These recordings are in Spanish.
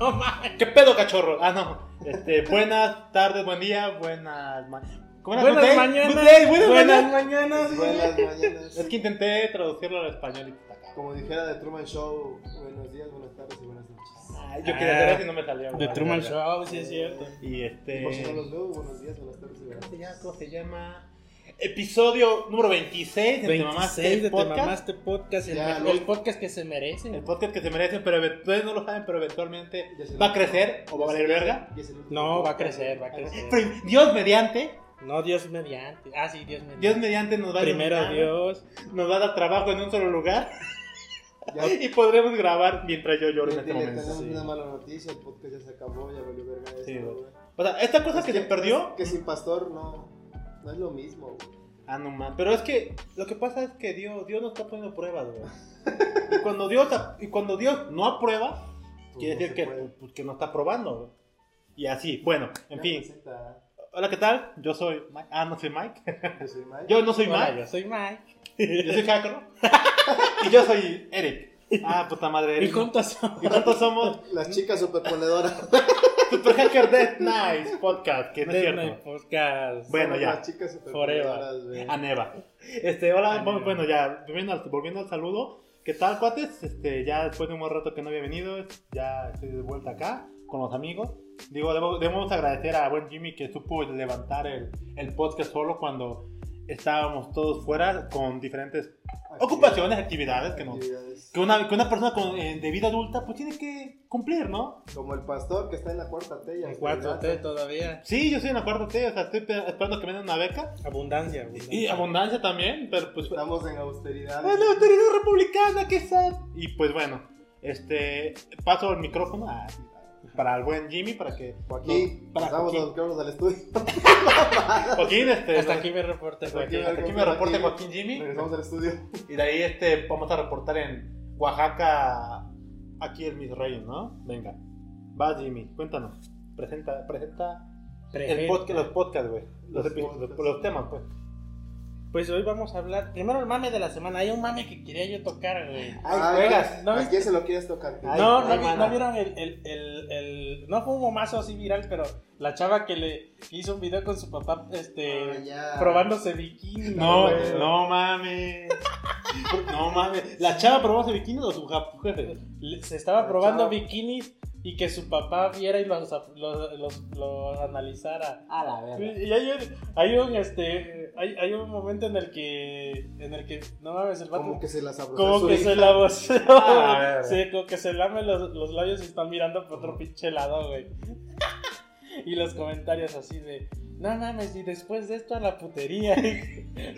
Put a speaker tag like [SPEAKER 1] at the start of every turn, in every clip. [SPEAKER 1] no mames. ¿Qué pedo, cachorro? Ah, no. Este, buenas tardes, buen día, buenas. ma- ¿Cómo era?
[SPEAKER 2] Buenas
[SPEAKER 1] Good day,
[SPEAKER 2] mañanas.
[SPEAKER 1] good day, buenas, mañanas.
[SPEAKER 2] mañanas.
[SPEAKER 3] Buenas mañanas.
[SPEAKER 1] Es que intenté traducirlo al español y está acá.
[SPEAKER 3] Como dijera de Truman Show, buenos días, buenas tardes y buenas noches.
[SPEAKER 1] Ay, yo quería hacer así y no me salió.
[SPEAKER 2] The
[SPEAKER 1] güey.
[SPEAKER 2] Ah, Truman Show, sí es cierto.
[SPEAKER 1] Y este.
[SPEAKER 3] Por si no los veo, buenos días, buenas tardes y buenas
[SPEAKER 1] ¿Cómo se llama?
[SPEAKER 3] noches.
[SPEAKER 1] ¿Cómo se llama? Episodio número 26 de Te
[SPEAKER 2] 26
[SPEAKER 1] Mamaste
[SPEAKER 2] de Te
[SPEAKER 1] Podcast.
[SPEAKER 2] Mamaste Podcast, el,
[SPEAKER 3] Ya,
[SPEAKER 2] me-
[SPEAKER 3] lo-
[SPEAKER 2] el podcast que se
[SPEAKER 1] El
[SPEAKER 2] merece.
[SPEAKER 1] podcast que se merecen, pero eventu- ustedes no lo saben, pero eventualmente
[SPEAKER 3] Ya se
[SPEAKER 1] va a
[SPEAKER 3] lo-
[SPEAKER 1] crecer o va a valer verga.
[SPEAKER 3] Y es el último
[SPEAKER 2] No, va a
[SPEAKER 3] podcast.
[SPEAKER 2] crecer, va a crecer.
[SPEAKER 1] Prim- Dios mediante,
[SPEAKER 2] No, Dios mediante. Ah, sí, Dios mediante.
[SPEAKER 1] Dios mediante nos va a
[SPEAKER 2] Primero
[SPEAKER 1] iluminar,
[SPEAKER 2] Dios.
[SPEAKER 1] nos va a dar trabajo en un solo lugar
[SPEAKER 3] Ya,
[SPEAKER 1] y podremos grabar mientras yo lloro en
[SPEAKER 3] le
[SPEAKER 1] este
[SPEAKER 3] tenemos
[SPEAKER 1] momento.
[SPEAKER 3] una mala noticia, el podcast ya se acabó, ya valió verga esto,
[SPEAKER 1] Sí, güey.
[SPEAKER 3] güey.
[SPEAKER 1] O sea, esta cosa
[SPEAKER 3] Es
[SPEAKER 1] que se perdió,
[SPEAKER 3] Que sin pastor no, no es lo mismo, güey.
[SPEAKER 1] ah no más, pero es que lo que pasa es que Dios, Dios nos está poniendo pruebas, güey. Y cuando Dios y cuando Dios no aprueba, quiere
[SPEAKER 3] Pues No
[SPEAKER 1] decir
[SPEAKER 3] se
[SPEAKER 1] que,
[SPEAKER 3] puede.
[SPEAKER 1] pues, que no está probando, güey. Y así, bueno, en
[SPEAKER 3] Ya,
[SPEAKER 1] fin.
[SPEAKER 3] presenta. ¿eh?
[SPEAKER 1] Hola, ¿qué tal? Yo soy Mike. Ah, no soy Mike.
[SPEAKER 3] Yo soy Mike.
[SPEAKER 1] Yo no soy
[SPEAKER 2] Hola,
[SPEAKER 1] Mike.
[SPEAKER 2] yo soy Mike.
[SPEAKER 1] Yo soy Jacro. y yo soy Eric. Ah, puta madre, Eric.
[SPEAKER 2] ¿Y cuántos son?
[SPEAKER 1] Y nosotros somos
[SPEAKER 3] Las chicas superponedoras.
[SPEAKER 1] Super Hacker Death Nice Podcast, que no es
[SPEAKER 2] Dead Night
[SPEAKER 1] cierto.
[SPEAKER 2] Podcast.
[SPEAKER 1] Bueno,
[SPEAKER 3] Somos
[SPEAKER 1] ya. Ah,
[SPEAKER 3] Las chicas superponedoras, güey.
[SPEAKER 1] A Neva. Este, hola,
[SPEAKER 2] Aneva.
[SPEAKER 1] bueno, bueno, ya, volviendo al, volviendo al saludo. ¿Qué tal, cuates? Este, ya después de un buen rato que no había venido, ya estoy de vuelta acá con los amigos. Digo, debo- debemos agradecer a buen Jimmy que supo levantar el, el podcast solo cuando estábamos todos fuera con diferentes ocupaciones, actividades que nos
[SPEAKER 3] Actividades.
[SPEAKER 1] que una, que una persona con, eh, de vida adulta pues tiene que cumplir, ¿no?
[SPEAKER 3] Como el pastor que está en la cuarta tella.
[SPEAKER 2] En 4T todavía.
[SPEAKER 1] Sí, yo soy en la cuarta T, o sea, estoy pe- esperando que me den una beca.
[SPEAKER 2] Abundancia.
[SPEAKER 1] Y abundancia también, pero pues... ¡Ah,
[SPEAKER 3] Estamos en austeridad.
[SPEAKER 1] la autoridad republicana, qué sad! Y pues bueno, este, paso el micrófono a- para el buen Jimmy, para que...
[SPEAKER 3] Joaquín,
[SPEAKER 1] no, para
[SPEAKER 3] pasamos
[SPEAKER 1] Joaquín.
[SPEAKER 3] los quebros al estudio.
[SPEAKER 1] Joaquín, este...
[SPEAKER 2] Hasta
[SPEAKER 1] no-
[SPEAKER 2] aquí me reporte,
[SPEAKER 3] Hasta aquí
[SPEAKER 2] Joaquín.
[SPEAKER 1] hasta aquí me reporta Joaquín Jimmy.
[SPEAKER 3] Regresamos al estudio.
[SPEAKER 1] Y de ahí, este, vamos a reportar en Oaxaca, aquí en Mis Reyes, ¿no? Venga, va Jimmy, cuéntanos. Presenta, presenta El podcast, los podcasts, güey. Los,
[SPEAKER 3] Los
[SPEAKER 1] epi-
[SPEAKER 3] podcasts.
[SPEAKER 1] los- los temas, pues.
[SPEAKER 2] Pues hoy vamos a hablar. Primero el mame de la semana. Hay un mame que quería yo tocar, güey.
[SPEAKER 3] Ay,
[SPEAKER 1] juegas,
[SPEAKER 2] ¿no
[SPEAKER 3] ¿A quién se lo quieres tocar?
[SPEAKER 1] Ay,
[SPEAKER 2] no, no,
[SPEAKER 1] güey,
[SPEAKER 2] vi-
[SPEAKER 1] mana.
[SPEAKER 2] no vieron el, el, el, el- No fue un momazo así viral, pero la chava que le que hizo un video con su papá,
[SPEAKER 3] Ah,
[SPEAKER 2] este.
[SPEAKER 3] ya.
[SPEAKER 2] probándose bikini.
[SPEAKER 1] No,
[SPEAKER 2] güey.
[SPEAKER 1] no mames. No mames. ¿La chava probó ese bikini o su ja- jefe?
[SPEAKER 2] Le- Se estaba
[SPEAKER 3] La
[SPEAKER 2] probando
[SPEAKER 3] chava.
[SPEAKER 2] bikinis y que su papá viera y los, los, los- los analizara.
[SPEAKER 1] A la
[SPEAKER 2] Y hay un, hay un este hay, hay un momento en el que en el que no mames el vato
[SPEAKER 3] Como que se las abrazó.
[SPEAKER 2] Como
[SPEAKER 3] su
[SPEAKER 2] que
[SPEAKER 3] hija.
[SPEAKER 2] se la
[SPEAKER 1] Ah, a ver.
[SPEAKER 2] sí, como que se lame los, los labios y están mirando por otro pinche lado, güey. Y los comentarios así de, no mames, y después de esto a la putería.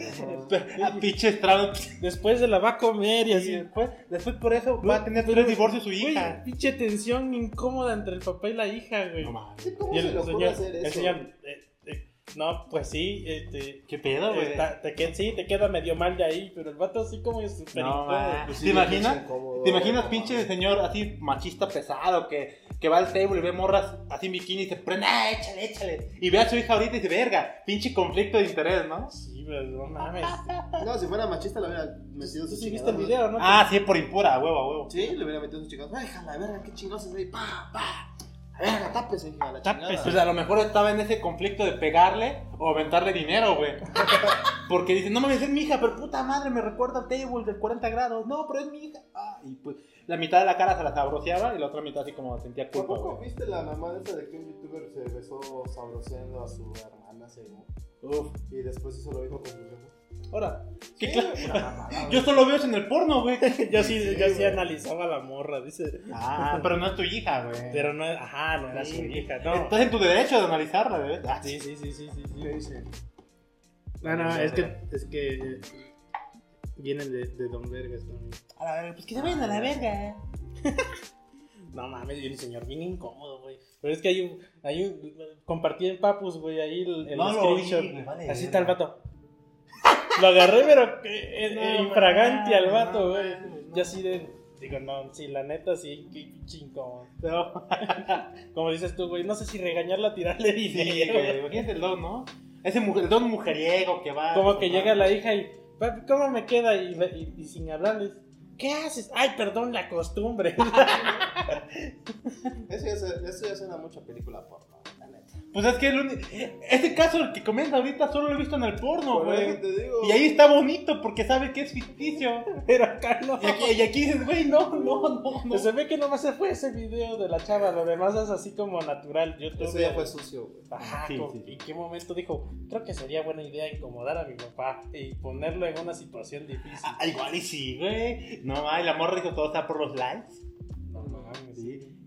[SPEAKER 1] A pinche estrado.
[SPEAKER 2] después se la va a comer y así.
[SPEAKER 1] después, pues, después por eso va a tener tres divorcios su hija.
[SPEAKER 2] Güey, pinche tensión incómoda entre el papá y la hija, güey.
[SPEAKER 1] No mames.
[SPEAKER 3] Sí, ¿Cómo
[SPEAKER 2] y
[SPEAKER 3] se le ocurre
[SPEAKER 2] señor-
[SPEAKER 3] hacer
[SPEAKER 2] el
[SPEAKER 3] eso?
[SPEAKER 2] señor, eh, eh, no, pues sí, este...
[SPEAKER 1] ¿Qué pedo, güey?
[SPEAKER 2] está- te qued- sí, te queda medio mal de ahí, pero el vato así como súper
[SPEAKER 1] No,
[SPEAKER 2] incómodo.
[SPEAKER 1] ma.
[SPEAKER 2] pues,
[SPEAKER 1] ¿Te imaginas?
[SPEAKER 3] es incómodo.
[SPEAKER 1] ¿Te imaginas, pinche señor así machista pesado que, que va al table y ve morras así en bikini y se prende, "Ah, échale, échale! Y ve a su hija ahorita y dice, verga, pinche conflicto de interés, ¿no?
[SPEAKER 2] Sí, pero no mames.
[SPEAKER 3] No, si fuera machista le hubiera metido
[SPEAKER 2] Tú
[SPEAKER 3] sus
[SPEAKER 2] sí viste el
[SPEAKER 3] chingados.
[SPEAKER 2] video, ¿no?
[SPEAKER 1] Ah, sí, por impura, a huevo, a huevo.
[SPEAKER 3] Sí, le hubiera metido sus chingados. Ay, jala, verga, qué chingados es ahí. Pa, pa. A verga, tápese, hija, la
[SPEAKER 2] Tápese.
[SPEAKER 1] Pues
[SPEAKER 3] chingada.
[SPEAKER 1] a lo mejor estaba en ese conflicto de pegarle o aventarle dinero, güey. Porque dice, no mames, es mi hija, pero puta madre, me recuerda al table del 40 grados. No, pero es mi hija. Ah, y pues la mitad de la cara se la sabroseaba y la otra mitad así como sentía culpa,
[SPEAKER 3] ¿Tampoco
[SPEAKER 1] güey.
[SPEAKER 3] viste la mamá esa de que un youtuber se besó sabroseando a su hermana, según?
[SPEAKER 1] Uf,
[SPEAKER 3] Y después hizo lo mismo con su jefe.
[SPEAKER 1] ahora. ¿Qué
[SPEAKER 3] Sí,
[SPEAKER 1] cla-
[SPEAKER 3] una mamada,
[SPEAKER 1] Yo
[SPEAKER 3] güey.
[SPEAKER 1] solo veo eso en el porno, güey.
[SPEAKER 2] yo sí,
[SPEAKER 3] Sí,
[SPEAKER 2] yo sí
[SPEAKER 3] güey.
[SPEAKER 2] analizaba a la morra, dice.
[SPEAKER 1] Ah, pero no es tu hija, güey.
[SPEAKER 2] Pero no, ajá, no era
[SPEAKER 1] Sí.
[SPEAKER 2] su hija, no.
[SPEAKER 1] Estás en tu derecho de analizarla, güey. Ah,
[SPEAKER 2] Sí, sí, sí, sí, sí.
[SPEAKER 3] ¿Qué dice?
[SPEAKER 2] No, no, es que, es que eh, vienen de, de Don Vergas también.
[SPEAKER 1] A la verga, pues que se vayan a
[SPEAKER 3] Ah,
[SPEAKER 1] la verga.
[SPEAKER 2] No mames, y el señor bien incómodo, güey. Pero es que hay un, hay un, compartí en Papus, güey, ahí el, el
[SPEAKER 1] No lo oí,
[SPEAKER 2] screenshot.
[SPEAKER 1] me vale
[SPEAKER 2] así
[SPEAKER 1] verga.
[SPEAKER 2] está el vato. Lo agarré, pero que- eh,
[SPEAKER 1] No,
[SPEAKER 2] eh,
[SPEAKER 1] mames,
[SPEAKER 2] infragante al
[SPEAKER 1] no,
[SPEAKER 2] vato, güey.
[SPEAKER 1] mames, no.
[SPEAKER 2] Yo así de, digo, no, sí, la neta, sí, qué pinche incómodo.
[SPEAKER 1] No.
[SPEAKER 2] Como dices tú, güey, no sé si regañarla, tirarle
[SPEAKER 1] Sí,
[SPEAKER 2] dinero.
[SPEAKER 1] güey. Imagínate el don, ¿no? Ese mu- el don mujeriego que va.
[SPEAKER 2] Como que llega la hija y, papi, ¿cómo me queda? Y, y- y sin hablarles, ¿qué haces? Ay, perdón, la costumbre.
[SPEAKER 4] Eso ya, su- eso ya suena mucho a película porno, la neta.
[SPEAKER 1] Pues es que el uni- este caso el que comenta ahorita solo lo he visto en el porno,
[SPEAKER 4] Por eso
[SPEAKER 1] güey.
[SPEAKER 4] te digo.
[SPEAKER 1] Y ahí está bonito porque sabe que es ficticio.
[SPEAKER 2] Pero acá no.
[SPEAKER 1] Y aquí, y aquí dices, güey, no, no, no, no.
[SPEAKER 2] Se ve que nomás se fue ese video de la chava, lo demás es así como natural. Yo
[SPEAKER 4] Eso ya fue sucio, güey.
[SPEAKER 2] Ajá,
[SPEAKER 1] Sí,
[SPEAKER 2] como-
[SPEAKER 1] sí, sí.
[SPEAKER 2] ¿y qué momento dijo? Creo que sería buena idea incomodar a mi papá y ponerlo en una situación difícil.
[SPEAKER 1] Ah, igual y sí, güey. No, ay, la morra dijo todo está por los likes.
[SPEAKER 2] No mames.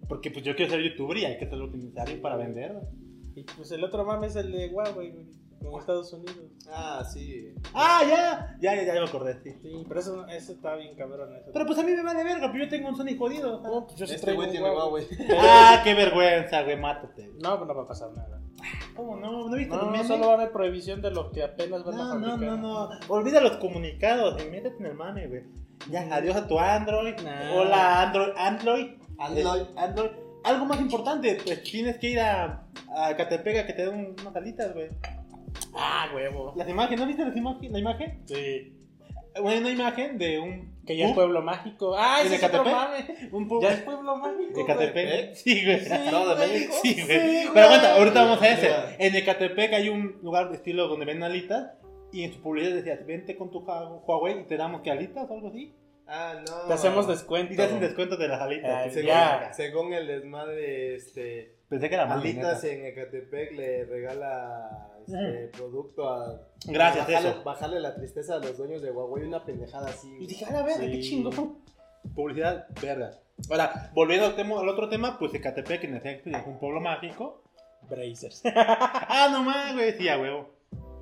[SPEAKER 1] Porque pues yo quiero ser youtuber y hay que ser utilizarlo para vender. güey.
[SPEAKER 2] Y pues el otro mame es el de Huawei, güey, con Estados Unidos.
[SPEAKER 4] Ah, sí.
[SPEAKER 1] Ah, ya, ya, ya, ya me acordé, sí.
[SPEAKER 2] Sí, pero eso, eso está bien cabrón. Eso.
[SPEAKER 1] Pero pues a mí me vale verga, pero yo tengo un Sony jodido. o sea.
[SPEAKER 2] No, pues yo sí
[SPEAKER 4] Este
[SPEAKER 2] traigo
[SPEAKER 4] güey
[SPEAKER 2] un
[SPEAKER 4] tiene
[SPEAKER 2] Huawei.
[SPEAKER 4] Huawei.
[SPEAKER 1] Ah, qué vergüenza, güey, mátate. güey.
[SPEAKER 2] No, pues no va a pasar nada.
[SPEAKER 1] ¿Cómo no? ¿No viste
[SPEAKER 2] No,
[SPEAKER 1] los memes?
[SPEAKER 2] solo va a haber prohibición de lo que apenas van a
[SPEAKER 1] No, no,
[SPEAKER 2] fabricar.
[SPEAKER 1] no, no. Olvida los comunicados y métete en el mame, güey. Ya, adiós a tu Android.
[SPEAKER 2] Nah.
[SPEAKER 1] Hola, Android. Android.
[SPEAKER 4] Android.
[SPEAKER 1] Eh, Android. Algo más importante, pues tienes que ir a, a Catepec a que te den unas alitas, güey.
[SPEAKER 2] Ah, huevo.
[SPEAKER 1] Las imágenes, ¿no viste las imágenes? la imagen?
[SPEAKER 2] Sí.
[SPEAKER 1] Bueno, una imagen de un.
[SPEAKER 2] Que ya es
[SPEAKER 1] pub,
[SPEAKER 2] pueblo mágico. Ah,
[SPEAKER 1] ¿En
[SPEAKER 2] ese es otro
[SPEAKER 1] Ecatepec?
[SPEAKER 2] mame.
[SPEAKER 1] Un pub.
[SPEAKER 2] Ya es pueblo mágico.
[SPEAKER 1] ¿De Ecatepec?
[SPEAKER 4] ¿Ecatepec?
[SPEAKER 1] Sí, güey.
[SPEAKER 4] No, de México.
[SPEAKER 1] Sí, güey.
[SPEAKER 2] güey.
[SPEAKER 1] Pero aguanta, ahorita vamos a ese.
[SPEAKER 4] Ya.
[SPEAKER 1] En Ecatepec hay un lugar de estilo donde venden alitas. Y en su publicidad decía, vente con tu Ja- Huawei y te damos que alitas o algo así.
[SPEAKER 4] Ah, no.
[SPEAKER 2] Te hacemos
[SPEAKER 1] Y
[SPEAKER 2] descuento.
[SPEAKER 1] te hacen descuentos de las alitas.
[SPEAKER 2] Ay,
[SPEAKER 4] Según,
[SPEAKER 2] Ah, Ya. Ah,
[SPEAKER 4] según el desmadre, este.
[SPEAKER 1] Pensé que era más
[SPEAKER 4] Alitas en Ecatepec le regala este producto a.
[SPEAKER 1] Gracias,
[SPEAKER 4] bajarle,
[SPEAKER 1] eso.
[SPEAKER 4] Bajarle la tristeza a los dueños de Huawei, una pendejada así.
[SPEAKER 1] Y
[SPEAKER 4] güey.
[SPEAKER 1] dije, a la verga,
[SPEAKER 2] Sí.
[SPEAKER 1] qué chingo. Publicidad, verga. Ahora, volviendo al, tema- al otro tema, pues Ecatepec en efecto es un pueblo mágico.
[SPEAKER 2] Brazers.
[SPEAKER 1] Ah, no más, güey, sí, a huevo.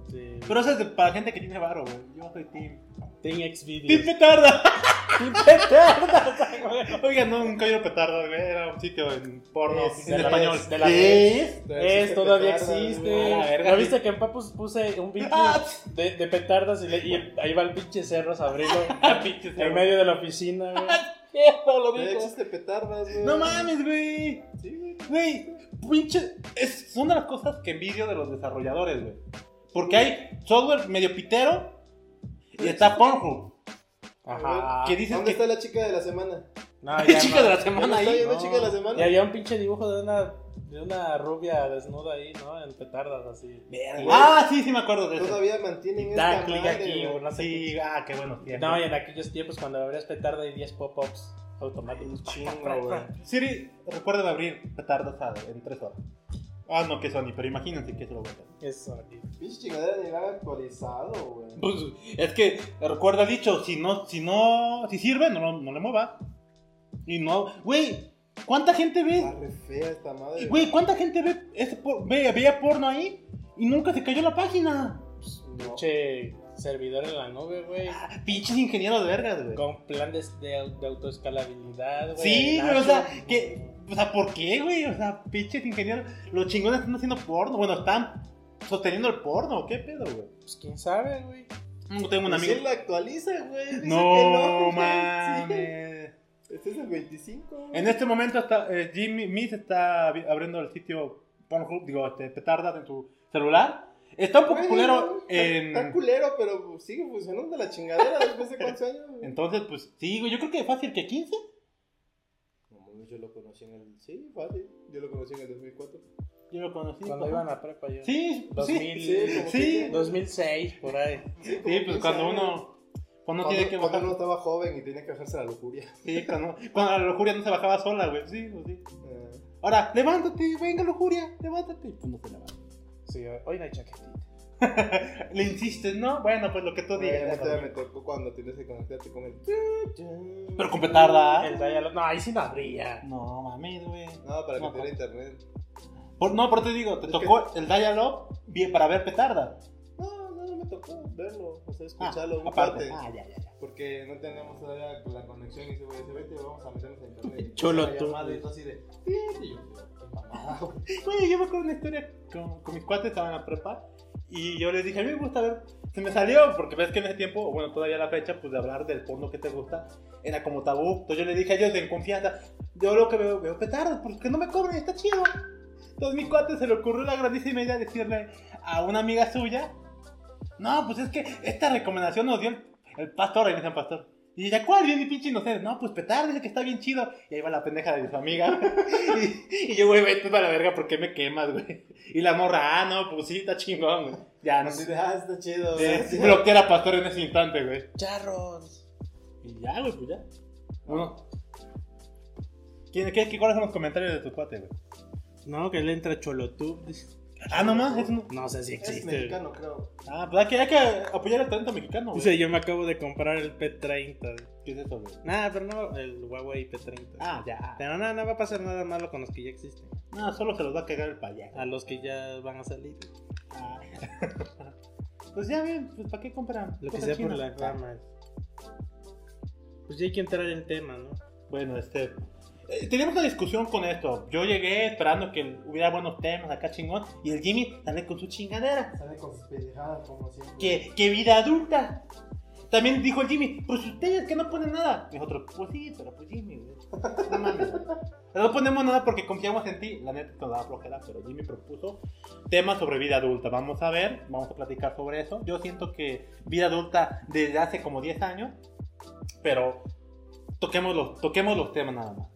[SPEAKER 2] Sí.
[SPEAKER 1] Pero eso es de- para gente que tiene varo, güey. Yo soy team.
[SPEAKER 2] Team
[SPEAKER 1] Team
[SPEAKER 2] Xvideos.
[SPEAKER 1] petarda.
[SPEAKER 2] Team Petardas, güey.
[SPEAKER 1] Oiga, no, nunca yo petarda, güey. Era un sitio en porno,
[SPEAKER 4] Es
[SPEAKER 1] en
[SPEAKER 4] de la
[SPEAKER 1] español.
[SPEAKER 2] vez, de la
[SPEAKER 1] ¿Qué?
[SPEAKER 4] Todavía
[SPEAKER 2] Es,
[SPEAKER 4] existe
[SPEAKER 2] todavía
[SPEAKER 4] petardas,
[SPEAKER 2] existe.
[SPEAKER 4] güey.
[SPEAKER 1] A la verga,
[SPEAKER 2] ¿No
[SPEAKER 1] sí.
[SPEAKER 2] viste que en Papus puse un vídeo
[SPEAKER 1] Ah,
[SPEAKER 2] de, de petardas y, le- y ahí va el pinche cerro a abrirlo
[SPEAKER 1] Ah, Pinche
[SPEAKER 2] en
[SPEAKER 1] cerro.
[SPEAKER 2] medio de la oficina, güey?
[SPEAKER 1] Ah.
[SPEAKER 4] Todavía existe petardas, güey.
[SPEAKER 1] No mames, güey.
[SPEAKER 4] Sí, güey.
[SPEAKER 1] Güey, pinche. Es, son de las cosas que envidio de los desarrolladores, güey. Porque hay software medio pitero y está Pornhub.
[SPEAKER 2] Ajá.
[SPEAKER 1] Que dices
[SPEAKER 4] ¿Dónde
[SPEAKER 1] que.
[SPEAKER 4] está la chica de la semana?
[SPEAKER 2] No, ya
[SPEAKER 1] ¿Qué chica
[SPEAKER 2] no.
[SPEAKER 1] de la
[SPEAKER 4] ¿Dónde
[SPEAKER 1] semana
[SPEAKER 4] está
[SPEAKER 1] ahí?
[SPEAKER 4] ya la chica de la
[SPEAKER 2] Y
[SPEAKER 4] semana?
[SPEAKER 2] había un pinche dibujo de una, de una rubia desnuda ahí, ¿no? En petardas así.
[SPEAKER 1] Verga. Ah, sí, sí me acuerdo de eso.
[SPEAKER 4] Todavía mantienen
[SPEAKER 2] Da
[SPEAKER 4] esta
[SPEAKER 2] clic
[SPEAKER 4] madre,
[SPEAKER 2] aquí,
[SPEAKER 4] güey.
[SPEAKER 2] o no sé qué
[SPEAKER 1] Sí, ah, qué bueno.
[SPEAKER 2] No, y en aquellos tiempos cuando abrías petarda y 10 pop-ups automáticos.
[SPEAKER 4] Chingo, güey.
[SPEAKER 1] Siri, recuerden abrir petardas a- en tres horas. Ah, no, que Sony, pero imagínense que se lo voy a hacer.
[SPEAKER 2] Eso, tío.
[SPEAKER 4] Pinche chingadera ni la han actualizado, güey.
[SPEAKER 1] Pues, es que recuerda el dicho, si no, si no, si sirve, no, lo- no le mueva. Y no, güey, ¿cuánta gente
[SPEAKER 4] Está
[SPEAKER 1] ve?
[SPEAKER 4] re fea esta madre.
[SPEAKER 1] Güey, ¿cuánta gente ve, ese por- ve- veía porno ahí y nunca se cayó la página?
[SPEAKER 4] Pues, No.
[SPEAKER 2] Che, servidor en la nube, güey.
[SPEAKER 1] Pinches ingenieros de vergas, güey.
[SPEAKER 2] Con plan de, de, de autoescalabilidad, güey.
[SPEAKER 1] Sí, güey, o
[SPEAKER 2] Nacho.
[SPEAKER 1] sea, que, o sea, ¿por qué, güey? O sea, pinches ingenieros, los chingones están haciendo porno, bueno, están sosteniendo el porno, ¿qué pedo, güey?
[SPEAKER 2] Pues quién sabe, güey.
[SPEAKER 1] Mm, Tengo un
[SPEAKER 4] Pues
[SPEAKER 1] amigo.
[SPEAKER 4] él la actualiza, güey. Dice que
[SPEAKER 1] No,
[SPEAKER 4] güey.
[SPEAKER 1] mames.
[SPEAKER 4] Sí. Este es el 25. güey.
[SPEAKER 1] En este momento está, eh, Jimmy Miss está abri- abriendo el sitio Pornhub, digo, este, petardas en tu celular. Está un poco
[SPEAKER 4] Güey,
[SPEAKER 1] culero
[SPEAKER 4] está- Está
[SPEAKER 1] en...
[SPEAKER 4] culero, pero sigue funcionando la chingadera después de cuántos años, güey.
[SPEAKER 1] Entonces, pues sí, güey, yo creo que es fácil que 15.
[SPEAKER 4] No, mames, yo lo conocí en el. Sí, fácil. Yo lo conocí en el 2004.
[SPEAKER 1] Yo lo conocí.
[SPEAKER 2] Cuando
[SPEAKER 1] ajá.
[SPEAKER 2] iban a prepa yo.
[SPEAKER 1] Sí, pues, sí.
[SPEAKER 2] 2000,
[SPEAKER 4] Sí, como
[SPEAKER 1] Sí.
[SPEAKER 4] que-
[SPEAKER 2] 2006, por ahí.
[SPEAKER 4] Sí, como
[SPEAKER 1] Sí, pues
[SPEAKER 4] 15
[SPEAKER 1] cuando
[SPEAKER 4] años.
[SPEAKER 1] uno... Cuando uno
[SPEAKER 4] Cuando,
[SPEAKER 1] tiene que
[SPEAKER 4] cuando
[SPEAKER 1] bajar...
[SPEAKER 4] uno estaba joven y tenía que bajarse la lujuria.
[SPEAKER 1] Sí, cuando, cuando la lujuria no se bajaba sola, güey. Sí, pues sí.
[SPEAKER 4] Eh,
[SPEAKER 1] Ahora, levántate, venga lujuria, levántate. Y Pues no se levanta.
[SPEAKER 2] Sí, hoy no hay chaquetita.
[SPEAKER 1] Le insistes, ¿no? Bueno, pues lo que tú
[SPEAKER 4] güey,
[SPEAKER 1] digas.
[SPEAKER 4] este me tocó cuando tienes que conectarte con el.
[SPEAKER 1] Pero con petarda.
[SPEAKER 2] El dial- No, ahí sí no habría.
[SPEAKER 1] No, mames, güey.
[SPEAKER 4] No, para
[SPEAKER 1] No,
[SPEAKER 4] que tuviera internet.
[SPEAKER 1] Por- no, pero te digo, te tocó el dial-up bien para ver petarda.
[SPEAKER 4] No, no, no me tocó verlo. O sea, escucharlo. un
[SPEAKER 1] aparte.
[SPEAKER 4] parte.
[SPEAKER 1] Ah, ya, ya, ya.
[SPEAKER 4] Porque no teníamos todavía la conexión y se güey, dice, vete, vamos a meternos en internet.
[SPEAKER 2] Cholo
[SPEAKER 4] Y la
[SPEAKER 2] tú,
[SPEAKER 4] llamada,
[SPEAKER 2] güey.
[SPEAKER 4] y tú así de, sí, y yo, qué mamada, güey.
[SPEAKER 1] Güey, yo me acuerdo una historia con, con mis cuates, estaban en la prepa. Y yo les dije, a mí me gusta ver. Se me salió, porque ves que en ese tiempo, bueno, todavía la fecha, pues de hablar del porno que te gusta, era como tabú. Entonces yo les dije a ellos en confianza, yo lo que veo, veo petardas, porque no me cobren, está chido. Entonces mi cuate se le ocurrió la grandísima idea de decirle a una amiga suya, no, pues es que esta recomendación nos dio el, el pastor, ahí me dicen pastor. Y ya, ¿cuál? Bien, pinche inocente. No, pues petardo, dice que está bien chido. Y ahí va la pendeja de su amiga. y, y yo, güey, vete para la verga, ¿por qué me quemas, güey? Y la morra, ah, no, pues sí, está chingón, güey. Ya, no sé.
[SPEAKER 4] Ah, está chido.
[SPEAKER 1] Sí, Pero que era pastor en ese instante, güey.
[SPEAKER 2] Charros.
[SPEAKER 1] Y ya, güey, pues ya. Uno. ¿Quién, qué, qué- ¿Cuáles son los comentarios de tu cuate, güey?
[SPEAKER 2] No, que le entra Cholotub.
[SPEAKER 1] Ah, no más, es un-
[SPEAKER 2] No sé si
[SPEAKER 4] Es
[SPEAKER 2] existe. güey.
[SPEAKER 4] mexicano, creo.
[SPEAKER 1] Ah, pues hay que, hay que apoyar al talento mexicano, güey.
[SPEAKER 2] Dice, yo me acabo de comprar el P30. güey.
[SPEAKER 1] ¿Qué es eso, güey?
[SPEAKER 2] Nah, pero no, el Huawei P30.
[SPEAKER 1] Ah, ya.
[SPEAKER 2] Pero nada, no va a pasar nada malo con los que ya existen.
[SPEAKER 1] No, solo se los va a cagar el payaso.
[SPEAKER 2] A los que ya van a salir.
[SPEAKER 1] Ah. pues ya ven, pues ¿para qué compran?
[SPEAKER 2] Lo que
[SPEAKER 1] cosas
[SPEAKER 2] sea por
[SPEAKER 1] chinas? Ah,
[SPEAKER 2] la fama. Pues ya hay que entrar en tema, ¿no?
[SPEAKER 1] Bueno, este. eh, Teníamos una discusión con esto. Yo llegué esperando que hubiera buenos temas acá chingón. Y el Jimmy sale con su chingadera.
[SPEAKER 4] Sale con sus pendejadas como siempre.
[SPEAKER 1] que, que vida adulta. También dijo el Jimmy, pues ustedes que no ponen nada. Y nosotros, pues sí, pero pues Jimmy, güey. No mames. güey. No ponemos nada porque confiamos en ti. La neta nos daba flojera, pero Jimmy propuso temas sobre vida adulta. Vamos a ver, vamos a platicar sobre eso. Yo siento que vida adulta desde hace como 10 años, pero toquemos los, toquemos los temas nada más.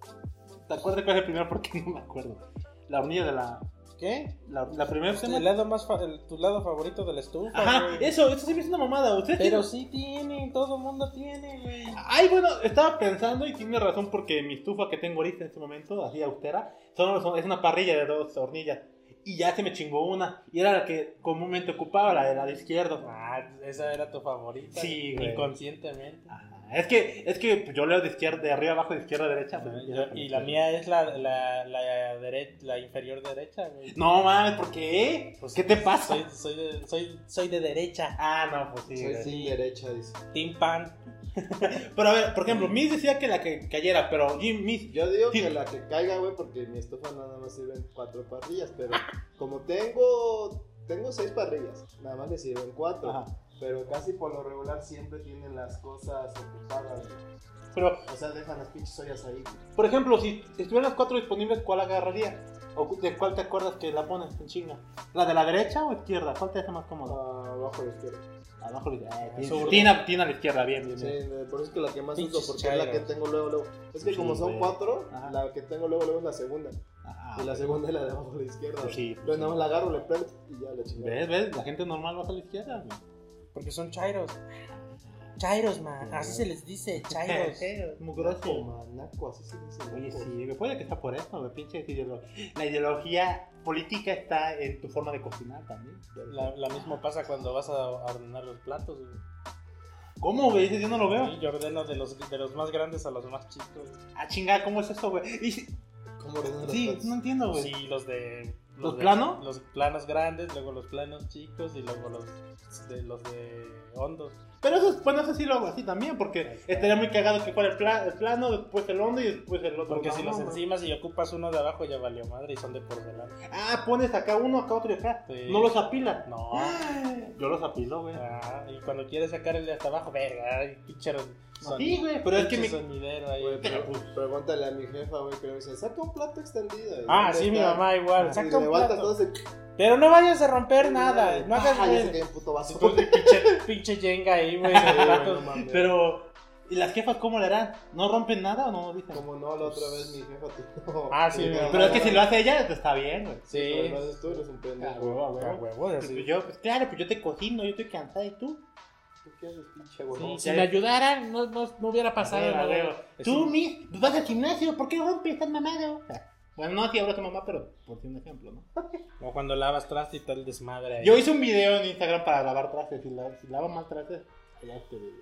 [SPEAKER 1] ¿Te acuerdas cuál es el primero? Porque no me acuerdo. La hornilla de la.
[SPEAKER 2] ¿Qué?
[SPEAKER 1] La, la primera
[SPEAKER 2] El
[SPEAKER 1] semana.
[SPEAKER 2] lado más fa- el- tu lado favorito de la estufa.
[SPEAKER 1] Ajá,
[SPEAKER 2] güey.
[SPEAKER 1] eso, eso sí me hizo una mamada. Ustedes
[SPEAKER 2] Pero
[SPEAKER 1] tienen-
[SPEAKER 2] sí tiene, todo mundo tiene, güey.
[SPEAKER 1] Ay, bueno, estaba pensando y tiene razón porque mi estufa que tengo ahorita en este momento, así austera, solo son- es una parrilla de dos hornillas. Y ya se me chingó una. Y era la que comúnmente ocupaba, la de la de izquierdo.
[SPEAKER 2] Ah, esa era tu favorita.
[SPEAKER 1] Sí, güey.
[SPEAKER 2] Inconscientemente.
[SPEAKER 1] Ah, es que, es que pues, yo leo de izquierda, de arriba abajo, de izquierda a derecha. pues,
[SPEAKER 2] Yo- Ah, y la mía es la, la, la, dere- la inferior derecha, güey.
[SPEAKER 1] No mames, ¿por qué?
[SPEAKER 2] Pues,
[SPEAKER 1] ¿Qué te pasa?
[SPEAKER 2] Soy, soy, de, soy, soy de derecha.
[SPEAKER 1] Ah, no, pues sí.
[SPEAKER 4] Soy
[SPEAKER 1] güey.
[SPEAKER 4] sin derecha, dice.
[SPEAKER 2] Team Pan.
[SPEAKER 1] Pero a ver, por ejemplo, Miss decía que la que cayera, pero Jim, Miss.
[SPEAKER 4] Yo digo
[SPEAKER 1] Sí.
[SPEAKER 4] que la que caiga, güey, porque mi estufa nada más sirven cuatro parrillas, pero como tengo tengo seis parrillas, nada más me sirven cuatro,
[SPEAKER 1] Ajá.
[SPEAKER 4] pero casi por lo regular siempre tienen las cosas ocupadas, güey.
[SPEAKER 1] Pero,
[SPEAKER 4] o sea, dejan las pinches ollas ahí. güey.
[SPEAKER 1] por ejemplo, si estuvieran las cuatro disponibles, ¿cuál agarraría? ¿O cu- de cuál te acuerdas que la pones en chinga? ¿La de la derecha o izquierda? ¿Cuál te hace más cómoda?
[SPEAKER 4] Ah, Abajo de izquierda.
[SPEAKER 1] Abajo, eh,
[SPEAKER 4] Sobre.
[SPEAKER 1] tina, tina a la izquierda, bien, bien,
[SPEAKER 4] Sí,
[SPEAKER 1] bien.
[SPEAKER 4] eh, por eso es que la que más
[SPEAKER 2] Pinches
[SPEAKER 4] uso, porque es la que
[SPEAKER 2] chairas.
[SPEAKER 4] tengo luego, luego. Es que
[SPEAKER 1] Sí,
[SPEAKER 4] como son
[SPEAKER 1] güey.
[SPEAKER 4] cuatro,
[SPEAKER 1] Ajá.
[SPEAKER 4] la que tengo luego, luego es la segunda.
[SPEAKER 1] Ah,
[SPEAKER 4] y la segunda es la de abajo de izquierda.
[SPEAKER 1] Pues
[SPEAKER 4] güey.
[SPEAKER 1] sí, pues
[SPEAKER 4] Entonces
[SPEAKER 1] sí.
[SPEAKER 4] nada más la agarro, le prendo y ya la chingada.
[SPEAKER 1] ¿Ves, ves? La gente normal va a la izquierda. güey.
[SPEAKER 2] Porque son chairos. Chairos, man. Así se les dice, chairos.
[SPEAKER 1] Pues, Mugroso, man.
[SPEAKER 4] Manaco, así se dice.
[SPEAKER 1] Oye,
[SPEAKER 4] naco.
[SPEAKER 1] sí, me puede que está por eso, me pinche ideolo- La ideología política está en tu forma de cocinar también.
[SPEAKER 2] La, la mismo pasa cuando vas a a ordenar los platos, güey.
[SPEAKER 1] ¿Cómo, güey? Ese Yo no lo veo.
[SPEAKER 2] Sí, yo ordeno de los, de los más grandes a los más chicos.
[SPEAKER 1] Ah, chingada, ¿cómo es eso, güey? Y si-
[SPEAKER 4] ¿Cómo ordenan las
[SPEAKER 1] Sí,
[SPEAKER 4] cosas?
[SPEAKER 1] Pues no entiendo, güey.
[SPEAKER 2] Sí, los de...
[SPEAKER 1] Pues, ¿Los
[SPEAKER 2] de-
[SPEAKER 1] plano?
[SPEAKER 2] Los planos grandes, luego los planos chicos y luego los de, los de hondos.
[SPEAKER 1] Pero eso, es- bueno, eso sí lo hago así también, porque estaría muy cagado que fuera el, pla- el plano, después el hondo y después el otro.
[SPEAKER 2] Porque
[SPEAKER 1] No,
[SPEAKER 2] si
[SPEAKER 1] no,
[SPEAKER 2] los
[SPEAKER 1] no.
[SPEAKER 2] encimas y ocupas uno de abajo ya valió madre y son de porcelana.
[SPEAKER 1] Ah, pones acá uno, acá otro y acá.
[SPEAKER 2] Sí.
[SPEAKER 1] No los apilas.
[SPEAKER 2] Este, No.
[SPEAKER 1] Yo los apilo, güey.
[SPEAKER 2] Ah, y cuando quieres sacar el de hasta abajo, verga, ay, pinche son-
[SPEAKER 1] Sí, güey, pero es que
[SPEAKER 2] pinche
[SPEAKER 1] mi-
[SPEAKER 2] sonidero ahí.
[SPEAKER 4] Güey, pero
[SPEAKER 1] pues,
[SPEAKER 4] pregúntale a mi jefa, güey, que me dice, saca un plato extendido.
[SPEAKER 2] Ah, sí, mi mamá igual.
[SPEAKER 4] Saca
[SPEAKER 2] Saca un
[SPEAKER 4] levanta
[SPEAKER 2] plato.
[SPEAKER 4] todo ese...
[SPEAKER 2] Pero no vayas a romper nada. No hagas
[SPEAKER 4] Ah, ya se
[SPEAKER 2] nada.
[SPEAKER 4] cae un puto vaso.
[SPEAKER 2] pinche, pinche yenga ahí, güey. los platos.
[SPEAKER 1] Pero, ¿y las jefas cómo le harán? ¿No rompen nada o no dicen?
[SPEAKER 4] Como no, la otra vez mi jefa tuvo...
[SPEAKER 2] Ah, sí, mi mamá.
[SPEAKER 1] Pero es que si lo hace ella, pues, está bien, güey.
[SPEAKER 4] Sí.
[SPEAKER 2] sí.
[SPEAKER 4] Lo haces tú, eres un
[SPEAKER 1] Ah,
[SPEAKER 4] pendejo.
[SPEAKER 1] huevo, a
[SPEAKER 2] A
[SPEAKER 1] huevo.
[SPEAKER 2] huevo,
[SPEAKER 1] Pues,
[SPEAKER 2] así.
[SPEAKER 1] yo, pues claro, pues yo te cocino, yo estoy cansada y tú.
[SPEAKER 4] ¿Tú qué haces, pinche
[SPEAKER 2] Sí,
[SPEAKER 4] huevón?
[SPEAKER 2] si me ayudaran, no, no, no hubiera pasado
[SPEAKER 1] A
[SPEAKER 2] nada.
[SPEAKER 1] huevo.
[SPEAKER 2] Es
[SPEAKER 1] Tú,
[SPEAKER 2] un-
[SPEAKER 1] Miss, pues, vas al gimnasio, ¿por qué rompes? Estás mamado. Bueno, no, sí, ahora tu mamá, pero por si un ejemplo, ¿no?
[SPEAKER 2] O cuando lavas traste y tal desmadre. ahí.
[SPEAKER 1] Yo hice un video en Instagram para lavar trastes. Si, la- si lavo mal trastes, ya te digo.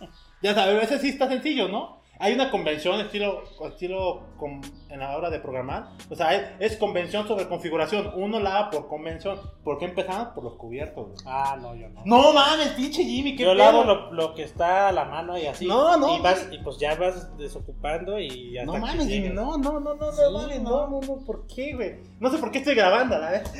[SPEAKER 2] Ah.
[SPEAKER 1] Ya sabes, ese sí está sencillo, ¿no? Hay una convención estilo, estilo con- en la hora de programar. O sea, es, es convención sobre configuración. Uno lava por convención. ¿Por qué empezamos? Por los cubiertos. güey.
[SPEAKER 2] Ah, no, yo no.
[SPEAKER 1] No mames, pinche Jimmy, qué
[SPEAKER 2] Yo
[SPEAKER 1] pedo.
[SPEAKER 2] lavo lo, lo que está a la mano y así.
[SPEAKER 1] No, no,
[SPEAKER 2] Y, vas, y pues ya vas desocupando y ya
[SPEAKER 1] No mames, Jimmy, no, no, no, no, no,
[SPEAKER 2] Sí,
[SPEAKER 1] mames,
[SPEAKER 2] no.
[SPEAKER 1] no, no, no, ¿por qué, güey? No sé por qué estoy grabando, la verdad.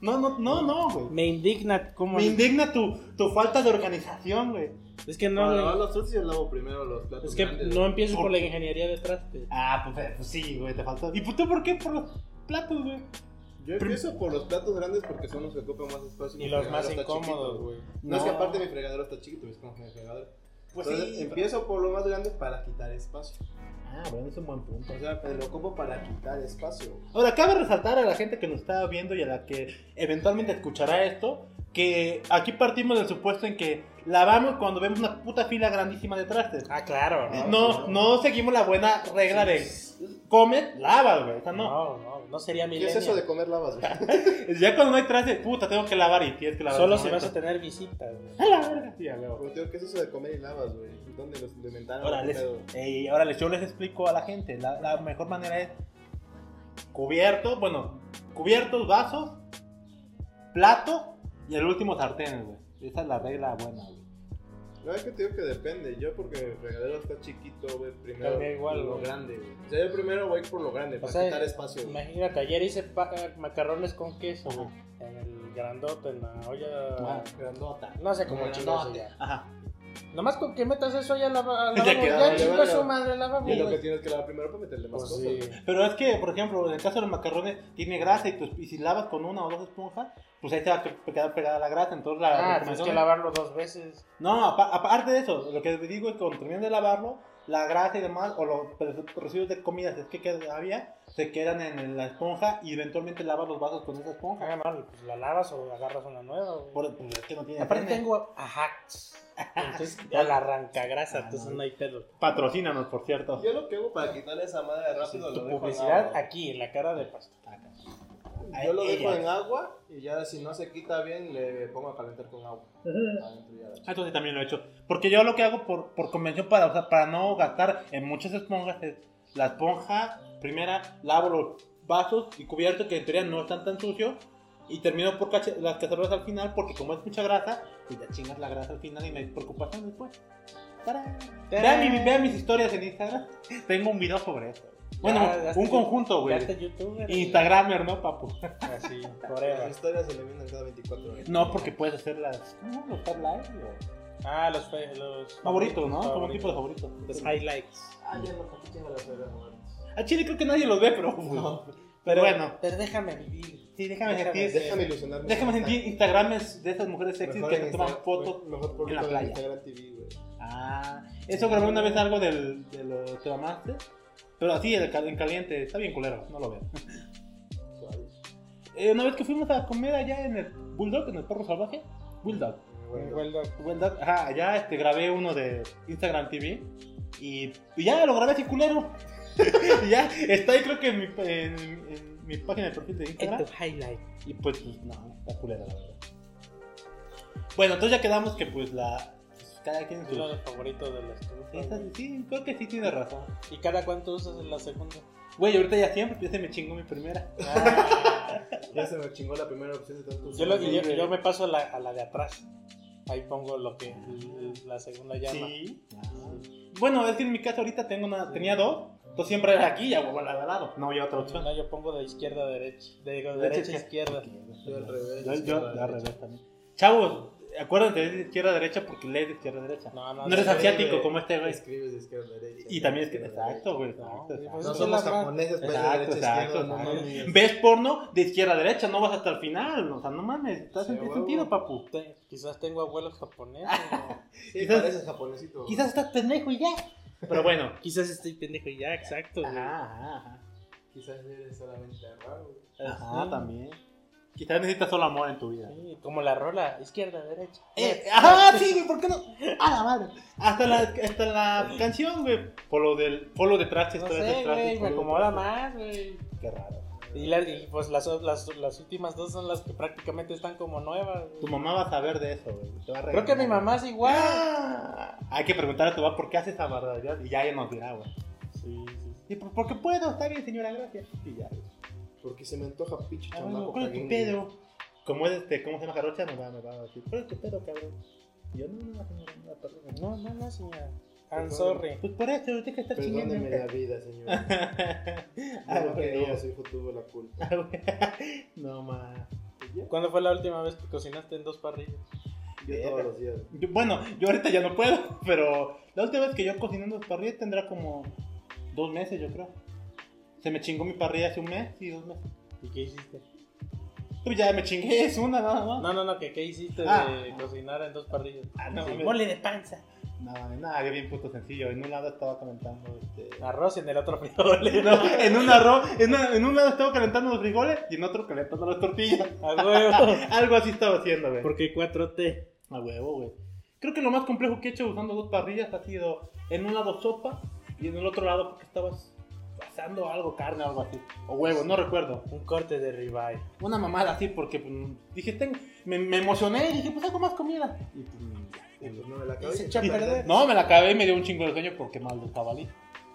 [SPEAKER 1] No, no, no, no, güey.
[SPEAKER 2] Me indigna como.
[SPEAKER 1] Me indigna tu, tu falta de organización, güey.
[SPEAKER 2] Es que no.
[SPEAKER 4] Para lavar los sucios lavo primero los platos
[SPEAKER 2] Es que
[SPEAKER 4] grandes,
[SPEAKER 2] no
[SPEAKER 4] güey.
[SPEAKER 2] empiezo
[SPEAKER 1] ¿Por
[SPEAKER 2] por la
[SPEAKER 1] qué?
[SPEAKER 2] ingeniería de traste.
[SPEAKER 1] Ah, pues, eh, pues sí, güey, te faltó. ¿Y pues, tú por qué por los platos, güey?
[SPEAKER 4] Yo empiezo por los platos grandes porque son los que ocupan más espacio.
[SPEAKER 2] Y
[SPEAKER 4] mi
[SPEAKER 2] los
[SPEAKER 4] fregadero
[SPEAKER 2] más
[SPEAKER 4] está
[SPEAKER 2] incómodos.
[SPEAKER 4] chiquito, güey. No, es
[SPEAKER 1] No.
[SPEAKER 4] que aparte mi fregadero está chiquito, es como mi fregadero.
[SPEAKER 2] Pues
[SPEAKER 1] eh,
[SPEAKER 4] Entonces
[SPEAKER 2] sí,
[SPEAKER 4] empiezo por lo más grande para quitar espacio.
[SPEAKER 1] Ah, bueno, es un buen punto.
[SPEAKER 4] O sea, me lo ocupo para quitar espacio.
[SPEAKER 1] Ahora, cabe resaltar a la gente que nos está viendo y a la que eventualmente escuchará esto, que aquí partimos del supuesto en que lavamos cuando vemos una puta fila grandísima de trastes. Eh,
[SPEAKER 2] Ah, claro.
[SPEAKER 1] No, no seguimos la buena regla de come, lava, güey. Esa no.
[SPEAKER 2] No, no, no sería mi
[SPEAKER 4] ¿Qué es eso de comer lavas? güey?
[SPEAKER 1] Ya cuando no hay trastes, puta, tengo que lavar y tienes que lavar.
[SPEAKER 2] Solo
[SPEAKER 1] No,
[SPEAKER 2] si vas a
[SPEAKER 1] esto-
[SPEAKER 2] tener visitas, güey.
[SPEAKER 1] A la verga, sí, a huevo.
[SPEAKER 4] Porque digo, ¿Qué es eso de comer y lavas, güey? ¿Dónde los inventaron?
[SPEAKER 1] Ahora
[SPEAKER 4] ¿Qué
[SPEAKER 1] les,
[SPEAKER 4] pedo?
[SPEAKER 1] ey, ahora les- yo les explico a la gente. La, la mejor manera es cubiertos, bueno, cubiertos, vasos, plato y el último sartén, güey. Esa es la regla buena, güey.
[SPEAKER 4] No, es que te digo que depende. Yo porque el regadero está chiquito, güey. Primero
[SPEAKER 2] También igual,
[SPEAKER 4] lo
[SPEAKER 2] güey.
[SPEAKER 4] grande, güey. O sea, yo primero voy por lo grande, para
[SPEAKER 2] sea,
[SPEAKER 4] quitar espacio. güey.
[SPEAKER 2] Pues Imagínate, ayer hice pa- eh, macarrones con queso,
[SPEAKER 1] Ajá. Ah.
[SPEAKER 2] güey. En el grandote, en la olla.
[SPEAKER 1] Ajá.
[SPEAKER 4] Grandota.
[SPEAKER 2] No sé cómo
[SPEAKER 4] Como
[SPEAKER 2] chingados
[SPEAKER 4] grandote.
[SPEAKER 2] ya.
[SPEAKER 1] Ajá.
[SPEAKER 2] Nomás con que metas eso ya la va-
[SPEAKER 1] Ya
[SPEAKER 2] la vamos-
[SPEAKER 1] quedó,
[SPEAKER 2] Ya
[SPEAKER 4] ya
[SPEAKER 2] chingó
[SPEAKER 4] valió.
[SPEAKER 2] su madre, la vamos,
[SPEAKER 4] Y es lo que
[SPEAKER 2] güey.
[SPEAKER 4] tienes que lavar primero para meterle más
[SPEAKER 2] Pues
[SPEAKER 4] cosas.
[SPEAKER 2] sí.
[SPEAKER 4] güey.
[SPEAKER 1] Pero es que, por ejemplo, en el caso de los macarrones, tiene grasa y, tus- y si lavas con una o dos esponjas, pues ahí te va a que- quedar pegada la grasa. Entonces la
[SPEAKER 2] Ah, tienes
[SPEAKER 1] recomendación
[SPEAKER 2] que
[SPEAKER 1] es-
[SPEAKER 2] lavarlo dos veces.
[SPEAKER 1] No, apa- aparte de eso, lo que digo es que cuando terminan de lavarlo, la grasa y demás, o los res- residuos de comida, si es que queda- había, se quedan en la esponja y eventualmente lavas los vasos con esa esponja.
[SPEAKER 2] Ah, no, pues la lavas o agarras una nueva, güey.
[SPEAKER 1] Por, pues, es que no tiene
[SPEAKER 2] Aparte
[SPEAKER 1] higiene.
[SPEAKER 2] tengo ajá. Entonces ya la arranca grasa,
[SPEAKER 1] Ah,
[SPEAKER 2] entonces
[SPEAKER 1] no.
[SPEAKER 2] no hay pedo.
[SPEAKER 1] Patrocínanos, por cierto.
[SPEAKER 4] Yo lo que hago para quitarle esa madre rápido lo
[SPEAKER 2] Tu
[SPEAKER 4] dejo
[SPEAKER 2] publicidad
[SPEAKER 4] en agua.
[SPEAKER 2] aquí, en la cara de pasta.
[SPEAKER 4] Yo lo dejo
[SPEAKER 1] Ella.
[SPEAKER 4] en agua y ya si no se quita bien le pongo a calentar con agua. Adentro ya la
[SPEAKER 1] Ah, Entonces también lo he hecho. Porque yo lo que hago por, por convención para, o sea, para no gastar en muchas esponjas es la esponja, primera, lavo los vasos y cubiertos que en teoría no están tan sucios. Y termino por cache- las cacerolas al final porque como es mucha grasa, pues ya chingas la grasa al final y no hay preocupación después. ¡Tarán! Vean, mi- vean mis historias en Instagram. Tengo un video sobre esto. Bueno,
[SPEAKER 2] Ya, ya
[SPEAKER 1] un
[SPEAKER 2] está-
[SPEAKER 1] conjunto, güey.
[SPEAKER 2] Ya está youtuber.
[SPEAKER 1] Instagramer, ¿no, papu?
[SPEAKER 2] Así,
[SPEAKER 4] Las
[SPEAKER 2] forever.
[SPEAKER 4] historias se eliminan cada 24 horas.
[SPEAKER 1] No, porque puedes hacerlas... ¿Cómo? ¿Los tab live o-
[SPEAKER 2] Ah, los, fe- los
[SPEAKER 1] Favoritos, ¿no? Como un tipo de favoritos.
[SPEAKER 2] Los highlights.
[SPEAKER 4] Ah, ya no, ya me las voy a mover.
[SPEAKER 1] A Chile creo que nadie los ve, pero. Pero bueno.
[SPEAKER 2] Pero déjame vivir.
[SPEAKER 1] Sí, déjame sentir.
[SPEAKER 4] Déjame ilusionarme.
[SPEAKER 1] Déjame sentir Instagrames de esas mujeres sexys
[SPEAKER 4] Mejor
[SPEAKER 1] que
[SPEAKER 4] en
[SPEAKER 1] se toman
[SPEAKER 4] Instagram-
[SPEAKER 1] fotos.
[SPEAKER 4] mejor
[SPEAKER 1] en la
[SPEAKER 4] público de
[SPEAKER 1] playa.
[SPEAKER 4] Instagram TV, güey.
[SPEAKER 1] Ah, eso grabé una vez algo del, de lo que amaste. Pero así, el cal- en caliente, está bien culero, no lo veo.
[SPEAKER 4] Suave.
[SPEAKER 1] Eh, una vez que fuimos a comer allá en el Bulldog, en el perro salvaje, Bulldog.
[SPEAKER 4] Bueno.
[SPEAKER 1] Bulldog, ajá, allá este, grabé uno de Instagram TV y, y ya lo grabé así culero. Y ya está ahí, creo que en mi, en- en mi página de perfil de
[SPEAKER 2] En
[SPEAKER 1] Instagram.
[SPEAKER 2] tu highlight.
[SPEAKER 1] Y pues, pues, no, está culera, la verdad. Bueno, entonces ya quedamos que pues la. pues, cada quien
[SPEAKER 2] Es lo
[SPEAKER 1] su.
[SPEAKER 2] de favorito de la estufa,
[SPEAKER 1] Esta-
[SPEAKER 2] güey.
[SPEAKER 1] sí, creo que sí tiene razón.
[SPEAKER 2] ¿Y cada cuánto usas en la segunda?
[SPEAKER 1] Güey, ahorita ya siempre, ya se me chingó mi primera.
[SPEAKER 4] Ya se me chingó la primera opción de tanto
[SPEAKER 2] yo, lo-
[SPEAKER 4] usar.
[SPEAKER 2] yo- yo me paso a la, a la de atrás. Ahí pongo lo que la segunda llama.
[SPEAKER 1] Sí. Bueno, es que en mi caso ahorita tengo una, tenía dos. Entonces siempre era aquí y a huevo la de al lado. No había otra opción.
[SPEAKER 2] No, yo pongo de izquierda a derecha. Digo, de
[SPEAKER 1] De
[SPEAKER 2] derecha a
[SPEAKER 1] izquierda.
[SPEAKER 2] izquierda.
[SPEAKER 4] Yo al revés,
[SPEAKER 1] Yo, yo
[SPEAKER 4] izquierda,
[SPEAKER 1] al
[SPEAKER 4] derecha.
[SPEAKER 1] revés también. Chavos, acuérdense, es de izquierda a derecha porque lees de izquierda a derecha.
[SPEAKER 2] No, no,
[SPEAKER 1] No eres
[SPEAKER 2] sí,
[SPEAKER 1] asiático
[SPEAKER 4] güey.
[SPEAKER 1] como este, güey.
[SPEAKER 4] Escribes de izquierda a derecha.
[SPEAKER 1] Y también es que.
[SPEAKER 4] Izquierda a
[SPEAKER 1] Exacto, pues, güey.
[SPEAKER 2] No,
[SPEAKER 1] exacto,
[SPEAKER 2] güey,
[SPEAKER 1] exacto.
[SPEAKER 4] No
[SPEAKER 2] Eso es
[SPEAKER 4] somos
[SPEAKER 2] la verdad.
[SPEAKER 4] japoneses, pues de
[SPEAKER 1] Exacto,
[SPEAKER 4] derecha a
[SPEAKER 1] exacto,
[SPEAKER 4] izquierda, no
[SPEAKER 1] exacto.
[SPEAKER 4] mames.
[SPEAKER 1] Ves porno de izquierda a derecha, no vas hasta el final. O sea, no mames, estás
[SPEAKER 4] Sí,
[SPEAKER 1] en
[SPEAKER 4] huevo.
[SPEAKER 1] sentido, papu.
[SPEAKER 2] te- Quizás tengo abuelos japoneses.
[SPEAKER 1] Ah.
[SPEAKER 2] o-
[SPEAKER 4] Sí,
[SPEAKER 1] Quizás-
[SPEAKER 4] pareces japonesito.
[SPEAKER 1] Quizás estás pendejo y ya. Pero bueno.
[SPEAKER 2] Quizás estoy pendejo ya, exacto. güey.
[SPEAKER 1] Ajá,
[SPEAKER 4] Quizás eres solamente raro.
[SPEAKER 1] ajá. Ajá, también. Quizás necesitas solo amor en tu vida.
[SPEAKER 2] Sí, como la rola, izquierda, derecha.
[SPEAKER 1] Eh, ajá, sí, güey, ¿por qué no? A la madre. Hasta la, hasta la canción, güey. Polo del, polo de trastes,
[SPEAKER 2] No
[SPEAKER 1] trastes,
[SPEAKER 2] sé,
[SPEAKER 1] trastes,
[SPEAKER 2] güey, me
[SPEAKER 1] polo de
[SPEAKER 2] acomoda
[SPEAKER 1] trastes.
[SPEAKER 2] más, güey.
[SPEAKER 1] Qué raro.
[SPEAKER 2] Y, la- y, pues las, las, las últimas dos son las que prácticamente están como nuevas. güey.
[SPEAKER 1] Tu mamá va a saber de eso, güey. Te va a
[SPEAKER 2] Creo que mi
[SPEAKER 1] regañar.
[SPEAKER 2] mamá es igual.
[SPEAKER 1] Ah, Hay que preguntarle a tu mamá por qué hace esa barbaridad y ya ella nos dirá, güey.
[SPEAKER 2] Sí, sí.
[SPEAKER 1] Y por, porque puedo, está bien, señora, gracias. Y ya.
[SPEAKER 4] Porque se me antoja pinche
[SPEAKER 1] Ah, bueno,
[SPEAKER 4] chamaco.
[SPEAKER 1] ¿Cuál es tu
[SPEAKER 4] caguengue.
[SPEAKER 1] pedo? Como es este, ¿cómo se llama Jarocha? Me va, me va a decir, ¿cuál es tu pedo, cabrón? Y yo, no, no, señora, no, perdón.
[SPEAKER 2] No, no, no, señora. I'm
[SPEAKER 4] Perdón.
[SPEAKER 2] sorry.
[SPEAKER 1] Pues por eso, usted que está chingando.
[SPEAKER 4] Perdóneme la vida, señor.
[SPEAKER 1] Ah,
[SPEAKER 4] Yo
[SPEAKER 1] güey,
[SPEAKER 4] que diga, su hijo tuvo la culpa.
[SPEAKER 1] ah, güey. No, ma.
[SPEAKER 2] ¿Cuándo fue la última vez que cocinaste en dos parrillas?
[SPEAKER 4] Yo todos los días.
[SPEAKER 1] Yo- bueno, yo ahorita ya no puedo, pero la última vez que yo cociné unos parrillas tendrá como dos meses, yo creo. Se me chingó mi parrilla hace un mes, sí, dos meses.
[SPEAKER 2] ¿Y qué hiciste?
[SPEAKER 1] Pues ya me chingué, es una nada más.
[SPEAKER 2] No, no, no, que qué hiciste
[SPEAKER 1] Ah.
[SPEAKER 2] de cocinar en dos parrillas.
[SPEAKER 1] Ah, no,
[SPEAKER 2] Sí,
[SPEAKER 1] mames.
[SPEAKER 2] mole de panza.
[SPEAKER 1] No, mames, nada, yo bien puto sencillo. En un lado estaba comentando este.
[SPEAKER 2] Arroz y en el otro frijoles.
[SPEAKER 1] No, en un arroz, en, una- en un lado estaba calentando los frijoles y en otro calentando las tortillas.
[SPEAKER 2] A huevo.
[SPEAKER 1] Algo así estaba haciendo, güey.
[SPEAKER 2] Porque 4T.
[SPEAKER 1] A huevo, güey. Creo que lo más complejo que he hecho usando dos parrillas ha sido en un lado sopa y en el otro lado porque estabas pasando algo, carne o algo así. O huevo, no recuerdo.
[SPEAKER 2] Un corte de ribeye.
[SPEAKER 1] Una mamada así porque pues, dije, ten- me, me emocioné y dije, pues hago más comida. Y pues,
[SPEAKER 4] Y pues no me la
[SPEAKER 2] Y se
[SPEAKER 4] acabé.
[SPEAKER 2] echa a perder.
[SPEAKER 1] no, me la acabé y me dio un chingo de sueño porque mal del jabalí.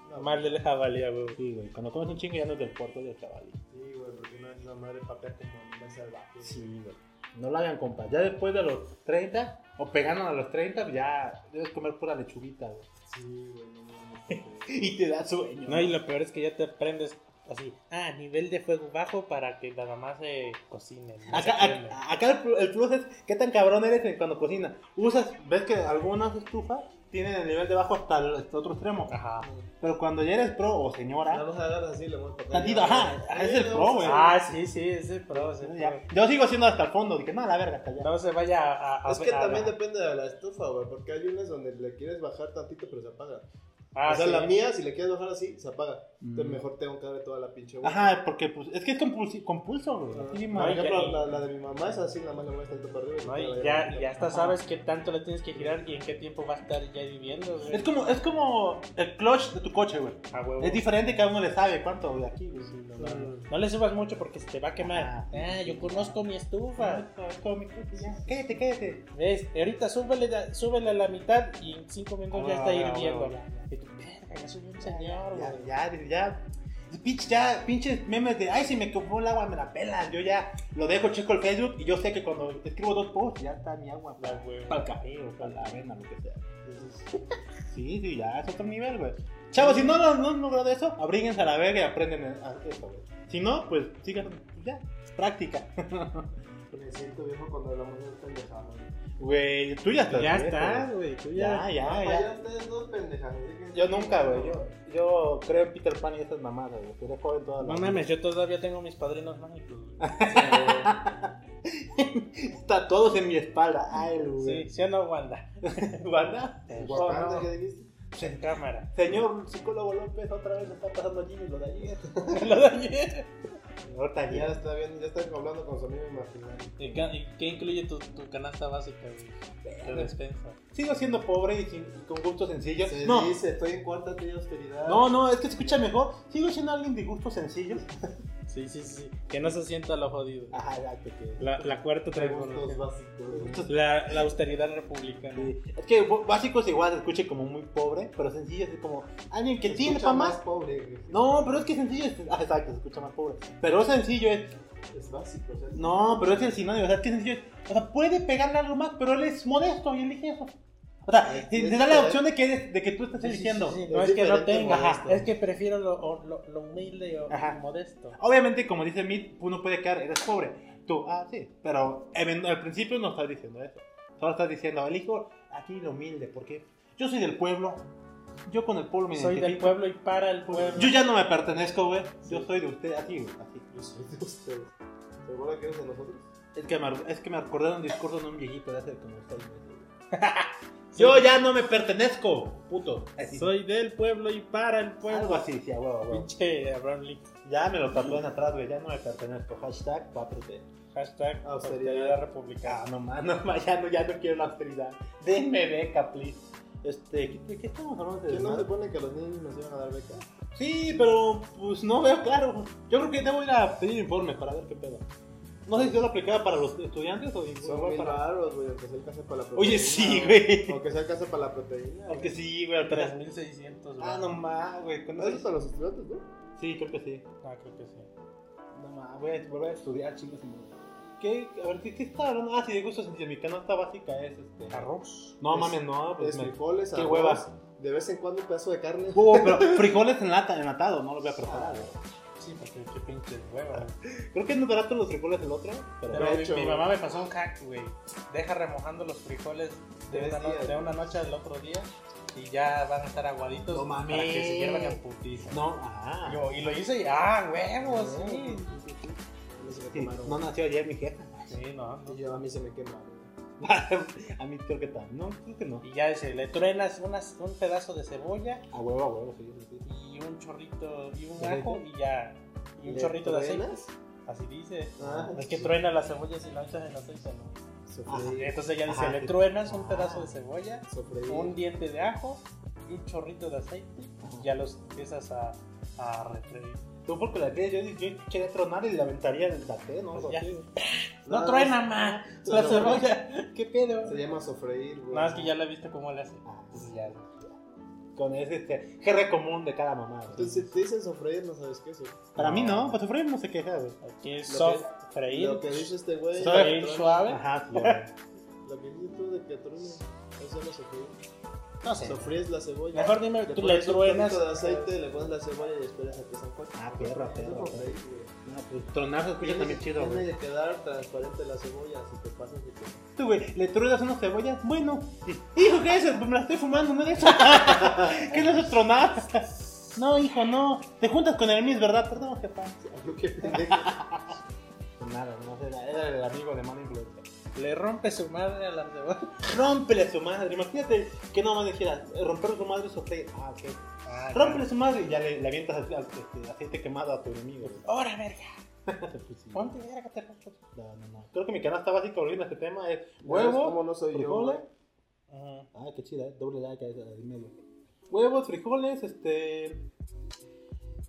[SPEAKER 4] No,
[SPEAKER 2] Mal del jabalí, a huevo.
[SPEAKER 1] Sí, güey, cuando comes un chingo ya no es del puerto del jabalí.
[SPEAKER 4] Sí, güey, porque una, una madre papea como animal salvaje.
[SPEAKER 1] Sí, güey. No la hagan, compa. Ya después de los 30, o pegaron a los 30, ya debes comer pura lechuguita, güey.
[SPEAKER 4] Sí, güey, no mames. este.
[SPEAKER 1] Y te da sueño.
[SPEAKER 2] No, y lo peor es que ya te prendes así. Ah, nivel de fuego bajo para que nada más se cocine. no se
[SPEAKER 1] Acá,
[SPEAKER 2] queme.
[SPEAKER 1] acá- acá el, pl- el plus es qué tan cabrón eres en- cuando cocinas. Usas, ves que algunas estufas tienen el nivel de bajo hasta el hasta otro extremo.
[SPEAKER 2] Ajá.
[SPEAKER 1] Pero cuando ya eres pro o señora,
[SPEAKER 4] Nada más agarras así, le mueves papel.
[SPEAKER 1] tantito, ajá,
[SPEAKER 4] Sí,
[SPEAKER 1] es el
[SPEAKER 4] no,
[SPEAKER 1] pro, güey.
[SPEAKER 2] Ah, sí, sí, ese pro. Ese
[SPEAKER 1] Entonces ya-
[SPEAKER 2] pro.
[SPEAKER 1] yo sigo haciendo hasta el fondo. Dije, no, a la verga, hasta allá.
[SPEAKER 2] No se vaya a. a-
[SPEAKER 4] Es que
[SPEAKER 2] a-
[SPEAKER 4] también
[SPEAKER 2] a-
[SPEAKER 4] depende de la estufa, güey, porque hay unas donde le quieres bajar tantito, pero se apaga.
[SPEAKER 2] Ah,
[SPEAKER 4] o sea,
[SPEAKER 2] sí.
[SPEAKER 4] la mía, si le quieres bajar así, se apaga. Entonces
[SPEAKER 1] Mm.
[SPEAKER 4] mejor tengo que darle toda la pinche vuelta.
[SPEAKER 1] Ajá, porque pues, es que es compulsi- compulso, güey.
[SPEAKER 4] Ah,
[SPEAKER 1] Así,
[SPEAKER 4] Por
[SPEAKER 1] madre.
[SPEAKER 2] Ay,
[SPEAKER 4] ejemplo,
[SPEAKER 2] ya-
[SPEAKER 4] la, la de mi mamá es así, nada más le mueves tanto para arriba.
[SPEAKER 2] No,
[SPEAKER 4] te la
[SPEAKER 2] y
[SPEAKER 4] llevas
[SPEAKER 2] ya,
[SPEAKER 4] a la
[SPEAKER 2] y ya hasta
[SPEAKER 1] Ajá.
[SPEAKER 2] sabes qué tanto le tienes que girar y en qué tiempo va a estar ya viviendo. güey.
[SPEAKER 1] Es como, es como el clutch de tu coche, güey.
[SPEAKER 2] A huevo.
[SPEAKER 1] Es diferente, cada uno le sabe cuánto de aquí, güey. Sí, no, no, no.
[SPEAKER 2] Mm, No le subas mucho porque se te va a quemar.
[SPEAKER 1] Ah.
[SPEAKER 2] Ah, yo conozco mi estufa. pues,
[SPEAKER 1] Quédate, quédate.
[SPEAKER 2] ¿Ves? Ahorita súbele, da- súbele a la mitad y en 5 minutos ya está
[SPEAKER 1] Ah, bueno,
[SPEAKER 2] hirviendo.
[SPEAKER 1] bueno,
[SPEAKER 2] Y tú, verga, ya soy un señor,
[SPEAKER 1] Ya,
[SPEAKER 2] güey.
[SPEAKER 1] ya, ya. Pinche, ya, pinches memes de, ay, si me quemó el agua, me la pelan. Yo ya lo dejo, checo el Facebook y yo sé que cuando escribo dos posts ya está mi agua
[SPEAKER 2] La
[SPEAKER 1] para,
[SPEAKER 2] huevo.
[SPEAKER 1] el café o para la avena, lo que sea. Sí, sí, ya es otro nivel, güey. Chavos, si no lo- no han logrado eso, abríguense a la verga y aprenden a eso, güey. Si no, pues sigan, ya, práctica.
[SPEAKER 4] mitad. Me siento viejo cuando hablamos de pendejadas.
[SPEAKER 1] Güey, tú ya estás.
[SPEAKER 2] Ya
[SPEAKER 1] viejo,
[SPEAKER 2] estás,
[SPEAKER 1] güey.
[SPEAKER 2] güey. Tú
[SPEAKER 1] Ya,
[SPEAKER 2] ya.
[SPEAKER 1] ya,
[SPEAKER 4] Ah,
[SPEAKER 1] ya.
[SPEAKER 4] ya ustedes dos pendejadas. déjenme-
[SPEAKER 1] Yo nunca, güey. Yo, yo creo en Peter Pan y esas mamadas, güey. Seré joven toda la
[SPEAKER 2] No mames, yo todavía tengo mis padrinos mágicos. güey.
[SPEAKER 1] Está todos en mi espalda. Ay, güey.
[SPEAKER 2] Sí, sí o no, Wanda.
[SPEAKER 1] ¿Banda?
[SPEAKER 4] Guapanda, ¿qué dijiste?
[SPEAKER 2] En cámara.
[SPEAKER 1] Señor psicólogo López, otra vez está pasando allí lo de ayer.
[SPEAKER 2] Lo dañé.
[SPEAKER 1] Ahorita
[SPEAKER 4] Ya
[SPEAKER 1] ya.
[SPEAKER 4] está bien, ya está hablando con su amigo imaginario.
[SPEAKER 2] ¿Y ca- y qué incluye tu, tu canasta básica, güey? Tu despensa.
[SPEAKER 1] Sigo siendo pobre y, sin- y con gustos sencillos.
[SPEAKER 4] Se
[SPEAKER 1] No,
[SPEAKER 4] dice, estoy en cuarta tía austeridad.
[SPEAKER 1] no, no, es que escucha mejor. Sigo siendo alguien de gustos sencillos.
[SPEAKER 2] Sí, sí, sí. Que no se sienta lo jodido.
[SPEAKER 1] Ajá, ya, que- que-
[SPEAKER 2] La, la cuarta
[SPEAKER 4] Gustos
[SPEAKER 2] transformación.
[SPEAKER 4] básicos.
[SPEAKER 2] La, la austeridad republicana.
[SPEAKER 1] sí. Es que bu- básicos igual se escucha como muy pobre, pero sencillos es como alguien que tiene
[SPEAKER 4] Escucha
[SPEAKER 1] para
[SPEAKER 4] más
[SPEAKER 1] más.
[SPEAKER 4] pobre, güey.
[SPEAKER 1] No, pero es que sencillo es. Ah, exacto, se escucha más pobre. Pero sencillo es
[SPEAKER 4] Es básico, o sea,
[SPEAKER 1] No, pero es el sinónimo, o sea, qué sencillo es. O sea, puede pegarle algo más, pero él es modesto y elige eso. O
[SPEAKER 2] Ah,
[SPEAKER 1] sea,
[SPEAKER 4] Sí,
[SPEAKER 1] te, te
[SPEAKER 4] es
[SPEAKER 1] da la
[SPEAKER 4] diferente.
[SPEAKER 1] opción de que, eres- de que tú estás
[SPEAKER 2] Sí, sí,
[SPEAKER 1] eligiendo.
[SPEAKER 2] sí, sí. No
[SPEAKER 4] Es
[SPEAKER 2] es, que no
[SPEAKER 4] diferente
[SPEAKER 2] tenga,
[SPEAKER 4] modesto.
[SPEAKER 2] ajá, es que prefiero lo, o- lo, lo humilde o
[SPEAKER 1] Ajá. Oh,
[SPEAKER 2] o modesto.
[SPEAKER 1] Obviamente, como dice Mid, uno puede quedar, eres pobre. Tú, ah, sí. Pero even- al principio no estás diciendo eso. Solo estás diciendo, elijo aquí lo humilde, porque yo soy del pueblo. Yo con el pueblo me
[SPEAKER 2] Soy del
[SPEAKER 1] identifico.
[SPEAKER 2] pueblo y para el pueblo.
[SPEAKER 1] Yo ya no me pertenezco, güey. Yo soy de usted, así, güey, así.
[SPEAKER 4] Yo soy de ustedes. ¿Se acuerdan que eres de nosotros?
[SPEAKER 1] Es que, me, es que me acordé de un discurso de un viejito de hace como seis meses. güey.
[SPEAKER 2] Sí.
[SPEAKER 1] Yo ya no me pertenezco, puto. Así.
[SPEAKER 2] Soy del pueblo y para el
[SPEAKER 1] Algo
[SPEAKER 2] pueblo.
[SPEAKER 1] así, sí, a huevo, a huevo.
[SPEAKER 2] Pinche Abraham Lincoln.
[SPEAKER 1] Ya me lo tatué en atrás, güey, ya no me pertenezco. Hashtag 4T.
[SPEAKER 2] Hashtag
[SPEAKER 4] Austeridad.
[SPEAKER 2] austeridad
[SPEAKER 1] Ah,
[SPEAKER 2] republicana.
[SPEAKER 1] no más, no más, ya no, ya no quiero la austeridad. Denme beca, please. Este, ¿qué- ¿de qué estamos hablando?
[SPEAKER 4] ¿Que
[SPEAKER 1] De
[SPEAKER 4] no se
[SPEAKER 1] desmadre?
[SPEAKER 4] pone Pues que los niños nos iban a dar beca?
[SPEAKER 1] Sí, pero pues no veo claro. Yo creo que debo ir a pedir informes para ver qué pedo. No sé si yo lo aplicaba para los estudiantes o
[SPEAKER 4] Son
[SPEAKER 1] igual
[SPEAKER 4] mil
[SPEAKER 1] para...
[SPEAKER 4] raros, güey, aunque sea el caso para la proteína.
[SPEAKER 1] Oye, sí, güey.
[SPEAKER 4] Aunque sea el caso para la proteína.
[SPEAKER 1] Aunque
[SPEAKER 4] Aunque sí.
[SPEAKER 1] sí, güey, al tres-
[SPEAKER 2] 3600.
[SPEAKER 1] Ah, no más, güey. con
[SPEAKER 4] Eso es
[SPEAKER 1] eso-
[SPEAKER 4] para los estudiantes, ¿no?
[SPEAKER 1] Sí, creo que sí.
[SPEAKER 2] Ah, creo que sí.
[SPEAKER 1] No más, voy a volver a estudiar, chicos. ¿Qué? A ver, ¿qué, qué estaba hablando? Ah, sí, de gustos sencillos. Mi canasta básica es este.
[SPEAKER 2] Arroz.
[SPEAKER 1] No
[SPEAKER 4] Es-
[SPEAKER 1] mames, no, pues
[SPEAKER 4] Es
[SPEAKER 1] me.
[SPEAKER 4] frijoles,
[SPEAKER 1] qué
[SPEAKER 4] arroz,
[SPEAKER 1] hueva.
[SPEAKER 4] De vez en cuando un pedazo de carne. Ah,
[SPEAKER 1] Oh, pero frijoles en lata, enlatado, no los voy a preparar. güey.
[SPEAKER 2] Sí, porque qué pinche huevo.
[SPEAKER 1] Creo que no tratan los frijoles el otro, pero.
[SPEAKER 2] Pero
[SPEAKER 4] De
[SPEAKER 2] mi-
[SPEAKER 4] hecho,
[SPEAKER 2] mi,
[SPEAKER 4] güey.
[SPEAKER 2] mamá me pasó un hack, güey. Deja remojando los frijoles de,
[SPEAKER 4] Tres
[SPEAKER 2] una, no-
[SPEAKER 4] días,
[SPEAKER 2] de una noche al otro día y ya van a estar aguaditos
[SPEAKER 1] No
[SPEAKER 2] para
[SPEAKER 1] mames.
[SPEAKER 2] que se hiervan en putiza.
[SPEAKER 1] No, ah.
[SPEAKER 2] Yo- y lo hice y, ah,
[SPEAKER 4] No,
[SPEAKER 2] huevos, sí.
[SPEAKER 4] sí, sí, sí. A mí se me
[SPEAKER 1] sí,
[SPEAKER 4] quemaron.
[SPEAKER 1] no nació ayer mi jefa.
[SPEAKER 2] Sí, no. no.
[SPEAKER 4] Y yo, a mí se me quemaron.
[SPEAKER 1] a mi croqueta. No, creo que no.
[SPEAKER 2] Y ya ese, le truenas unas, un pedazo de cebolla
[SPEAKER 1] A huevo, a huevo, sí, sí, sí.
[SPEAKER 2] y un chorrito y un
[SPEAKER 4] ¿De
[SPEAKER 2] ajo y ya. Y un chorrito de aceite.
[SPEAKER 4] ¿Truenas?
[SPEAKER 2] Así dice.
[SPEAKER 4] Ah,
[SPEAKER 2] Es que truena Ah, la cebolla si la echas en aceite, ¿no?
[SPEAKER 4] Sofreí.
[SPEAKER 2] Entonces ella dice,
[SPEAKER 1] Ajá.
[SPEAKER 2] le truenas un pedazo de cebolla,
[SPEAKER 4] Sofreí.
[SPEAKER 2] eh. un diente de ajo y un chorrito de aceite
[SPEAKER 1] Ajá.
[SPEAKER 2] y ya los empiezas a, a refreír.
[SPEAKER 1] Tú porque la tienes, yo, yo quería tronar y la aventaría del tapé, ¿no?
[SPEAKER 2] Pues ya.
[SPEAKER 1] Así.
[SPEAKER 2] No,
[SPEAKER 4] No,
[SPEAKER 2] truena, ma.
[SPEAKER 4] no,
[SPEAKER 2] La
[SPEAKER 4] no,
[SPEAKER 2] cebolla. ¿Qué pedo?
[SPEAKER 4] Se llama sofreír, güey.
[SPEAKER 2] Nada más que ya la viste cómo le hace.
[SPEAKER 1] Ah,
[SPEAKER 2] Entonces ya-
[SPEAKER 1] Con ese este, jerga común de cada mamá. güey.
[SPEAKER 4] Entonces, si te dicen sofreír, no sabes qué es eso.
[SPEAKER 1] Para mí no, para sufrir no se queja, güey.
[SPEAKER 2] Aquí es
[SPEAKER 4] Lo
[SPEAKER 2] soft
[SPEAKER 4] que-
[SPEAKER 2] freír,
[SPEAKER 4] Lo que dice este güey.
[SPEAKER 1] Soy-
[SPEAKER 4] que
[SPEAKER 2] freír
[SPEAKER 4] truena.
[SPEAKER 2] suave.
[SPEAKER 1] Ajá, sí, güey.
[SPEAKER 4] Lo que dices tú de que truena. Eso es lo sofreír.
[SPEAKER 2] No sé.
[SPEAKER 4] Sofríes la cebolla.
[SPEAKER 2] Mejor dime,
[SPEAKER 4] Le
[SPEAKER 2] tú le
[SPEAKER 4] pones un
[SPEAKER 2] truenas.
[SPEAKER 4] poquito de aceite, le pones la cebolla y esperas a que se encuentre.
[SPEAKER 1] Ah, perro, perro.
[SPEAKER 4] Eso es
[SPEAKER 1] perro.
[SPEAKER 4] sofreír, güey.
[SPEAKER 1] No, pues tronar se escucha también chido,
[SPEAKER 4] Tiene
[SPEAKER 1] güey.
[SPEAKER 4] que quedar transparente la cebolla si te pasas de que.
[SPEAKER 1] Tú, güey, le truedas unas cebollas, bueno. Hijo, ¿qué es eso? Me la estoy fumando, no de eso. ¿Qué es eso, tronar? No, hijo, no. Te juntas con el Miss, ¿verdad? Perdón, jefa.
[SPEAKER 4] Lo que pendejo.
[SPEAKER 1] Nada, no sé, era el amigo de mano influencia.
[SPEAKER 2] Le rompe su madre a la cebolla.
[SPEAKER 1] Rómpele a su madre, imagínate que no más dijera, romper su madre es sofreír. Ah, ok. Rómpele su madre y ya le, le avientas al- al- este, aceite quemado a tu enemigo. güey.
[SPEAKER 2] Ahora, verga.
[SPEAKER 1] Pues sí.
[SPEAKER 2] Ponte verga, te rompo.
[SPEAKER 1] No, no, no. Creo que mi canasta básica ahorita en este tema es
[SPEAKER 4] ¿Ves cómo
[SPEAKER 1] huevo,
[SPEAKER 4] no soy yo?
[SPEAKER 1] frijoles.
[SPEAKER 4] güey?
[SPEAKER 2] Ajá.
[SPEAKER 1] Ah, qué chida, ¿eh? doble like a esa de medio. Huevos, frijoles, este.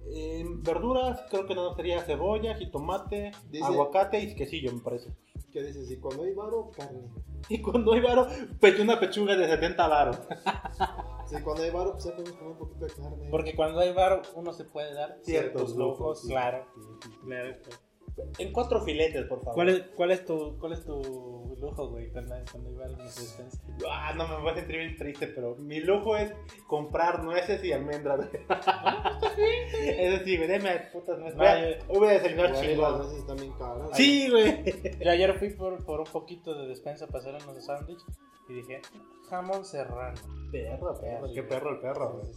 [SPEAKER 1] em, verduras, creo que no sería cebolla, jitomate,
[SPEAKER 4] Dice-
[SPEAKER 1] aguacate y quesillo, me parece.
[SPEAKER 4] ¿Qué dices? Y cuando hay varo, carne.
[SPEAKER 1] Y cuando hay varo, pegué una pechuga de 70 varos.
[SPEAKER 4] Si cuando hay varo, pues ya podemos comer un poquito de carne.
[SPEAKER 2] Porque cuando hay varo, uno se puede dar
[SPEAKER 4] Ciertos
[SPEAKER 2] ciertos
[SPEAKER 4] lujos,
[SPEAKER 2] lujos.
[SPEAKER 4] sí.
[SPEAKER 2] Claro.
[SPEAKER 1] En cuatro filetes, por favor.
[SPEAKER 2] ¿Cuál es, cuál, es tu, ¿Cuál es tu lujo, güey? Cuando cuando hay varo en la existencia.
[SPEAKER 1] Ah, no me voy a sentir bien triste, pero mi lujo es comprar nueces y almendras. Ah, pues Eso sí, güey, déme putas nueces. Voy a- Hoy voy a desayunar
[SPEAKER 4] Güey, las
[SPEAKER 1] chingón.
[SPEAKER 4] nueces están bien caras.
[SPEAKER 1] Sí, güey.
[SPEAKER 2] Yo ayer fui por, por un poquito de despensa para hacer unos sándwiches y dije, jamón serrano.
[SPEAKER 1] Perro, perro. Qué perro el perro, güey.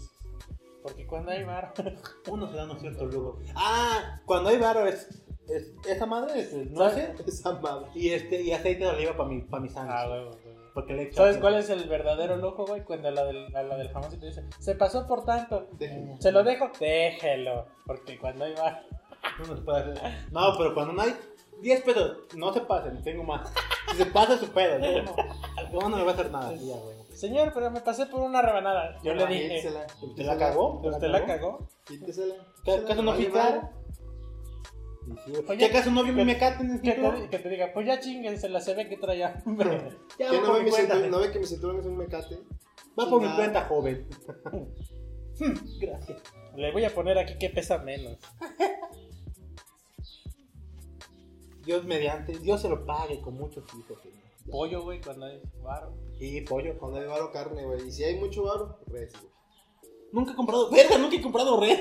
[SPEAKER 2] Porque cuando hay varo,
[SPEAKER 4] Ah,
[SPEAKER 1] Uno se da un cierto lujo. Ah, cuando hay varo es, es- esa madre es el nueces
[SPEAKER 4] Esa madre.
[SPEAKER 1] y este y aceite de oliva para mi para mi sándwich.
[SPEAKER 2] Ah, huevo, huevo.
[SPEAKER 1] Porque le echo
[SPEAKER 2] ¿Sabes cuál es el verdadero loco, güey? Cuando a la del, a la del jamón se te dice, se pasó por tanto,
[SPEAKER 4] Déjenme.
[SPEAKER 2] se lo dejo, déjelo. Porque cuando hay bar,
[SPEAKER 1] No, no se puede hacer. No, pero cuando no hay 10 pesos, no se pasen, tengo más. Si se pasa es su pedo, yo no, yo no le voy a hacer nada. Sí, ya, güey.
[SPEAKER 2] señor, pero me pasé por una rebanada. Yo le dije,
[SPEAKER 4] Quítesela.
[SPEAKER 1] ¿Te la cagó?
[SPEAKER 2] ¿usted la cagó?
[SPEAKER 4] Quítesela.
[SPEAKER 1] ¿Qué acaso no
[SPEAKER 4] Vale,
[SPEAKER 1] oficial?
[SPEAKER 4] vale.
[SPEAKER 1] ¿Qué acaso no vio mi mecate en el
[SPEAKER 2] Que
[SPEAKER 1] título?
[SPEAKER 2] te, que te diga, pues ya chinguen, se la se ve que trae hambre.
[SPEAKER 1] Ya
[SPEAKER 4] ¿Qué
[SPEAKER 1] va
[SPEAKER 4] no
[SPEAKER 1] por
[SPEAKER 4] ve
[SPEAKER 1] mi
[SPEAKER 4] mi
[SPEAKER 1] cuenta.
[SPEAKER 4] cinturón-
[SPEAKER 1] jefe.
[SPEAKER 4] ¿No ve que mi cinturón es un mecate?
[SPEAKER 1] Va por mi
[SPEAKER 4] Chingada.
[SPEAKER 1] cuenta, joven. Hmm, Gracias.
[SPEAKER 2] Le voy a poner aquí que pesa menos.
[SPEAKER 1] Dios mediante, Dios se lo pague con muchos hijos. señor.
[SPEAKER 2] Pollo, güey, cuando hay bar.
[SPEAKER 1] Y pollo.
[SPEAKER 4] Cuando hay varo, carne, güey. Y si hay mucho varo, res, güey.
[SPEAKER 1] Nunca he comprado, verga, nunca he comprado red.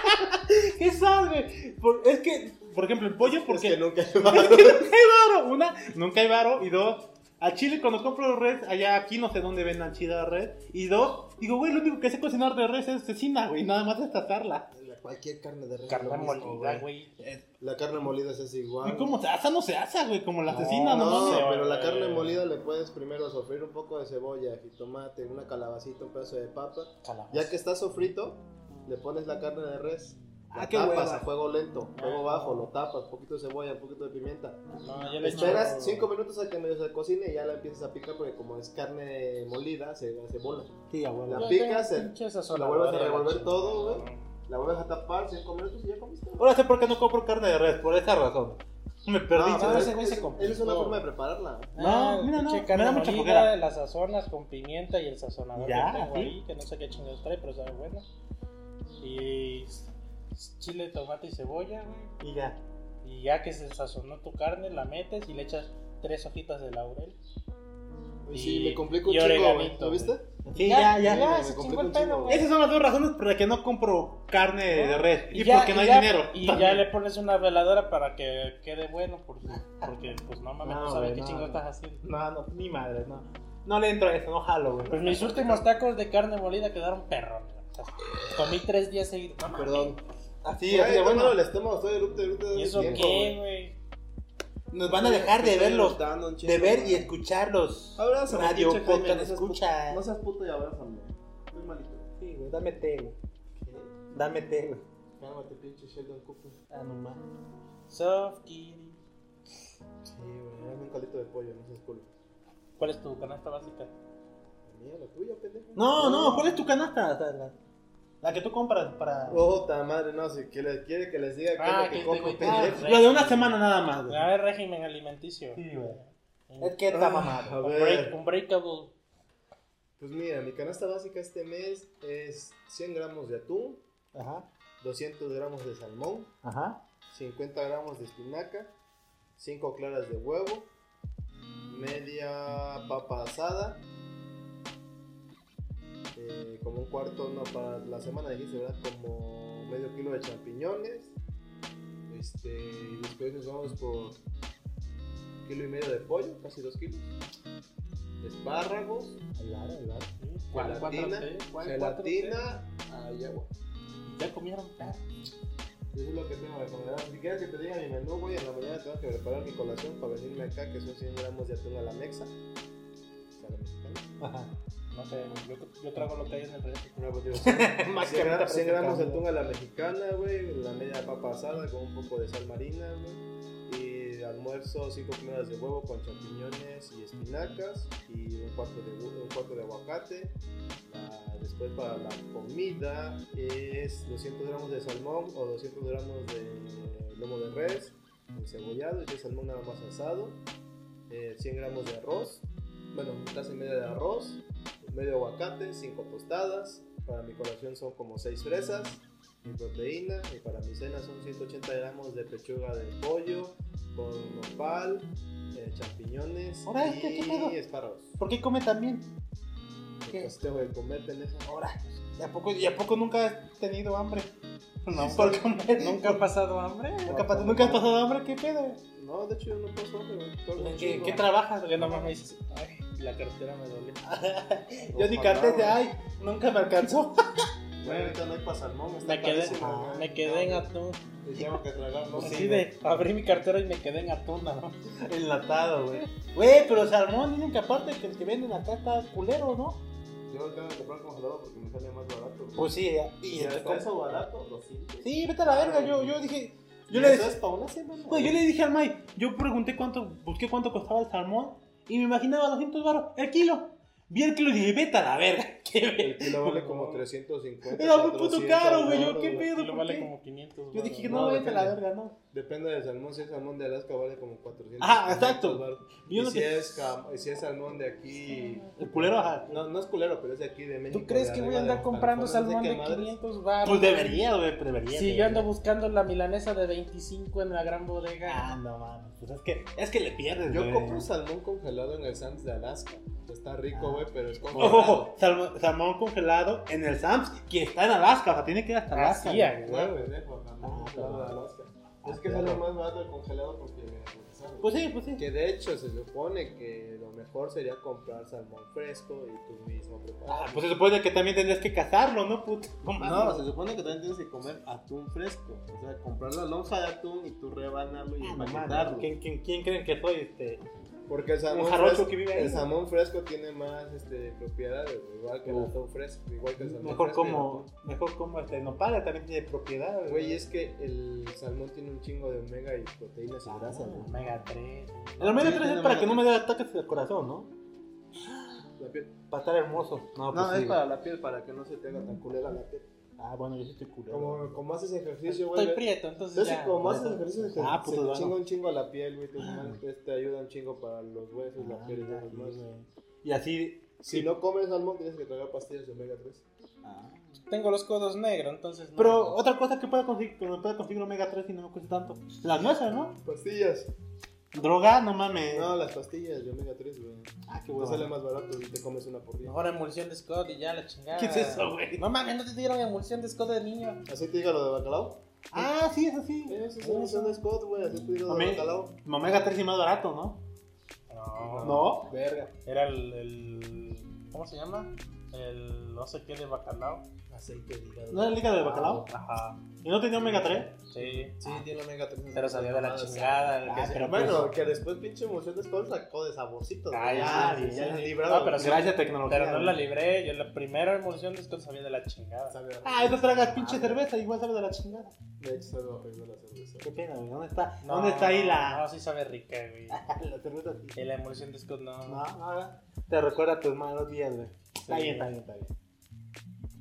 [SPEAKER 1] ¿Qué sabes, güey? Por- es que, por ejemplo, el pollo, porque
[SPEAKER 4] Es que nunca hay
[SPEAKER 1] Es
[SPEAKER 4] varo.
[SPEAKER 1] que nunca hay varo. Una, nunca hay varo. Y dos, al chile cuando compro res, allá aquí no sé dónde vendan chida res. Y dos, digo, güey, lo único que sé cocinar de res es cecina, güey. Nada más destatarla.
[SPEAKER 4] La- Cualquier carne de res. es
[SPEAKER 2] Carne
[SPEAKER 4] lo mismo,
[SPEAKER 2] molida, güey.
[SPEAKER 4] La carne molida es igual.
[SPEAKER 1] ¿Y cómo se asa? No se asa, güey. Como la
[SPEAKER 2] No,
[SPEAKER 1] cecina, no,
[SPEAKER 4] No,
[SPEAKER 1] mames.
[SPEAKER 2] sé,
[SPEAKER 4] pero la
[SPEAKER 2] güey.
[SPEAKER 4] carne molida le puedes primero sofreír un poco de cebolla, jitomate, una calabacita, un pedazo de papa. Ya que está sofrito, le pones la carne de res. La
[SPEAKER 1] Ah, qué
[SPEAKER 4] tapas
[SPEAKER 1] hueva.
[SPEAKER 4] a fuego lento,
[SPEAKER 2] Ah.
[SPEAKER 4] fuego bajo, lo tapas, poquito de cebolla, un poquito de pimienta.
[SPEAKER 2] No, yo le
[SPEAKER 4] Esperas
[SPEAKER 2] echo-
[SPEAKER 4] 5 minutos a que medio se cocine y ya la empiezas a picar porque como es carne molida, se hace bola.
[SPEAKER 1] Sí, abuela.
[SPEAKER 4] La picas, el-
[SPEAKER 2] Pinches
[SPEAKER 4] la vuelves a
[SPEAKER 2] asoladores,
[SPEAKER 4] revolver
[SPEAKER 2] la
[SPEAKER 4] todo,
[SPEAKER 2] chingada.
[SPEAKER 4] La vuelves a tapar 5 minutos y ya comiste. Ah,
[SPEAKER 1] Ahora sé por qué no compro carne de res, por esa razón. Me perdí.
[SPEAKER 4] No,
[SPEAKER 1] ¿sabes?
[SPEAKER 4] pero
[SPEAKER 2] ese
[SPEAKER 4] es-
[SPEAKER 2] güey se
[SPEAKER 4] es-
[SPEAKER 2] complicó.
[SPEAKER 4] Esa es una forma de prepararla.
[SPEAKER 1] No, mira,
[SPEAKER 2] pinche
[SPEAKER 1] no,
[SPEAKER 2] carne
[SPEAKER 1] me da mucha
[SPEAKER 2] molida,
[SPEAKER 1] flojera.
[SPEAKER 2] Las sazonas con pimienta y el sazonador
[SPEAKER 1] Ya,
[SPEAKER 2] que tengo
[SPEAKER 1] ¿sí?
[SPEAKER 2] ahí, que no sé qué chingados trae, pero sabe bueno. Y s- s- chile, tomate y cebolla, güey.
[SPEAKER 1] Y ya.
[SPEAKER 2] Y ya que se sazonó tu carne, la metes y le echas tres hojitas de laurel.
[SPEAKER 4] Y
[SPEAKER 2] Y-
[SPEAKER 4] sí, me complica un
[SPEAKER 2] y
[SPEAKER 4] chingo, güey.
[SPEAKER 2] oreganito,
[SPEAKER 4] ¿Lo viste?
[SPEAKER 1] Sí, ya, ya.
[SPEAKER 4] ya, me
[SPEAKER 2] se
[SPEAKER 4] complica
[SPEAKER 2] chingó el
[SPEAKER 4] un
[SPEAKER 2] pedo,
[SPEAKER 4] chingo.
[SPEAKER 2] güey.
[SPEAKER 1] Esas son las dos razones por las que no compro carne de res. Y,
[SPEAKER 2] ya-
[SPEAKER 1] porque no hay
[SPEAKER 2] ya-
[SPEAKER 1] dinero.
[SPEAKER 2] Y ya
[SPEAKER 1] también.
[SPEAKER 2] le pones una veladora para que quede bueno, porque, porque pues no mames,
[SPEAKER 1] No,
[SPEAKER 2] no sabes
[SPEAKER 1] güey,
[SPEAKER 2] qué
[SPEAKER 1] no,
[SPEAKER 2] chingados
[SPEAKER 1] no.
[SPEAKER 2] estás haciendo.
[SPEAKER 1] No, no, mi madre, no. No le entro a eso, no jalo, güey.
[SPEAKER 2] Pues mis últimos tacos de carne molida quedaron perros. güey. O sea, Comí tres días seguidos. No, mames.
[SPEAKER 4] Perdón.
[SPEAKER 1] Así,
[SPEAKER 4] Sí,
[SPEAKER 1] así de
[SPEAKER 4] bueno,
[SPEAKER 1] bueno.
[SPEAKER 4] el estómago, estoy de luto, de luto, de
[SPEAKER 2] ¿Y eso
[SPEAKER 4] tiempo,
[SPEAKER 2] qué,
[SPEAKER 4] güey.
[SPEAKER 2] güey?
[SPEAKER 1] Nos van a dejar de
[SPEAKER 4] Estoy
[SPEAKER 1] verlos,
[SPEAKER 4] gritando un chingo,
[SPEAKER 1] de ver y
[SPEAKER 4] madre.
[SPEAKER 1] escucharlos.
[SPEAKER 4] Abrázame,
[SPEAKER 1] Radio
[SPEAKER 4] pinche
[SPEAKER 1] podcast
[SPEAKER 4] Jaime, no seas
[SPEAKER 1] escucha.
[SPEAKER 4] puto- No seas puto y abrázame. Estoy malito.
[SPEAKER 1] Sí, güey, dame té, güey. Dame té, güey.
[SPEAKER 4] Cálmate, pinche Sheldon Cooper.
[SPEAKER 1] Ah, no más.
[SPEAKER 2] Soft Kitty.
[SPEAKER 4] Sí, güey. Dame un calito de pollo, no seas culo.
[SPEAKER 2] ¿Cuál es tu canasta básica?
[SPEAKER 4] La mía, la tuya, pendejo.
[SPEAKER 1] No, no, ¿cuál es tu canasta? O sea, la, la que tú compras para.
[SPEAKER 4] Puta madre, no, si quiere, quiere que les diga qué
[SPEAKER 2] Ah,
[SPEAKER 4] es lo
[SPEAKER 2] que
[SPEAKER 4] que
[SPEAKER 2] te
[SPEAKER 4] como
[SPEAKER 2] voy-
[SPEAKER 4] pendejo.
[SPEAKER 2] ah,
[SPEAKER 1] La de una semana nada más, güey.
[SPEAKER 2] A ver, régimen alimenticio.
[SPEAKER 1] Sí, güey. Es que está
[SPEAKER 4] Ah,
[SPEAKER 1] mamado.
[SPEAKER 4] a
[SPEAKER 2] Un
[SPEAKER 4] ver.
[SPEAKER 2] break- un breakable.
[SPEAKER 4] Pues mira, mi canasta básica este mes es 100 gramos de atún,
[SPEAKER 1] Ajá,
[SPEAKER 4] 200 gramos de salmón,
[SPEAKER 1] ajá.
[SPEAKER 4] 50 gramos de espinaca, 5 claras de huevo, media papa asada, eh, como un cuarto, no, para la semana dijiste, ¿verdad? Como medio kilo de champiñones, este, y después nos vamos por kilo y medio de pollo, casi 2 kilos, espárragos,
[SPEAKER 1] Ahí va, ahí va.
[SPEAKER 2] ¿Cuál- cuatro
[SPEAKER 4] gelatina,
[SPEAKER 2] te- cuál- cuatro te-
[SPEAKER 4] gelatina, ah, y agua.
[SPEAKER 2] Ya comieron perro.
[SPEAKER 4] Eso es lo que tengo recomendado. Si quieres que te diga mi menú, güey, en la mañana tengo que preparar mi colación para venirme acá, que son 100 gramos de atún a la mexa. O sea, la mexicana.
[SPEAKER 1] Ajá.
[SPEAKER 2] No sé, güey, yo, yo trago lo que hay en el refri.
[SPEAKER 4] No, pues, digo, 100,
[SPEAKER 1] Más
[SPEAKER 4] 100
[SPEAKER 1] que
[SPEAKER 4] gramos,
[SPEAKER 1] ahorita
[SPEAKER 4] 100 gramos de
[SPEAKER 1] presentamos.
[SPEAKER 4] atún a la mexicana, güey, la media papa asada con un poco de sal marina, güey. Y de almuerzo, 5 comidas de huevo con champiñones y espinacas. Y un cuarto de, hu- un cuarto de aguacate. La- después para la comida es 200 gramos de salmón o 200 gramos de lomo de res, cebollado y de salmón nada más asado. eh, 100 gramos de arroz, bueno, casi media de arroz, medio aguacate, 5 tostadas. Para mi colación son como 6 fresas, mi proteína. Y para mi cena son 180 gramos de pechuga de pollo con nopal, eh, champiñones
[SPEAKER 1] Ahora,
[SPEAKER 4] y
[SPEAKER 1] este, ¿qué pedo?
[SPEAKER 4] espárragos.
[SPEAKER 1] ¿Por qué come tan bien? ¿Qué?
[SPEAKER 4] Pues tengo que comer, pendeja.
[SPEAKER 1] Ahora. ¿Y a poco, y a poco nunca has tenido hambre?
[SPEAKER 2] No,
[SPEAKER 1] Por comer.
[SPEAKER 2] ¿Nunca ha pasado hambre?
[SPEAKER 1] Nunca pas- ¿Nunca has pasado hambre? ¿Qué pedo?
[SPEAKER 4] No, de hecho yo no paso hambre, güey. Todo
[SPEAKER 1] ¿En
[SPEAKER 4] el
[SPEAKER 1] qué,
[SPEAKER 4] chingo.
[SPEAKER 1] qué trabajas?
[SPEAKER 2] Yo nomás me dices, ay, la cartera me duele.
[SPEAKER 1] Yo ni
[SPEAKER 4] Pues Ojalá,
[SPEAKER 1] cartes de
[SPEAKER 4] güey.
[SPEAKER 1] ay, nunca me alcanzó.
[SPEAKER 4] Güey, ahorita no hay pa' salmón, está
[SPEAKER 2] Me quedé, ah,
[SPEAKER 4] carísimo, güey.
[SPEAKER 2] me quedé en atún.
[SPEAKER 4] Te tengo que tragar, no
[SPEAKER 2] Así
[SPEAKER 4] sé,
[SPEAKER 2] de, abrí mi cartera y me quedé en atún, nada más.
[SPEAKER 1] Enlatado, güey. Güey, pero salmón dicen que aparte que el que venden acá está culero, ¿no?
[SPEAKER 4] güey. Yo tengo que comprar congelado porque me sale más barato. güey.
[SPEAKER 1] Pues sí, y
[SPEAKER 4] Y
[SPEAKER 1] este
[SPEAKER 4] hasta
[SPEAKER 1] com-
[SPEAKER 4] eso barato, 200.
[SPEAKER 1] Sí, vete a la verga, yo, yo dije. Yo
[SPEAKER 4] ¿Y
[SPEAKER 1] le
[SPEAKER 4] eso
[SPEAKER 1] decía-
[SPEAKER 4] es pa' una semana?
[SPEAKER 1] Güey, yo le dije al Mike, yo pregunté cuánto, busqué cuánto costaba el salmón y me imaginaba 200 baros, el kilo. Vi el kilo y dije, vete a la verga, qué
[SPEAKER 4] El
[SPEAKER 1] ver-
[SPEAKER 4] kilo vale como 350.
[SPEAKER 1] Era muy puto
[SPEAKER 4] 400
[SPEAKER 1] caro, güey, yo
[SPEAKER 4] baros,
[SPEAKER 1] qué
[SPEAKER 4] güey.
[SPEAKER 1] pedo,
[SPEAKER 2] Y lo
[SPEAKER 1] ¿por
[SPEAKER 2] vale
[SPEAKER 1] qué?
[SPEAKER 2] como 500.
[SPEAKER 1] Yo dije,
[SPEAKER 2] baros.
[SPEAKER 1] no,
[SPEAKER 4] No,
[SPEAKER 1] vete a la
[SPEAKER 4] depende.
[SPEAKER 1] verga, no.
[SPEAKER 4] Depende del salmón, si es salmón de Alaska vale como 400.
[SPEAKER 1] Ah, exacto.
[SPEAKER 4] baros.
[SPEAKER 1] Yo
[SPEAKER 4] Y
[SPEAKER 1] no
[SPEAKER 4] si
[SPEAKER 1] te-
[SPEAKER 4] es, cam- y si es salmón de aquí.
[SPEAKER 1] El culero, ajá.
[SPEAKER 4] No, no es culero, pero es de aquí, de México.
[SPEAKER 2] ¿Tú crees
[SPEAKER 4] de
[SPEAKER 2] que voy
[SPEAKER 4] arriba
[SPEAKER 2] a andar
[SPEAKER 4] de
[SPEAKER 2] comprando
[SPEAKER 4] California,
[SPEAKER 2] salmón
[SPEAKER 4] no sé
[SPEAKER 2] Pues de
[SPEAKER 4] qué madres.
[SPEAKER 2] 500 baros?
[SPEAKER 1] Pues debería, güey, debería.
[SPEAKER 2] Sí, yo
[SPEAKER 1] debería.
[SPEAKER 2] ando buscando la milanesa de 25 en la gran bodega.
[SPEAKER 1] Ah, no, mames, pues es que, es que le pierdes,
[SPEAKER 4] Yo
[SPEAKER 1] güey.
[SPEAKER 4] compro salmón congelado en el Sam's de Alaska. Está rico, güey, pero es
[SPEAKER 1] Ojo,
[SPEAKER 4] congelado.
[SPEAKER 1] ojo, salmo- salmón congelado en el Sams, que está en Alaska, o sea, tiene que ir hasta Alaska.
[SPEAKER 2] Así,
[SPEAKER 1] güey.
[SPEAKER 2] ah,
[SPEAKER 4] Güey, pendejo, salmón congelado de Alaska. Es que sale más barato el congelado porque. ¿sabes?
[SPEAKER 1] Pues sí, pues sí.
[SPEAKER 4] Que de hecho se supone que lo mejor sería comprar salmón fresco y tú mismo
[SPEAKER 1] Ah,
[SPEAKER 4] preparar.
[SPEAKER 1] pues se supone que también tendrías que cazarlo, ¿no, puto? No,
[SPEAKER 4] No,
[SPEAKER 1] mames.
[SPEAKER 4] se supone que también tienes que comer atún fresco. O sea, comprar la lonja de atún y tú rebanarlo y
[SPEAKER 1] Ah, no, mames,
[SPEAKER 4] empaquetarlo.
[SPEAKER 1] ¿Quién, quién, ¿Quién creen que soy, este?
[SPEAKER 4] Porque el
[SPEAKER 1] Un
[SPEAKER 4] salmón,
[SPEAKER 1] jarocho
[SPEAKER 4] fresco,
[SPEAKER 1] que vive ahí,
[SPEAKER 4] el
[SPEAKER 1] ¿no?
[SPEAKER 4] salmón fresco tiene más este, propiedades, güey, igual que el
[SPEAKER 1] Uf.
[SPEAKER 4] atún fresco, igual que el salmón
[SPEAKER 1] Mejor
[SPEAKER 4] fresco y el
[SPEAKER 1] como,
[SPEAKER 4] atún.
[SPEAKER 1] mejor como este nopal también tiene propiedad.
[SPEAKER 4] Güey, es que el salmón tiene un chingo de omega y proteínas y
[SPEAKER 1] Ah.
[SPEAKER 4] grasas, güey.
[SPEAKER 2] Omega 3.
[SPEAKER 1] El omega 3 es para
[SPEAKER 4] tiene omega
[SPEAKER 1] que no me dé ataques del corazón, ¿no?
[SPEAKER 4] La piel-
[SPEAKER 1] Para estar hermoso. No,
[SPEAKER 4] No,
[SPEAKER 1] pues
[SPEAKER 4] es
[SPEAKER 1] sí.
[SPEAKER 4] para la piel, para que no se te haga tan culera la piel.
[SPEAKER 1] Ah, bueno, yo sí estoy culero.
[SPEAKER 4] Como, como haces ejercicio, güey.
[SPEAKER 2] Estoy
[SPEAKER 4] ve-
[SPEAKER 2] prieto, entonces
[SPEAKER 4] Entonces,
[SPEAKER 2] ya.
[SPEAKER 4] como haces
[SPEAKER 1] eso.
[SPEAKER 4] ejercicio, se,
[SPEAKER 1] Ah,
[SPEAKER 4] se
[SPEAKER 1] puto,
[SPEAKER 4] te
[SPEAKER 1] bueno.
[SPEAKER 4] chinga un chingo la piel, güey. Tus manos pues, te ayuda un chingo para los huesos, la
[SPEAKER 1] Ah,
[SPEAKER 4] piel y
[SPEAKER 1] mira,
[SPEAKER 4] todo lo demás.
[SPEAKER 1] sí, güey. Y así.
[SPEAKER 4] Si no comes salmón, tienes que tragar pastillas de omega 3.
[SPEAKER 2] ah, Tengo los codos negros, entonces no.
[SPEAKER 1] Pero otra cosa que pueda conseguir, que me pueda conseguir omega 3 y no me cueste tanto. Las nueces, ¿no?
[SPEAKER 4] ¿Pastillas?
[SPEAKER 1] Droga, no mames.
[SPEAKER 4] No, las pastillas de omega 3, güey.
[SPEAKER 1] Ah, qué
[SPEAKER 4] Te
[SPEAKER 1] huevo.
[SPEAKER 4] sale más barato y te comes una por día.
[SPEAKER 2] Mejor emulsión de Scott y ya la chingada.
[SPEAKER 1] ¿Qué es eso, güey?
[SPEAKER 2] No mames, no te dieron emulsión de Scott de niño.
[SPEAKER 4] ¿Así te diga lo de bacalao?
[SPEAKER 1] Ah, sí, es así.
[SPEAKER 4] Eso es una opción de Scott, güey. Así te diga lo de
[SPEAKER 1] Amén.
[SPEAKER 4] bacalao.
[SPEAKER 1] Omega 3 y más barato, ¿no?
[SPEAKER 2] No.
[SPEAKER 1] No.
[SPEAKER 4] Verga.
[SPEAKER 2] Era el, el- ¿Cómo se llama? el no sé qué de bacalao.
[SPEAKER 4] Aceite de hígado.
[SPEAKER 1] ¿No era el hígado de bacalao?
[SPEAKER 2] Ajá.
[SPEAKER 1] ¿Y no tenía omega 3?
[SPEAKER 2] Sí.
[SPEAKER 4] Sí, tiene omega 3.
[SPEAKER 2] Pero salió de la chingada. el que se-
[SPEAKER 4] pero bueno, que después pinche emoción de Skull sacó de saborcito. güey.
[SPEAKER 2] Ay,
[SPEAKER 4] ya,
[SPEAKER 1] sí,
[SPEAKER 4] ya,
[SPEAKER 1] sí,
[SPEAKER 4] ya
[SPEAKER 1] sí.
[SPEAKER 4] la libraron.
[SPEAKER 2] No, Ah, pero sí.
[SPEAKER 1] Gracias, tecnología.
[SPEAKER 2] Pero no
[SPEAKER 1] güey.
[SPEAKER 2] la libré. Yo la primera emulsión es que sabía de la chingada.
[SPEAKER 4] Sabe a-
[SPEAKER 1] Ah, eso tragas pinche cerveza, igual sabe de la chingada.
[SPEAKER 4] De hecho, sabe a primero la cerveza.
[SPEAKER 1] Qué pena, güey. ¿Dónde está,
[SPEAKER 2] No,
[SPEAKER 1] ¿dónde está ahí la,
[SPEAKER 2] No, sí sabe rica, güey.
[SPEAKER 1] la cerveza? sí.
[SPEAKER 2] Y la emulsión de Scott no.
[SPEAKER 1] No,
[SPEAKER 4] Ah,
[SPEAKER 1] no, te recuerda a tus malos días, güey. Está
[SPEAKER 2] Sí.
[SPEAKER 1] bien, está bien, está bien.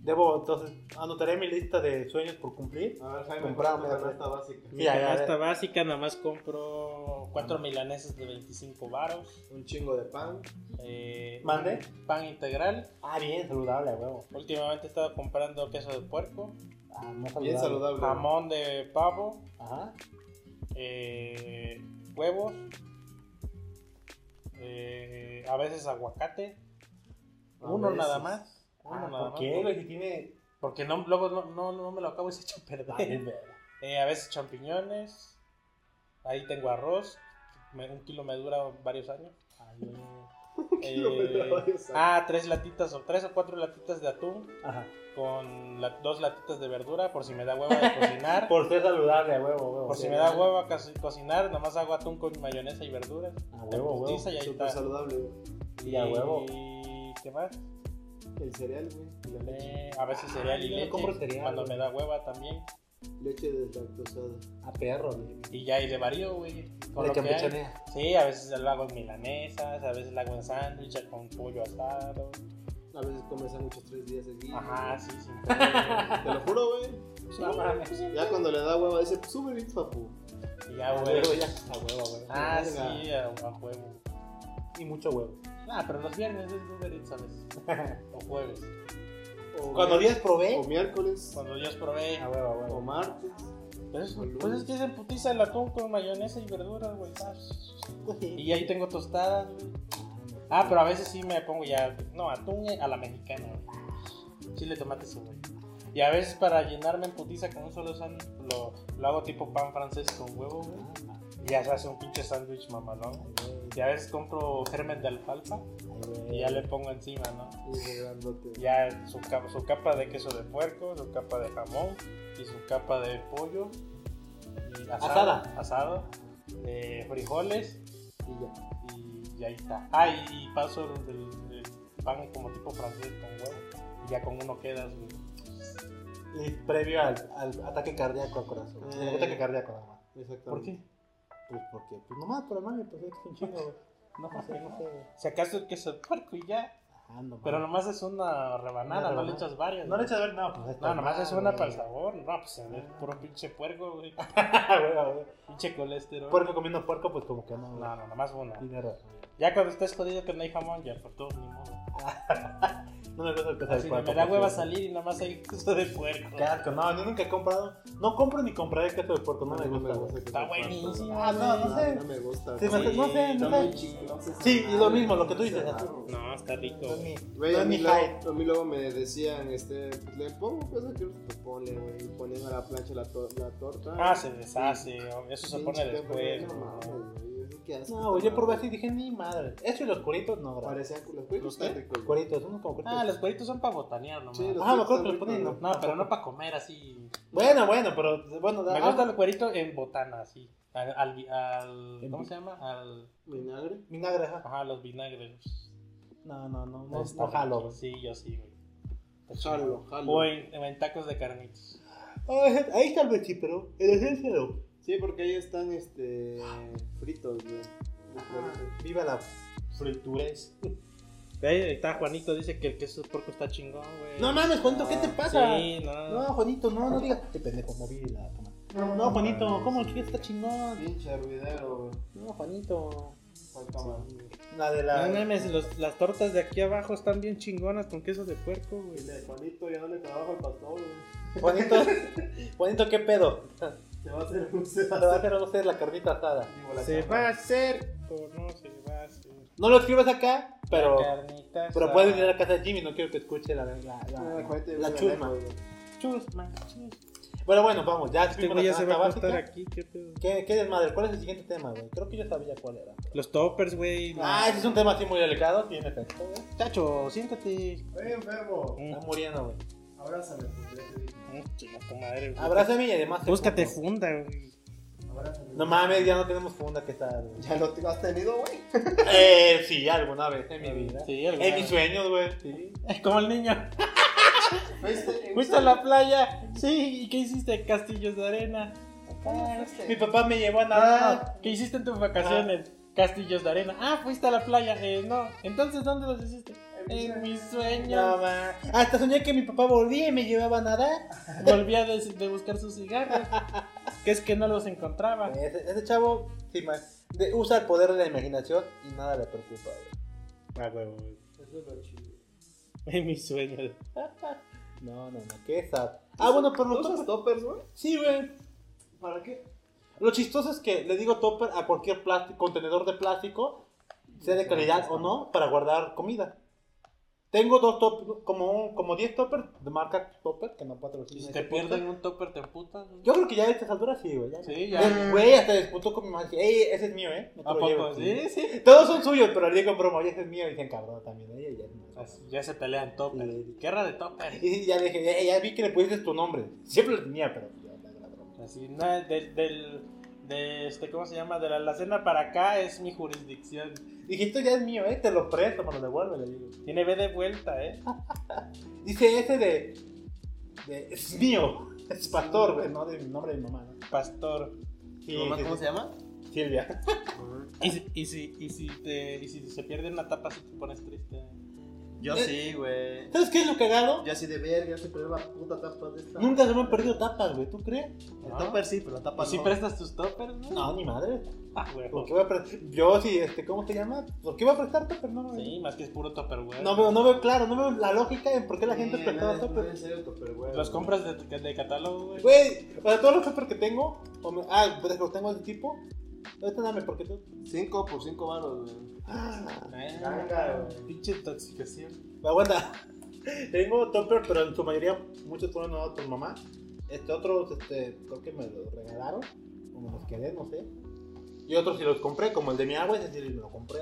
[SPEAKER 1] Debo, entonces, anotaré mi lista de sueños por cumplir.
[SPEAKER 4] A ver, Jaime,
[SPEAKER 1] Comprame
[SPEAKER 4] comprame
[SPEAKER 1] la
[SPEAKER 4] la canasta básica.
[SPEAKER 2] Mi
[SPEAKER 1] Ya, ya,
[SPEAKER 2] canasta
[SPEAKER 1] ya.
[SPEAKER 2] básica nada más compro cuatro milaneses de 25 varos,
[SPEAKER 4] Un chingo de pan.
[SPEAKER 2] eh,
[SPEAKER 1] ¿Mande?
[SPEAKER 2] pan integral.
[SPEAKER 1] Ah, bien, saludable, huevo.
[SPEAKER 2] Últimamente he estado comprando queso de puerco,
[SPEAKER 1] Ah, no saludable.
[SPEAKER 4] Bien saludable.
[SPEAKER 2] jamón de pavo,
[SPEAKER 1] Ajá.
[SPEAKER 2] eh, huevos, eh, a veces aguacate,
[SPEAKER 4] A
[SPEAKER 2] uno
[SPEAKER 4] veces.
[SPEAKER 2] nada más. Uno
[SPEAKER 1] Ah,
[SPEAKER 2] nada
[SPEAKER 1] ¿Por
[SPEAKER 2] más.
[SPEAKER 1] qué, güey? Si tiene...
[SPEAKER 2] Porque no, luego no, no, no me lo acabo y se echa a perder.
[SPEAKER 1] Ah, bien, verga.
[SPEAKER 2] Eh, a veces champiñones. Ahí tengo arroz. me- un kilo me dura varios años.
[SPEAKER 1] Ah, bien.
[SPEAKER 4] kilo me dura varios años.
[SPEAKER 2] Ah, tres latitas o tres o cuatro latitas de atún
[SPEAKER 1] Ajá.
[SPEAKER 2] con la- dos latitas de verdura por si me da hueva de cocinar. por
[SPEAKER 1] Por ser saludable, huevo, huevo.
[SPEAKER 2] si me da hueva casi- cocinar, nomás hago atún con mayonesa y verduras.
[SPEAKER 1] A huevo, huevo.
[SPEAKER 2] Justicia y ahí
[SPEAKER 4] Súper
[SPEAKER 2] está.
[SPEAKER 4] saludable, güey.
[SPEAKER 1] Y a huevo.
[SPEAKER 2] ¿Y qué más?
[SPEAKER 4] El cereal, güey. Y la leche.
[SPEAKER 2] Eh, a veces cereal y
[SPEAKER 1] yo no
[SPEAKER 2] leche.
[SPEAKER 1] compro cereal,
[SPEAKER 2] cuando
[SPEAKER 1] güey.
[SPEAKER 2] me da hueva también.
[SPEAKER 4] Leche deslactosada.
[SPEAKER 1] A perro, güey.
[SPEAKER 2] Y ya, y le varío, güey. Con
[SPEAKER 1] La
[SPEAKER 2] lo que hay.
[SPEAKER 1] campechanea.
[SPEAKER 2] Sí, a veces lo hago en milanesas, a veces lo hago en sándwich con pollo asado.
[SPEAKER 4] A veces comes muchos tres días seguidos.
[SPEAKER 2] Ajá, sí, sin problema.
[SPEAKER 4] Te lo juro, güey.
[SPEAKER 1] No mames.
[SPEAKER 4] Ya cuando le da hueva, dice, "Pues, sube bits, papu.
[SPEAKER 2] Y ya, güey.
[SPEAKER 1] Huevo, ya. A huevo, huevo.
[SPEAKER 2] Ah,
[SPEAKER 4] Verga.
[SPEAKER 2] sí, a, a juego.
[SPEAKER 1] Y mucho huevo.
[SPEAKER 2] Ah, pero los viernes es Uber Eats, ¿sabes? O jueves.
[SPEAKER 4] O
[SPEAKER 1] Cuando
[SPEAKER 4] miércoles-
[SPEAKER 1] días probé...
[SPEAKER 4] O miércoles.
[SPEAKER 2] Cuando yo os probé.
[SPEAKER 1] A huevo, a
[SPEAKER 4] O
[SPEAKER 1] huevo.
[SPEAKER 4] martes.
[SPEAKER 2] Pues, pues es que se putiza el atún con mayonesa y verduras, güey. Ah, ¿sabes? Y ahí tengo tostadas, güey. Ah, pero a veces sí me pongo ya. No, atún eh, a la mexicana, güey. Chile, tomate, sí, güey. Y a veces para llenarme en putiza con un solo sándwich, lo, lo hago tipo pan francés con huevo, güey. Y ya se hace un pinche sándwich mamalón. Y a veces compro germen de alfalfa y ya le pongo encima, ¿no?
[SPEAKER 4] Y grandote.
[SPEAKER 2] Ya su capa, su capa de queso de puerco, su capa de jamón y su capa de pollo. Y asado,
[SPEAKER 1] Asada.
[SPEAKER 2] Asado. eh, frijoles y ya. Y, ahí está. Ah, y, y paso el, el- el pan como tipo francés con huevo. Y ya con uno quedas, güey.
[SPEAKER 1] Y previo al, al ataque cardíaco al corazón.
[SPEAKER 4] Eh.
[SPEAKER 1] El ataque cardíaco nada más.
[SPEAKER 4] Exactamente.
[SPEAKER 1] ¿Por qué? Pues porque, pues nomás por el mami, pues es un chingo, güey. No sé, no sé.
[SPEAKER 2] Si acaso el queso de puerco y ya.
[SPEAKER 1] Ajá, no,
[SPEAKER 2] Pero
[SPEAKER 1] mames.
[SPEAKER 2] nomás es una rebanada,
[SPEAKER 1] Una
[SPEAKER 2] no le
[SPEAKER 1] rebanada.
[SPEAKER 2] echas varias.
[SPEAKER 1] No le
[SPEAKER 2] güey.
[SPEAKER 1] echas ver, no, pues está.
[SPEAKER 2] No, nomás
[SPEAKER 1] mal,
[SPEAKER 2] es una
[SPEAKER 1] güey.
[SPEAKER 2] para el sabor. No, pues se ve puro pinche puerco, güey.
[SPEAKER 1] Ah, güey, ah, güey.
[SPEAKER 2] Pinche colesterol.
[SPEAKER 1] Puerco comiendo puerco, pues como que no. güey.
[SPEAKER 2] No, no, nomás una.
[SPEAKER 1] Tiene razón.
[SPEAKER 2] Ya cuando estés jodido que no hay jamón, ya por todo, ni modo.
[SPEAKER 1] No me gusta el queso de
[SPEAKER 2] Si
[SPEAKER 1] puerco.
[SPEAKER 2] me da
[SPEAKER 1] por cierto.
[SPEAKER 2] hueva salir y nomás hay queso de puerco.
[SPEAKER 1] Qué asco, no, yo nunca he comprado. No compro ni compraré queso de puerco, no, me gusta. güey.
[SPEAKER 4] que
[SPEAKER 2] Está
[SPEAKER 4] sea
[SPEAKER 2] buenísimo.
[SPEAKER 1] Ah, no, no
[SPEAKER 4] cuarto.
[SPEAKER 1] sé.
[SPEAKER 4] No me gusta.
[SPEAKER 1] Sí, me hace- no sé, no
[SPEAKER 4] Está muy
[SPEAKER 1] sé.
[SPEAKER 4] chistoso.
[SPEAKER 1] Sí, y lo mismo, lo que tú dices.
[SPEAKER 2] No, está rico.
[SPEAKER 1] No es
[SPEAKER 2] güey.
[SPEAKER 1] mi-
[SPEAKER 4] Güey,
[SPEAKER 1] no
[SPEAKER 4] a,
[SPEAKER 1] es
[SPEAKER 4] mí
[SPEAKER 1] mi
[SPEAKER 4] luego,
[SPEAKER 1] hype.
[SPEAKER 4] a mí luego me decían, este, pues, le pongo queso que te pone, güey, y ponían a la plancha la, to- la torta.
[SPEAKER 2] Ah, se deshace. Eso se
[SPEAKER 4] Pinche
[SPEAKER 2] pone
[SPEAKER 4] queso,
[SPEAKER 2] después.
[SPEAKER 4] No, mames,
[SPEAKER 2] güey.
[SPEAKER 4] güey, es que asco,
[SPEAKER 1] No, güey, yo
[SPEAKER 4] mames.
[SPEAKER 1] probé así y dije, ni madre. Eso y los cueritos, no, gracias.
[SPEAKER 4] Parecían culos, güey,
[SPEAKER 2] ¿Los
[SPEAKER 4] está
[SPEAKER 2] qué?
[SPEAKER 4] rico, güey.
[SPEAKER 1] Cueritos, unos como cueritos.
[SPEAKER 2] Ah, los cueritos son para botanear nomás.
[SPEAKER 4] Sí, los-
[SPEAKER 1] Ah, me acuerdo que los
[SPEAKER 4] Está
[SPEAKER 1] ponen.
[SPEAKER 4] rico,
[SPEAKER 1] ¿no?
[SPEAKER 2] No, pero no para comer así.
[SPEAKER 1] Bueno, bueno, pero bueno,
[SPEAKER 2] Me
[SPEAKER 1] ah,
[SPEAKER 2] gusta el cuerito en botana, así. Al, al- al-
[SPEAKER 1] En
[SPEAKER 2] ¿Cómo
[SPEAKER 1] vi-
[SPEAKER 2] se llama? Al,
[SPEAKER 4] Vinagre.
[SPEAKER 1] vinagre, ajá.
[SPEAKER 2] ajá, los vinagres.
[SPEAKER 1] No, no, no, no,
[SPEAKER 2] Está
[SPEAKER 1] no jalo,
[SPEAKER 2] rico.
[SPEAKER 1] güey.
[SPEAKER 2] Sí, yo sí, güey. Está
[SPEAKER 4] Jalo,
[SPEAKER 2] chido.
[SPEAKER 4] jalo.
[SPEAKER 2] O en, en tacos de carnitas.
[SPEAKER 1] Ay, Ah, Ahí está el vechipero, en esencia no.
[SPEAKER 4] Sí, porque ahí están, este, fritos, güey.
[SPEAKER 1] Viva la fritures.
[SPEAKER 2] Ve, Ahí está Juanito, dice que el queso de puerco está chingón, güey.
[SPEAKER 1] No mames, Juanito, ¿qué te pasa?
[SPEAKER 2] Sí, no.
[SPEAKER 1] No, Juanito, no, no digas. Te Ah, pendejo, moví la toma. No, Juanito, ¿cómo que está chingón?
[SPEAKER 4] Pinche ruidero, güey.
[SPEAKER 1] No, Juanito.
[SPEAKER 4] Falta más.
[SPEAKER 1] La de
[SPEAKER 2] No
[SPEAKER 1] la.
[SPEAKER 2] mames, los- las tortas de aquí abajo están bien chingonas con queso de puerco, güey.
[SPEAKER 4] Y de Juanito ya no le trabajo al pastor, güey.
[SPEAKER 1] Juanito, Juanito, ¿qué pedo?
[SPEAKER 4] Se va a hacer un
[SPEAKER 1] Te va a hacer usted la carnita asada.
[SPEAKER 2] ¿Se va a hacer o no se va a hacer?
[SPEAKER 1] No lo escribas acá, pero.
[SPEAKER 2] La carnita
[SPEAKER 1] Pero
[SPEAKER 2] asada.
[SPEAKER 1] puedes ir a casa de Jimmy, no quiero que escuche la. la, la, la,
[SPEAKER 4] Juanito,
[SPEAKER 1] la
[SPEAKER 4] güey,
[SPEAKER 1] chusma.
[SPEAKER 4] güey.
[SPEAKER 2] Chusma, chusma.
[SPEAKER 1] Pero bueno, vamos, ya
[SPEAKER 2] Este
[SPEAKER 1] supimos
[SPEAKER 2] güey ya
[SPEAKER 1] la
[SPEAKER 2] se va
[SPEAKER 1] planta
[SPEAKER 2] a cortar
[SPEAKER 1] básica.
[SPEAKER 2] aquí, qué pedo.
[SPEAKER 1] ¿Qué, ¿Qué desmadre? ¿Cuál es el siguiente tema, güey? Creo que yo sabía cuál era.
[SPEAKER 2] Los toppers, güey.
[SPEAKER 1] Ah, ese es un tema así muy delicado, tiene efecto, güey.
[SPEAKER 2] Chacho, siéntate.
[SPEAKER 4] Ey, enfermo.
[SPEAKER 2] Mm,
[SPEAKER 1] Está muriendo, güey.
[SPEAKER 4] Abrázame, pues, ya te dije.
[SPEAKER 2] mm, chinga tu madre, güey.
[SPEAKER 1] Abrázame y además. te
[SPEAKER 2] Búscate
[SPEAKER 1] fundo.
[SPEAKER 2] funda, güey.
[SPEAKER 4] Abrázame.
[SPEAKER 1] No mames, ya no tenemos funda que estar. güey.
[SPEAKER 3] ¿Ya lo has tenido, güey?
[SPEAKER 1] Eh, sí, alguna vez en mi vida.
[SPEAKER 2] Sí, alguna
[SPEAKER 1] en mis
[SPEAKER 2] vez.
[SPEAKER 1] sueños, güey. Sí.
[SPEAKER 2] Como el niño.
[SPEAKER 3] ¿Fuiste?
[SPEAKER 2] Fuiste a la playa. Sí, ¿y qué hiciste? Castillos de arena.
[SPEAKER 3] Ah,
[SPEAKER 1] Mi
[SPEAKER 3] fuiste.
[SPEAKER 1] papá me llevó a nadar.
[SPEAKER 2] Ah, ¿Qué hiciste en tus vacaciones? Castillos de arena. Ah, fuiste a la playa. Eh, no. Entonces, ¿dónde los hiciste? En mis
[SPEAKER 1] No,
[SPEAKER 2] sueños. Ah,
[SPEAKER 1] ma. Hasta soñé que mi papá volvía y me llevaba a nadar.
[SPEAKER 2] Volví a des- de buscar sus cigarros. Que es que no los encontraba.
[SPEAKER 1] Ese, ese chavo, sí, más. de- usa el poder de la imaginación y nada le preocupa, güey.
[SPEAKER 2] Ah, huevo. güey. En mis sueños.
[SPEAKER 1] No, no, no, qué sad. Ah, bueno, por los toppers.
[SPEAKER 4] toppers, güey?
[SPEAKER 1] Sí, güey.
[SPEAKER 4] ¿Para qué?
[SPEAKER 1] Lo chistoso es que le digo topper a cualquier plástico, contenedor de plástico, sea
[SPEAKER 2] Ah,
[SPEAKER 1] de calidad o no, para guardar comida. Tengo dos toppers, como un- como 10 toppers de marca topper, que no patrocina.
[SPEAKER 2] Si te
[SPEAKER 1] este
[SPEAKER 2] pierden
[SPEAKER 1] podcast.
[SPEAKER 2] un topper, te putas. güey.
[SPEAKER 1] Yo creo que ya a estas alturas sí, güey. ya.
[SPEAKER 2] Sí,
[SPEAKER 1] Eh,
[SPEAKER 2] ya.
[SPEAKER 1] Güey, hasta disputó con mi mamá. dije, Ey, ese es mío, ¿eh? No te
[SPEAKER 2] ¿A
[SPEAKER 1] lo
[SPEAKER 2] poco?
[SPEAKER 1] lleves".
[SPEAKER 2] Sí, sí.
[SPEAKER 1] Todos son suyos, pero le digo en broma, oye, ese es mío. Y se encardó también. Ella ya es mío.
[SPEAKER 2] Así, ya se pelean topper.
[SPEAKER 1] Sí.
[SPEAKER 2] Guerra de topper.
[SPEAKER 1] Y ya dije, "Ey, ya vi que le pusiste tu nombre. Siempre lo tenía, pero ya la- la broma.
[SPEAKER 2] Así, no, del, del, de este, ¿cómo se llama? De la alacena para acá es mi jurisdicción.
[SPEAKER 1] Dije, esto ya es mío, ¿eh? Te lo presto, me lo devuelve, le digo.
[SPEAKER 2] Tiene B de vuelta, ¿eh?
[SPEAKER 1] Dice ese de. de es mío. Es pastor, güey, no de nombre de mi mamá. ¿no?
[SPEAKER 2] Pastor.
[SPEAKER 1] Sí, sí, sí.
[SPEAKER 3] llama?
[SPEAKER 1] Silvia.
[SPEAKER 2] Y si, y si, y si, te, y si se pierde una tapa, si te pones triste.
[SPEAKER 3] Yo
[SPEAKER 1] Eh.
[SPEAKER 3] sí, güey.
[SPEAKER 1] ¿Sabes qué es lo cagado?
[SPEAKER 3] Yo así de verga, se perdió la puta tapa de esta.
[SPEAKER 1] Nunca se me han perdido tapas, güey, ¿tú crees?
[SPEAKER 3] El topper sí, pero la tapa
[SPEAKER 2] ¿Y si
[SPEAKER 3] no.
[SPEAKER 2] Pues prestas tus toppers, no?
[SPEAKER 1] No, ni madre.
[SPEAKER 2] Ah, huevo.
[SPEAKER 1] ¿Por qué voy a prestar? Yo, sí, este, ¿cómo se llama? ¿Por qué voy a prestar topper? No, no,
[SPEAKER 2] Sí, más que es puro topper, güey.
[SPEAKER 1] no veo, no veo claro, no veo la lógica en por qué la gente
[SPEAKER 3] Sí,
[SPEAKER 1] prestaba
[SPEAKER 3] no,
[SPEAKER 1] topper.
[SPEAKER 3] no, en serio, topper, güey.
[SPEAKER 2] Los compras de, de catálogo, güey.
[SPEAKER 1] Güey, para todos los toppers que tengo, o me- ah, pues los tengo de este tipo, ahorita dame porque tú. ah,
[SPEAKER 3] 5 por 5 baros, güey.
[SPEAKER 2] Ah, Pinche toxicación.
[SPEAKER 1] Aguanta. Tengo topper, pero en su mayoría muchos fueron donados por mamá. Este otros, este, creo que me los regalaron. O me los quedé, no sé. Y otros sí los compré, como el de mi agua, ese sí me lo compré.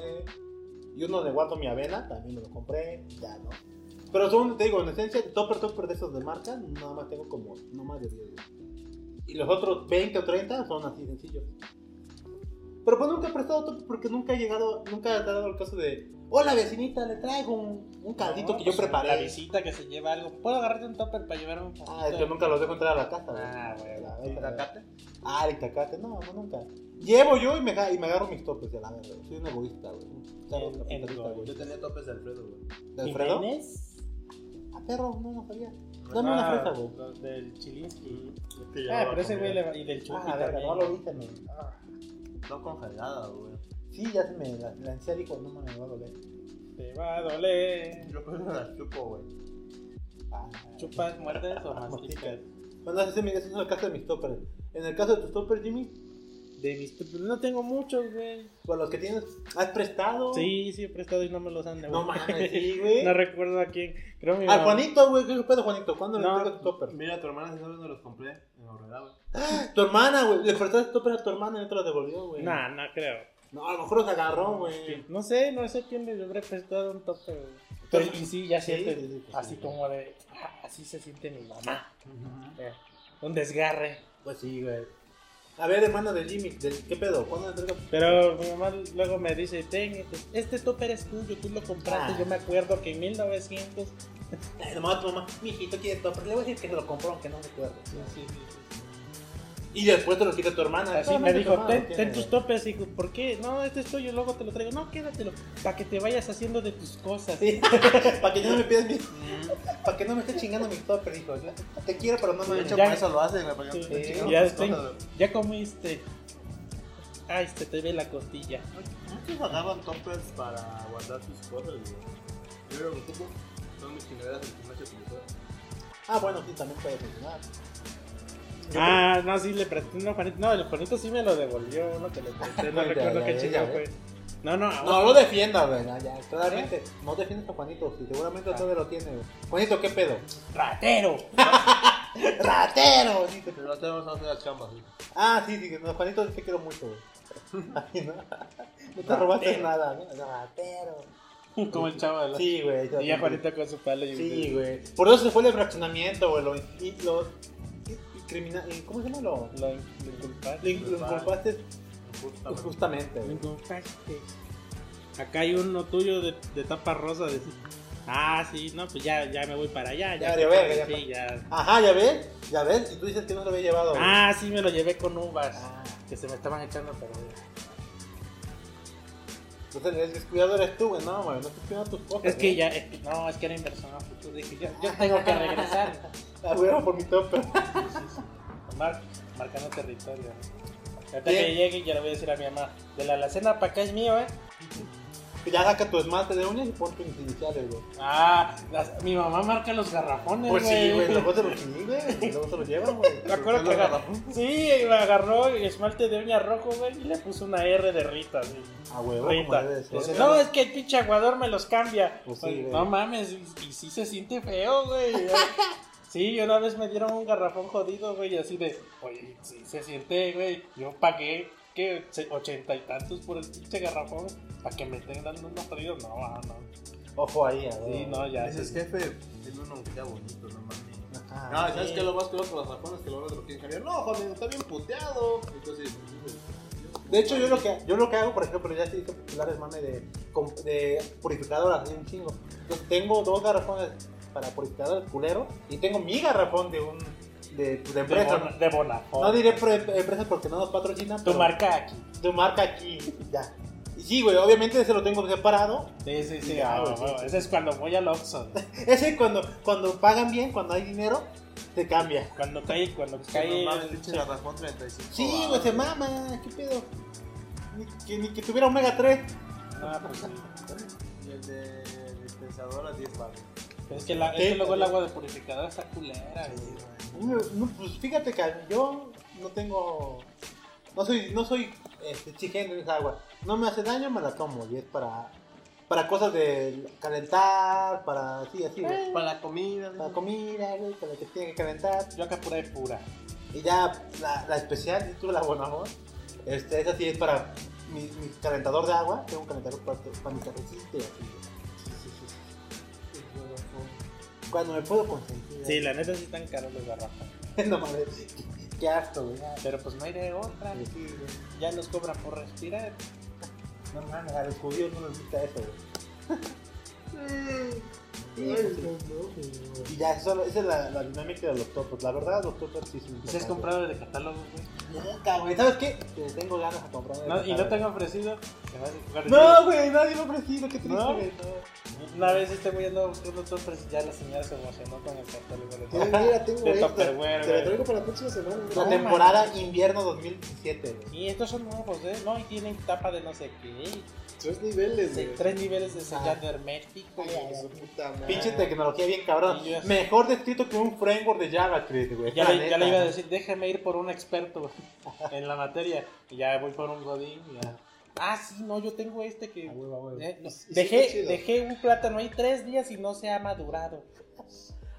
[SPEAKER 1] Y uno de guardo mi avena, también me lo compré. Ya, ¿no? Pero son, te digo, en esencia, topper, topper de esos de marca, nada más tengo como, no más de 10. güey. Y los otros 20 o 30 son así sencillos. Pero pues nunca he prestado topper porque nunca he llegado, nunca he dado el caso de, hola vecinita, le traigo un, un caldito
[SPEAKER 2] No,
[SPEAKER 1] que yo
[SPEAKER 2] pues, La
[SPEAKER 1] preparé.
[SPEAKER 2] visita que se lleva algo. ¿Puedo agarrarte un topper para llevarme un poquito?
[SPEAKER 1] Ah, es que nunca los dejo entrar a la casa. güey.
[SPEAKER 2] Ah, güey.
[SPEAKER 1] La-
[SPEAKER 3] ¿El
[SPEAKER 1] la-
[SPEAKER 3] tacate?
[SPEAKER 1] Ah, el tacate, no, no, nunca. Llevo yo y me, ga- y me agarro mis topes de la verga. güey. Soy un egoísta, güey. Un perro
[SPEAKER 2] En-
[SPEAKER 1] capitalista,
[SPEAKER 2] en-
[SPEAKER 1] güey.
[SPEAKER 3] Yo tenía topes de Alfredo, güey.
[SPEAKER 1] ¿De Alfredo?
[SPEAKER 2] ¿Jiménez?
[SPEAKER 1] Ah, perro, no, no sabía.
[SPEAKER 2] Ah,
[SPEAKER 1] Dame una fresa, güey.
[SPEAKER 2] lo Del Chilinsky.
[SPEAKER 1] ya
[SPEAKER 2] Ah,
[SPEAKER 1] lo
[SPEAKER 2] pero ese güey
[SPEAKER 1] comí.
[SPEAKER 2] le va. Y del Chucky
[SPEAKER 1] Ah, la verga,
[SPEAKER 2] también.
[SPEAKER 1] no lo viste, no.
[SPEAKER 3] No congelada, güey.
[SPEAKER 1] Sí, ya se me la, la ansia dijo, no mames, me va a doler.
[SPEAKER 2] Te va a doler.
[SPEAKER 3] Yo creo que las chupo, güey.
[SPEAKER 4] Mm.
[SPEAKER 1] Ah,
[SPEAKER 2] ¿Chupas, muerdes o masticas?
[SPEAKER 1] Masticas. bueno, Pues, ese, es mi- ese es el caso de mis toppers. En el caso de tus toppers, Jimmy,
[SPEAKER 2] De mis. pero No tengo muchos, güey.
[SPEAKER 1] con los que tienes, ¿has prestado?
[SPEAKER 2] Sí, sí, he prestado y no me los
[SPEAKER 1] No
[SPEAKER 2] han devuelto.
[SPEAKER 1] mames, sí, güey.
[SPEAKER 2] No recuerdo a quién. Creo mi
[SPEAKER 1] Al
[SPEAKER 2] mamá.
[SPEAKER 1] Ah, Juanito, güey, ¿qué es pedo, Juanito? ¿Cuándo
[SPEAKER 2] No.
[SPEAKER 1] le entregas tu topper? Ah,
[SPEAKER 4] Mira, tu hermana, ¿sabes dónde los compré? En Horrera, güey.
[SPEAKER 1] Tu hermana, güey. Le prestaste topper a tu hermana y no te lo devolvió, güey.
[SPEAKER 2] Nah, no creo.
[SPEAKER 1] No, a lo mejor los agarró, güey.
[SPEAKER 2] No sé, no sé quién le habré prestado un tope, güey. Pero,
[SPEAKER 1] Pero-
[SPEAKER 2] y sí, ya
[SPEAKER 1] Sí,
[SPEAKER 2] siente.
[SPEAKER 1] sí, sí, sí,
[SPEAKER 2] así
[SPEAKER 1] sí. Ah.
[SPEAKER 2] como de. ah, así se siente mi mamá. Eh, Un desgarre.
[SPEAKER 1] Pues sí, güey. A ver, hermana de Jimmy, del- ¿qué pedo? ¿Cuándo le entregas?
[SPEAKER 2] Pero mi mamá luego me dice, ten, este, este topper es tuyo, tú lo compraste.
[SPEAKER 1] Ah.
[SPEAKER 2] Yo me acuerdo que en 1900...
[SPEAKER 1] Ay, nomás tu mamá, mi hijito quiere topper. Le voy a decir que se lo compró, aunque no me acuerdo. Y después te lo quita tu hermana.
[SPEAKER 2] Así
[SPEAKER 1] Solamente
[SPEAKER 2] me
[SPEAKER 1] tu
[SPEAKER 2] dijo,
[SPEAKER 1] hermana
[SPEAKER 2] ten,
[SPEAKER 1] tiene-
[SPEAKER 2] ten tus topes, hijo. ¿Por qué? No, este es tuyo, luego te lo traigo. No, quédatelo, para que te vayas haciendo de tus cosas.
[SPEAKER 1] Sí. Para que ya no me pidas mi. Para que no me esté chingando mi topper, hijo. Te quiero, pero no me
[SPEAKER 3] De
[SPEAKER 1] he
[SPEAKER 3] hecho,
[SPEAKER 1] hecho.
[SPEAKER 2] Ya-
[SPEAKER 3] por eso lo hace, güey. para que
[SPEAKER 2] Sí,
[SPEAKER 3] no te chinguen
[SPEAKER 2] ya,
[SPEAKER 3] las
[SPEAKER 2] ten-
[SPEAKER 3] cosas, güey.
[SPEAKER 2] ya comiste. Ay, se te ve la costilla.
[SPEAKER 4] Antes guardaban toppers para guardar sus cosas, güey. Yo era un tipo, son mis chingaderas del gimnasio que me
[SPEAKER 1] Ah, bueno, sí, también puede funcionar. Yo
[SPEAKER 2] Ah, no, sí, le presté uno a Juanito. No, el Juanito sí me lo devolvió, uno que le presté. No
[SPEAKER 1] Ya,
[SPEAKER 2] recuerdo
[SPEAKER 1] ya,
[SPEAKER 2] qué
[SPEAKER 1] ya,
[SPEAKER 2] chingado
[SPEAKER 1] ya,
[SPEAKER 2] fue. No, no,
[SPEAKER 1] creo-
[SPEAKER 2] ahora-
[SPEAKER 1] No lo defienda, güey. Ya, ya, claramente. No defiendes a Juanito, sí, seguramente todavía lo tiene, güey. Juanito, ¿qué pedo?
[SPEAKER 2] ratero.
[SPEAKER 1] ¡Ratero! Dice.
[SPEAKER 4] Pero no tenemos hacer las chambas.
[SPEAKER 1] Ah, sí, sí, no, Juanito, te quiero mucho, güey. Ay, no. no te robaste nada, ¿no? Ratero.
[SPEAKER 2] Como el chavo de la.
[SPEAKER 1] Sí, güey.
[SPEAKER 2] Y ya Juanita con su palo. y-
[SPEAKER 1] Sí, güey. Por eso se fue el fraccionamiento, güey. Lo, y, lo, y- y crimina- y- ¿Cómo se llama? Lo,
[SPEAKER 2] Lo inculpaste.
[SPEAKER 1] lo inculpaste justamente,
[SPEAKER 2] Lo
[SPEAKER 1] güey.
[SPEAKER 2] inculpaste. Acá hay uno tuyo de, de tapa rosa. De... Ah, sí, no, pues ya, ya me voy para allá.
[SPEAKER 1] Ya
[SPEAKER 2] Ya,
[SPEAKER 1] valió verga, ya
[SPEAKER 2] sí, ya.
[SPEAKER 1] Ajá, ya ves, ya ves. Y tú dices que no se lo había llevado, güey.
[SPEAKER 2] Ah, sí, me lo llevé con uvas.
[SPEAKER 1] Ah,
[SPEAKER 2] Que se me estaban echando a perder.
[SPEAKER 1] Entonces el descuidado eres tú, güey. No, güey, no te cuidan tus cosas.
[SPEAKER 2] Es que
[SPEAKER 1] güey.
[SPEAKER 2] ya, es que- no, es que era inversión a futuro. Dije, yo, yo tengo que regresar.
[SPEAKER 1] La huevo por mi tope.
[SPEAKER 2] Mar- marcando territorio. Ahorita
[SPEAKER 1] Bien.
[SPEAKER 2] que llegue, ya le voy a decir a mi mamá: De la alacena para acá es mío, eh.
[SPEAKER 1] Ya saca tu esmalte de uñas y pon tus iniciales, güey.
[SPEAKER 2] Ah, las- mi mamá marca los garrafones,
[SPEAKER 1] Pues sí, güey.
[SPEAKER 2] güey.
[SPEAKER 1] Luego se lo sí, güey. Luego se lo llevan, güey.
[SPEAKER 2] Me acuerdo que agarró, sí, me agarró el esmalte de uña rojo, güey, y le puso una R de Rita, güey.
[SPEAKER 1] A huevo, como
[SPEAKER 2] Rita.
[SPEAKER 1] debe de ser.
[SPEAKER 2] Dice, no, es que el pinche aguador me los cambia.
[SPEAKER 1] Pues sí, güey.
[SPEAKER 2] no mames, y, y sí se siente feo, güey. sí, y una vez me dieron un garrafón jodido, güey, así de, oye, sí se siente, güey. Yo pagué, ¿qué? Se- Ochenta y tantos por el pinche garrafón, para que me estén dando unos jodidos. No, ah, no.
[SPEAKER 1] Ojo ahí, a
[SPEAKER 2] Sí,
[SPEAKER 1] huevo.
[SPEAKER 2] no, ya.
[SPEAKER 4] Dices,
[SPEAKER 2] sí.
[SPEAKER 4] jefe, tiene uno que sea bonito, no mames.
[SPEAKER 1] Ajá.
[SPEAKER 2] Ah,
[SPEAKER 4] No, ¿sabes qué? Lo más curioso con los rajones que luego te lo quieren cambiar. No, joder, está bien puteado. Entonces,
[SPEAKER 1] De hecho, yo lo que, yo lo que hago, por ejemplo, ya se hizo popular el mame de, com- de purificadoras, así un chingo. Yo tengo dos garrafones para purificadoras culero y tengo mi garrafón de un de, de
[SPEAKER 2] De,
[SPEAKER 1] empresa.
[SPEAKER 2] bona, de Bonafón.
[SPEAKER 1] no diré pre- empresa porque no nos patrocina.
[SPEAKER 2] Tu
[SPEAKER 1] pero
[SPEAKER 2] marca aquí.
[SPEAKER 1] Tu marca aquí, ya. Y sí, güey, obviamente ese lo tengo separado.
[SPEAKER 2] Sí, sí, sí.
[SPEAKER 1] Ya,
[SPEAKER 2] ah,
[SPEAKER 1] güey,
[SPEAKER 2] güey, Ese es cuando voy al Oxxo. güey.
[SPEAKER 1] Ese cuando, cuando pagan bien, cuando hay dinero, se cambia.
[SPEAKER 2] Cuando cae, cuando cae.
[SPEAKER 4] no mames,
[SPEAKER 2] el-
[SPEAKER 4] pinche garrafón 35.
[SPEAKER 1] Sí,
[SPEAKER 3] Oh,
[SPEAKER 1] güey, se mama, qué pedo. Ni que, ni que tuviera omega 3.
[SPEAKER 2] Ah, pues sí.
[SPEAKER 4] Y el de dispensadora 10 baros.
[SPEAKER 2] Es que, la, es que luego el agua de purificadora está culera, güey.
[SPEAKER 1] No, pues fíjate que yo no tengo. No soy, no soy este, exigente en esa agua. No me hace daño, me la tomo. Y es para, para cosas de calentar, para así, así, güey.
[SPEAKER 4] Para la comida.
[SPEAKER 1] Para comida, güey, para lo que tiene que calentar.
[SPEAKER 2] Yo acá pura de pura.
[SPEAKER 1] Y ya la, la especial, tú la Bonamor, este, esa sí es para mi, mi calentador de agua. Tengo un calentador para, para mi cafecito y así, güey. Cuando me puedo consentir. ¿eh?
[SPEAKER 2] Sí, la neta sí están caros los garrafas.
[SPEAKER 1] no mames. Qué asco, güey. Ah,
[SPEAKER 2] Pero pues no hay de otra. Ya nos cobran por respirar.
[SPEAKER 1] No mames, a los judíos no les gusta eso, güey. Sí, Y ya, eso, esa es la, la dinámica de los topos. La verdad, los topos sí son.
[SPEAKER 2] ¿Y si has Pues, comprado de catálogo, güey?
[SPEAKER 1] Nunca, güey. ¿Sabes qué? Que tengo ganas de comprar.
[SPEAKER 2] No, y no te han ofrecido. Te vas a jugar de-
[SPEAKER 1] No, güey, nadie me ha ofrecido. Qué triste,
[SPEAKER 2] ¿No?
[SPEAKER 1] güey.
[SPEAKER 2] Una vez este güey andaba buscando todo, pero ya la señora se emocionó con el catálogo de
[SPEAKER 4] Eh, Mira, tengo
[SPEAKER 2] De
[SPEAKER 4] esta.
[SPEAKER 2] Tupperware,
[SPEAKER 4] Te la
[SPEAKER 2] güey.
[SPEAKER 4] traigo para la próxima semana.
[SPEAKER 1] La
[SPEAKER 4] No,
[SPEAKER 1] temporada invierno 2017, güey.
[SPEAKER 2] Y estos son nuevos, ¿eh? No, y tienen tapa de no sé qué.
[SPEAKER 4] Tres niveles,
[SPEAKER 2] Sí,
[SPEAKER 4] güey.
[SPEAKER 2] tres niveles de sellado hermético.
[SPEAKER 4] Ay,
[SPEAKER 2] güey.
[SPEAKER 4] su puta madre.
[SPEAKER 1] Pinche tecnología bien cabrón.
[SPEAKER 2] Sí, ya sé.
[SPEAKER 1] Mejor descrito que un framework de JavaScript, güey.
[SPEAKER 2] Ya
[SPEAKER 1] la
[SPEAKER 2] le, ya le
[SPEAKER 1] neta.
[SPEAKER 2] iba a decir, déjame ir por un experto en la materia. Y ya voy por un godín. y ya. Ah, sí, no, yo tengo este que...
[SPEAKER 1] A huevo, a huevo.
[SPEAKER 2] eh, no,
[SPEAKER 4] sí está
[SPEAKER 2] dejé,
[SPEAKER 4] chido.
[SPEAKER 2] dejé un plátano ahí tres días y no se ha madurado.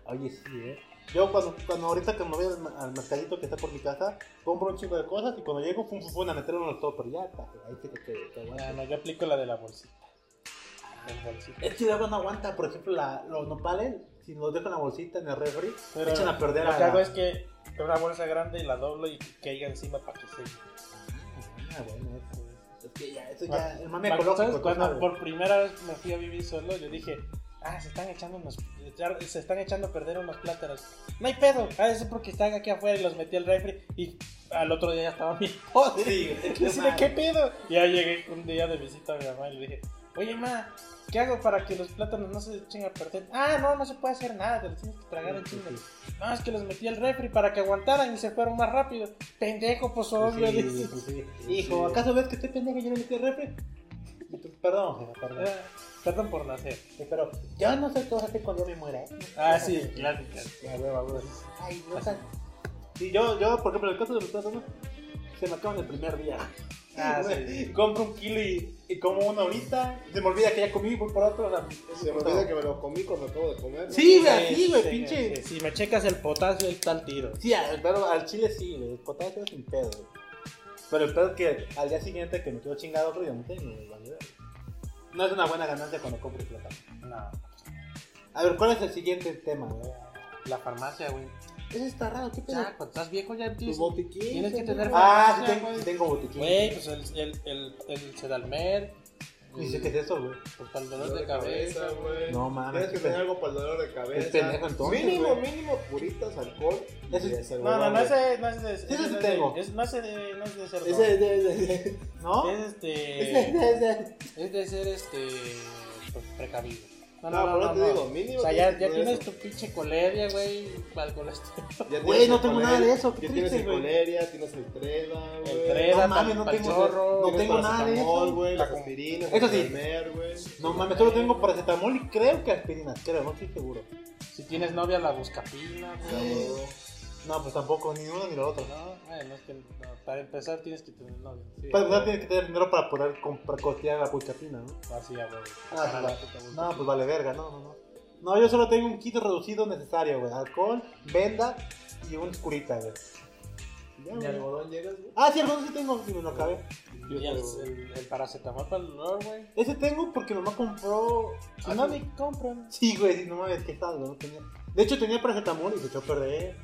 [SPEAKER 1] Oye, sí, eh. Yo cuando, cuando ahorita que me voy al, al mercadito que está por mi casa, compro un chingo de cosas y cuando llego, pum, pum, pum, a meterlo en los toppers. Ya, está, ahí que te quede. te aguanta.
[SPEAKER 2] Ah, no, yo aplico la de la bolsita. El bolsita.
[SPEAKER 1] Es que luego no aguanta, por ejemplo, la- los nopales, si los dejo en la bolsita, en el refri,
[SPEAKER 2] Pero
[SPEAKER 1] echan a perder
[SPEAKER 2] Lo
[SPEAKER 1] a
[SPEAKER 2] que
[SPEAKER 1] la-
[SPEAKER 2] hago es que tengo una bolsa grande y la doblo y caiga encima para que se...
[SPEAKER 1] Ah, bueno, eso, eso. Es que ya, eso
[SPEAKER 2] Ah,
[SPEAKER 1] ya, el mame
[SPEAKER 2] ¿Sabes?
[SPEAKER 1] ecológico. tú
[SPEAKER 2] Cuando
[SPEAKER 1] sabes.
[SPEAKER 2] por primera vez me fui a vivir solo, yo dije, ah, se están echando unos, se están echando a perder unos plátanos. No hay pedo, ah, eso es porque están aquí afuera y los metí al refri y al otro día ya estaban bien podres.
[SPEAKER 1] Sí, güey,
[SPEAKER 2] Y
[SPEAKER 1] qué
[SPEAKER 2] así de,
[SPEAKER 1] mal.
[SPEAKER 2] ¿qué pedo? Y ya llegué un día de visita a mi mamá y le dije, oye, ma, ¿qué hago para que los plátanos no se echen a perder? Ah, no, no se puede hacer nada, te los tienes que tragar en chingo. No, es que los metí al refri para que aguantaran y se fueron más rápido. Pendejo, pues obvio.
[SPEAKER 1] Sí,
[SPEAKER 2] dice.
[SPEAKER 1] pues sí. Hijo, ¿acaso ves que estoy pendejo y yo no metí el refri? Y tú, Perdón, jefa, perdón.
[SPEAKER 2] Ah, Perdón por nacer.
[SPEAKER 1] Sí, Pero yo no sé qué vas a hacer cuando yo me muera, ¿eh?
[SPEAKER 2] Ah, sí, clásica.
[SPEAKER 1] Ya, hueva, hueva. Ay, no sé. Sí, yo, yo, por ejemplo, en el caso de los plátanos, se me acaban el primer día. Ah, sí. Compro un kilo y, y como uno ahorita. Se me olvida que ya comí y voy por otro. o sea,
[SPEAKER 4] Se me olvida que me lo comí cuando acabo de comer.
[SPEAKER 1] Sí, güey,
[SPEAKER 2] Sí,
[SPEAKER 1] así, güey,
[SPEAKER 2] sí,
[SPEAKER 1] pinche.
[SPEAKER 2] sí, Este, Si me checas el potasio, ahí está el tiro.
[SPEAKER 1] Sí, al, pero al chile sí, güey. El potasio sin pedo, güey. Pero el pedo es que al día siguiente que me quedo chingado otro, ya no tengo, güey, vale, verga. No es una buena ganancia cuando compro plata.
[SPEAKER 2] No.
[SPEAKER 1] A ver, ¿cuál es el siguiente tema, güey?
[SPEAKER 2] La farmacia, güey.
[SPEAKER 1] Eso está raro, ¿qué pedo?
[SPEAKER 2] Ya, cuando estás viejo ya
[SPEAKER 4] Tu
[SPEAKER 2] tienes,
[SPEAKER 4] botiquín.
[SPEAKER 2] tienes que
[SPEAKER 4] pendejo.
[SPEAKER 2] tener
[SPEAKER 1] Ah, sí,
[SPEAKER 2] farmacia,
[SPEAKER 1] tengo,
[SPEAKER 2] güey.
[SPEAKER 1] tengo botiquín.
[SPEAKER 2] Güey, pues el, el, el, el Sedalmer.
[SPEAKER 1] Dice, ¿qué es eso, güey?
[SPEAKER 2] Pues para el dolor de cabeza.
[SPEAKER 4] güey.
[SPEAKER 1] No mames.
[SPEAKER 4] Tienes que tener algo para el dolor de cabeza.
[SPEAKER 1] Ah, Es pendejo, entonces,
[SPEAKER 4] Mínimo,
[SPEAKER 1] güey.
[SPEAKER 4] mínimo puritas, alcohol. y
[SPEAKER 1] Ese-
[SPEAKER 4] de
[SPEAKER 2] No, no, no
[SPEAKER 4] celular,
[SPEAKER 2] ese no ese es
[SPEAKER 1] Sí, ese sí
[SPEAKER 2] no es
[SPEAKER 1] tengo.
[SPEAKER 2] de- es- No es de no es de ser.
[SPEAKER 4] güey. Ese, ese, ese, ese.
[SPEAKER 1] ¿No?
[SPEAKER 2] Es este.
[SPEAKER 1] Ese-
[SPEAKER 2] Es de ser este. pues, precavido.
[SPEAKER 4] No, por eso te digo, mínimo.
[SPEAKER 2] O sea, ya,
[SPEAKER 4] tienes
[SPEAKER 2] ya
[SPEAKER 4] que
[SPEAKER 2] tienes
[SPEAKER 4] tener
[SPEAKER 2] tu pinche coleria, güey. Para el colesterol.
[SPEAKER 4] eso. Ya
[SPEAKER 1] Güey,
[SPEAKER 4] tienes
[SPEAKER 1] no tengo nada de eso, qué
[SPEAKER 4] Ya tienes
[SPEAKER 1] triste, güey.
[SPEAKER 4] cicoleria, tienes el treda, güey.
[SPEAKER 2] El treda,
[SPEAKER 1] No mames, no
[SPEAKER 2] pa'l
[SPEAKER 1] tengo-
[SPEAKER 2] chorro.
[SPEAKER 1] no tengo nada de eso.
[SPEAKER 4] güey, las
[SPEAKER 1] Taco.
[SPEAKER 4] aspirinas,
[SPEAKER 1] Eso sí.
[SPEAKER 4] el Palmer, güey.
[SPEAKER 1] No mames, solo tengo paracetamol y creo que aspirina, creo, no estoy seguro.
[SPEAKER 2] Si tienes novia, la buscapina, güey.
[SPEAKER 4] Cabrón.
[SPEAKER 1] No, pues tampoco, ni uno ni lo otro.
[SPEAKER 2] No, bueno, es que no, para empezar tienes que tener novia.
[SPEAKER 1] Para empezar pues, tienes que tener dinero para poder comprar costear la puchapina, ¿no?
[SPEAKER 2] Así ya, güey.
[SPEAKER 1] Ah,
[SPEAKER 2] Para
[SPEAKER 1] no,
[SPEAKER 2] la puta buscapina.
[SPEAKER 1] No, pues vale verga, no, no, no. No, yo solo tengo un kit reducido necesario, güey. Alcohol, venda y un curita, güey. Ya,
[SPEAKER 4] ¿Y
[SPEAKER 1] güey.
[SPEAKER 4] algodón llegas, güey?
[SPEAKER 1] Ah, sí, algodón sí tengo, si me lo acabé.
[SPEAKER 2] Y el, el, el paracetamol para el dolor, güey.
[SPEAKER 1] Ese tengo porque mamá compró...
[SPEAKER 2] Si no, ni compran.
[SPEAKER 1] Sí, güey, sí, no mames, qué tal, güey, no tenía... De hecho, tenía paracetamol y se echó a perder.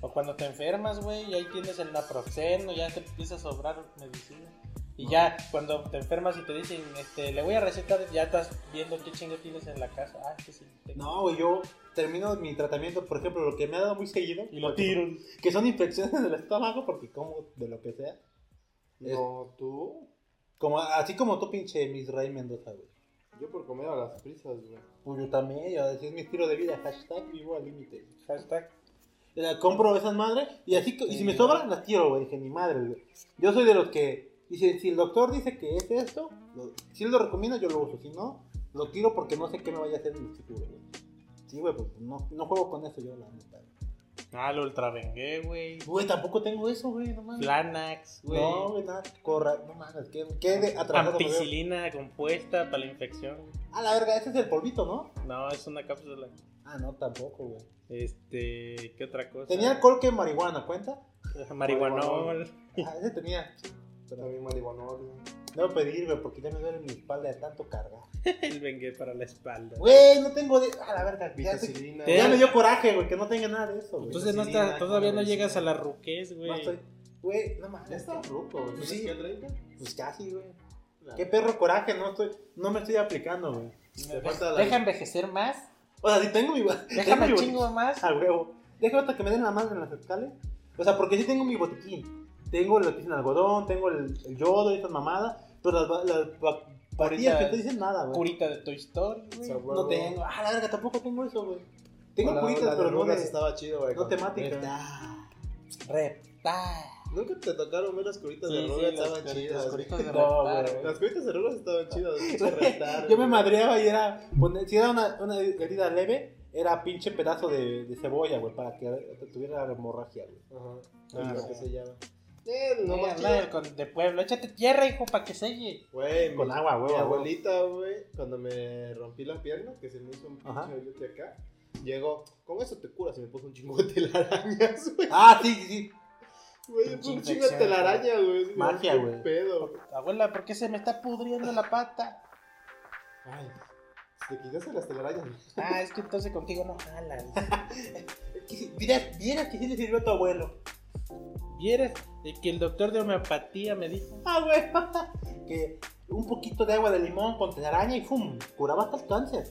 [SPEAKER 2] O cuando te enfermas, güey, y ahí tienes el naproxeno, ya te empieza a sobrar medicina. Y ya cuando te enfermas y te dicen, este, le voy a recetar, ya estás viendo qué chingo tienes en la casa. Ah, que sí. tengo.
[SPEAKER 1] No, güey, yo termino mi tratamiento, por ejemplo, lo que me ha dado muy seguido.
[SPEAKER 2] Y lo tiro.
[SPEAKER 1] Que son infecciones del estómago porque como de lo que sea.
[SPEAKER 4] No, tú.
[SPEAKER 1] Como, así como tú, pinche mis Ray Mendoza, güey.
[SPEAKER 4] Yo por comer a las prisas, güey.
[SPEAKER 1] Pues yo también, yo, así es mi estilo de vida. Hashtag vivo al límite.
[SPEAKER 2] Hashtag.
[SPEAKER 1] La compro esas madres y así, co- y si me sobran, las tiro, güey. Dije, ni madre, güey. Yo soy de los que, dice, si el doctor dice que es esto, lo- si él lo recomienda, yo lo uso. Si no, lo tiro porque no sé qué me vaya a hacer en el futuro, güey. Sí, güey, pues no, no juego con eso yo, la neta. güey.
[SPEAKER 2] Ah, lo ultravengué, güey.
[SPEAKER 1] Güey, tampoco tengo eso, güey, no mames.
[SPEAKER 2] Flanax, güey.
[SPEAKER 1] No, güey, nada, corra, no mames, que, que de atrasado. me veo.
[SPEAKER 2] Ampicilina compuesta para la infección.
[SPEAKER 1] A la verga, ese es el polvito, ¿no?
[SPEAKER 2] No, es una cápsula.
[SPEAKER 1] Ah, no, tampoco, güey.
[SPEAKER 2] Este, ¿qué otra cosa?
[SPEAKER 1] Tenía alcohol que marihuana, ¿cuenta?
[SPEAKER 2] marihuanol.
[SPEAKER 1] Ah, ese tenía. Pero
[SPEAKER 4] También marihuanol, güey.
[SPEAKER 1] debo pedir, güey, porque ya me duele mi espalda de tanto cargar.
[SPEAKER 2] El vengué para la espalda.
[SPEAKER 1] Güey, no tengo de. A la verga, ya, sé-
[SPEAKER 4] Vitacilina.
[SPEAKER 2] Te-
[SPEAKER 1] ya me dio coraje, güey, que no tenga nada de eso, güey.
[SPEAKER 2] Entonces no
[SPEAKER 4] Vitacilina,
[SPEAKER 2] estás, todavía no
[SPEAKER 4] claro,
[SPEAKER 2] llegas
[SPEAKER 4] sí.
[SPEAKER 2] a la ruquez,
[SPEAKER 1] no
[SPEAKER 2] güey.
[SPEAKER 1] estoy. Güey, no mames.
[SPEAKER 4] Ya está ruco, güey.
[SPEAKER 1] Pues sí.
[SPEAKER 4] ¿Tienes que 30?
[SPEAKER 1] Pues casi, güey. Qué perro coraje, no estoy. No me estoy aplicando, güey.
[SPEAKER 4] Te falta la-
[SPEAKER 2] Deja envejecer más.
[SPEAKER 1] O sea, si tengo mi. tengo
[SPEAKER 2] Déjame
[SPEAKER 1] mi
[SPEAKER 2] el
[SPEAKER 1] bot-
[SPEAKER 2] chingo más.
[SPEAKER 1] A huevo. Déjame hasta que me den la madre en las escales. O sea, porque sí tengo mi botiquín. Tengo lo que dicen algodón, tengo el, el yodo y esas mamadas. Pero las, ba- las ba- pastillas que te dicen nada, güey.
[SPEAKER 2] Curita de Toy Story, güey.
[SPEAKER 4] Sabor.
[SPEAKER 1] No tengo. Ah, la verga, tampoco tengo eso, güey. Tengo
[SPEAKER 4] La-
[SPEAKER 1] curitas,
[SPEAKER 4] la de
[SPEAKER 1] pero no,
[SPEAKER 4] arrugas
[SPEAKER 1] de,
[SPEAKER 4] estaba chido, güey.
[SPEAKER 1] no
[SPEAKER 4] cuando-
[SPEAKER 1] temáticas.
[SPEAKER 2] Reptar.
[SPEAKER 4] Nunca te tocaron ver las curitas de
[SPEAKER 2] Sí,
[SPEAKER 4] arrugas,
[SPEAKER 2] sí,
[SPEAKER 4] estaban
[SPEAKER 2] las-
[SPEAKER 4] chidas.
[SPEAKER 2] las
[SPEAKER 4] güey.
[SPEAKER 2] curitas de
[SPEAKER 1] No,
[SPEAKER 2] reptar,
[SPEAKER 1] güey.
[SPEAKER 2] güey.
[SPEAKER 4] Las curitas de arrugas estaban chidas. güey.
[SPEAKER 1] Yo me madreaba y era. poner- si era una, una herida leve, era pinche pedazo de, de cebolla, güey, para que tuviera hemorragia, güey.
[SPEAKER 4] Ajá.
[SPEAKER 2] Ah,
[SPEAKER 4] lo que
[SPEAKER 2] sí.
[SPEAKER 4] se llama. Eh, lo
[SPEAKER 2] Sí,
[SPEAKER 4] más
[SPEAKER 2] habla
[SPEAKER 4] chido.
[SPEAKER 2] de, con- de pueblo. Échate tierra, hijo, para que selle.
[SPEAKER 4] Güey,
[SPEAKER 1] Con
[SPEAKER 4] mi-
[SPEAKER 1] agua,
[SPEAKER 4] Mi
[SPEAKER 1] huevo, a huevo.
[SPEAKER 4] abuelita, güey, cuando me rompí la pierna, que se me hizo un
[SPEAKER 1] Ajá.
[SPEAKER 4] pinche hoyote acá, llegó, con eso te curas y me puso un chingo de telarañas, güey.
[SPEAKER 1] Ah, sí, sí, sí.
[SPEAKER 4] Güey, me puso un chingo de telarañas, güey. Así,
[SPEAKER 1] Magia,
[SPEAKER 4] qué
[SPEAKER 1] güey.
[SPEAKER 4] pedo.
[SPEAKER 2] Abuela, ¿por qué se me está pudriendo la pata?
[SPEAKER 4] Ay, te quitaste las telarañas, güey.
[SPEAKER 2] Ah, es que entonces contigo no jalan.
[SPEAKER 1] Que- Mira, mira que sí le sirvió a tu abuelo.
[SPEAKER 2] ¿Vieres de que el doctor de homeopatía me dijo?
[SPEAKER 1] Ah, güey. que un poquito de agua de limón con telaraña y ¡fum! Curaba hasta el cáncer.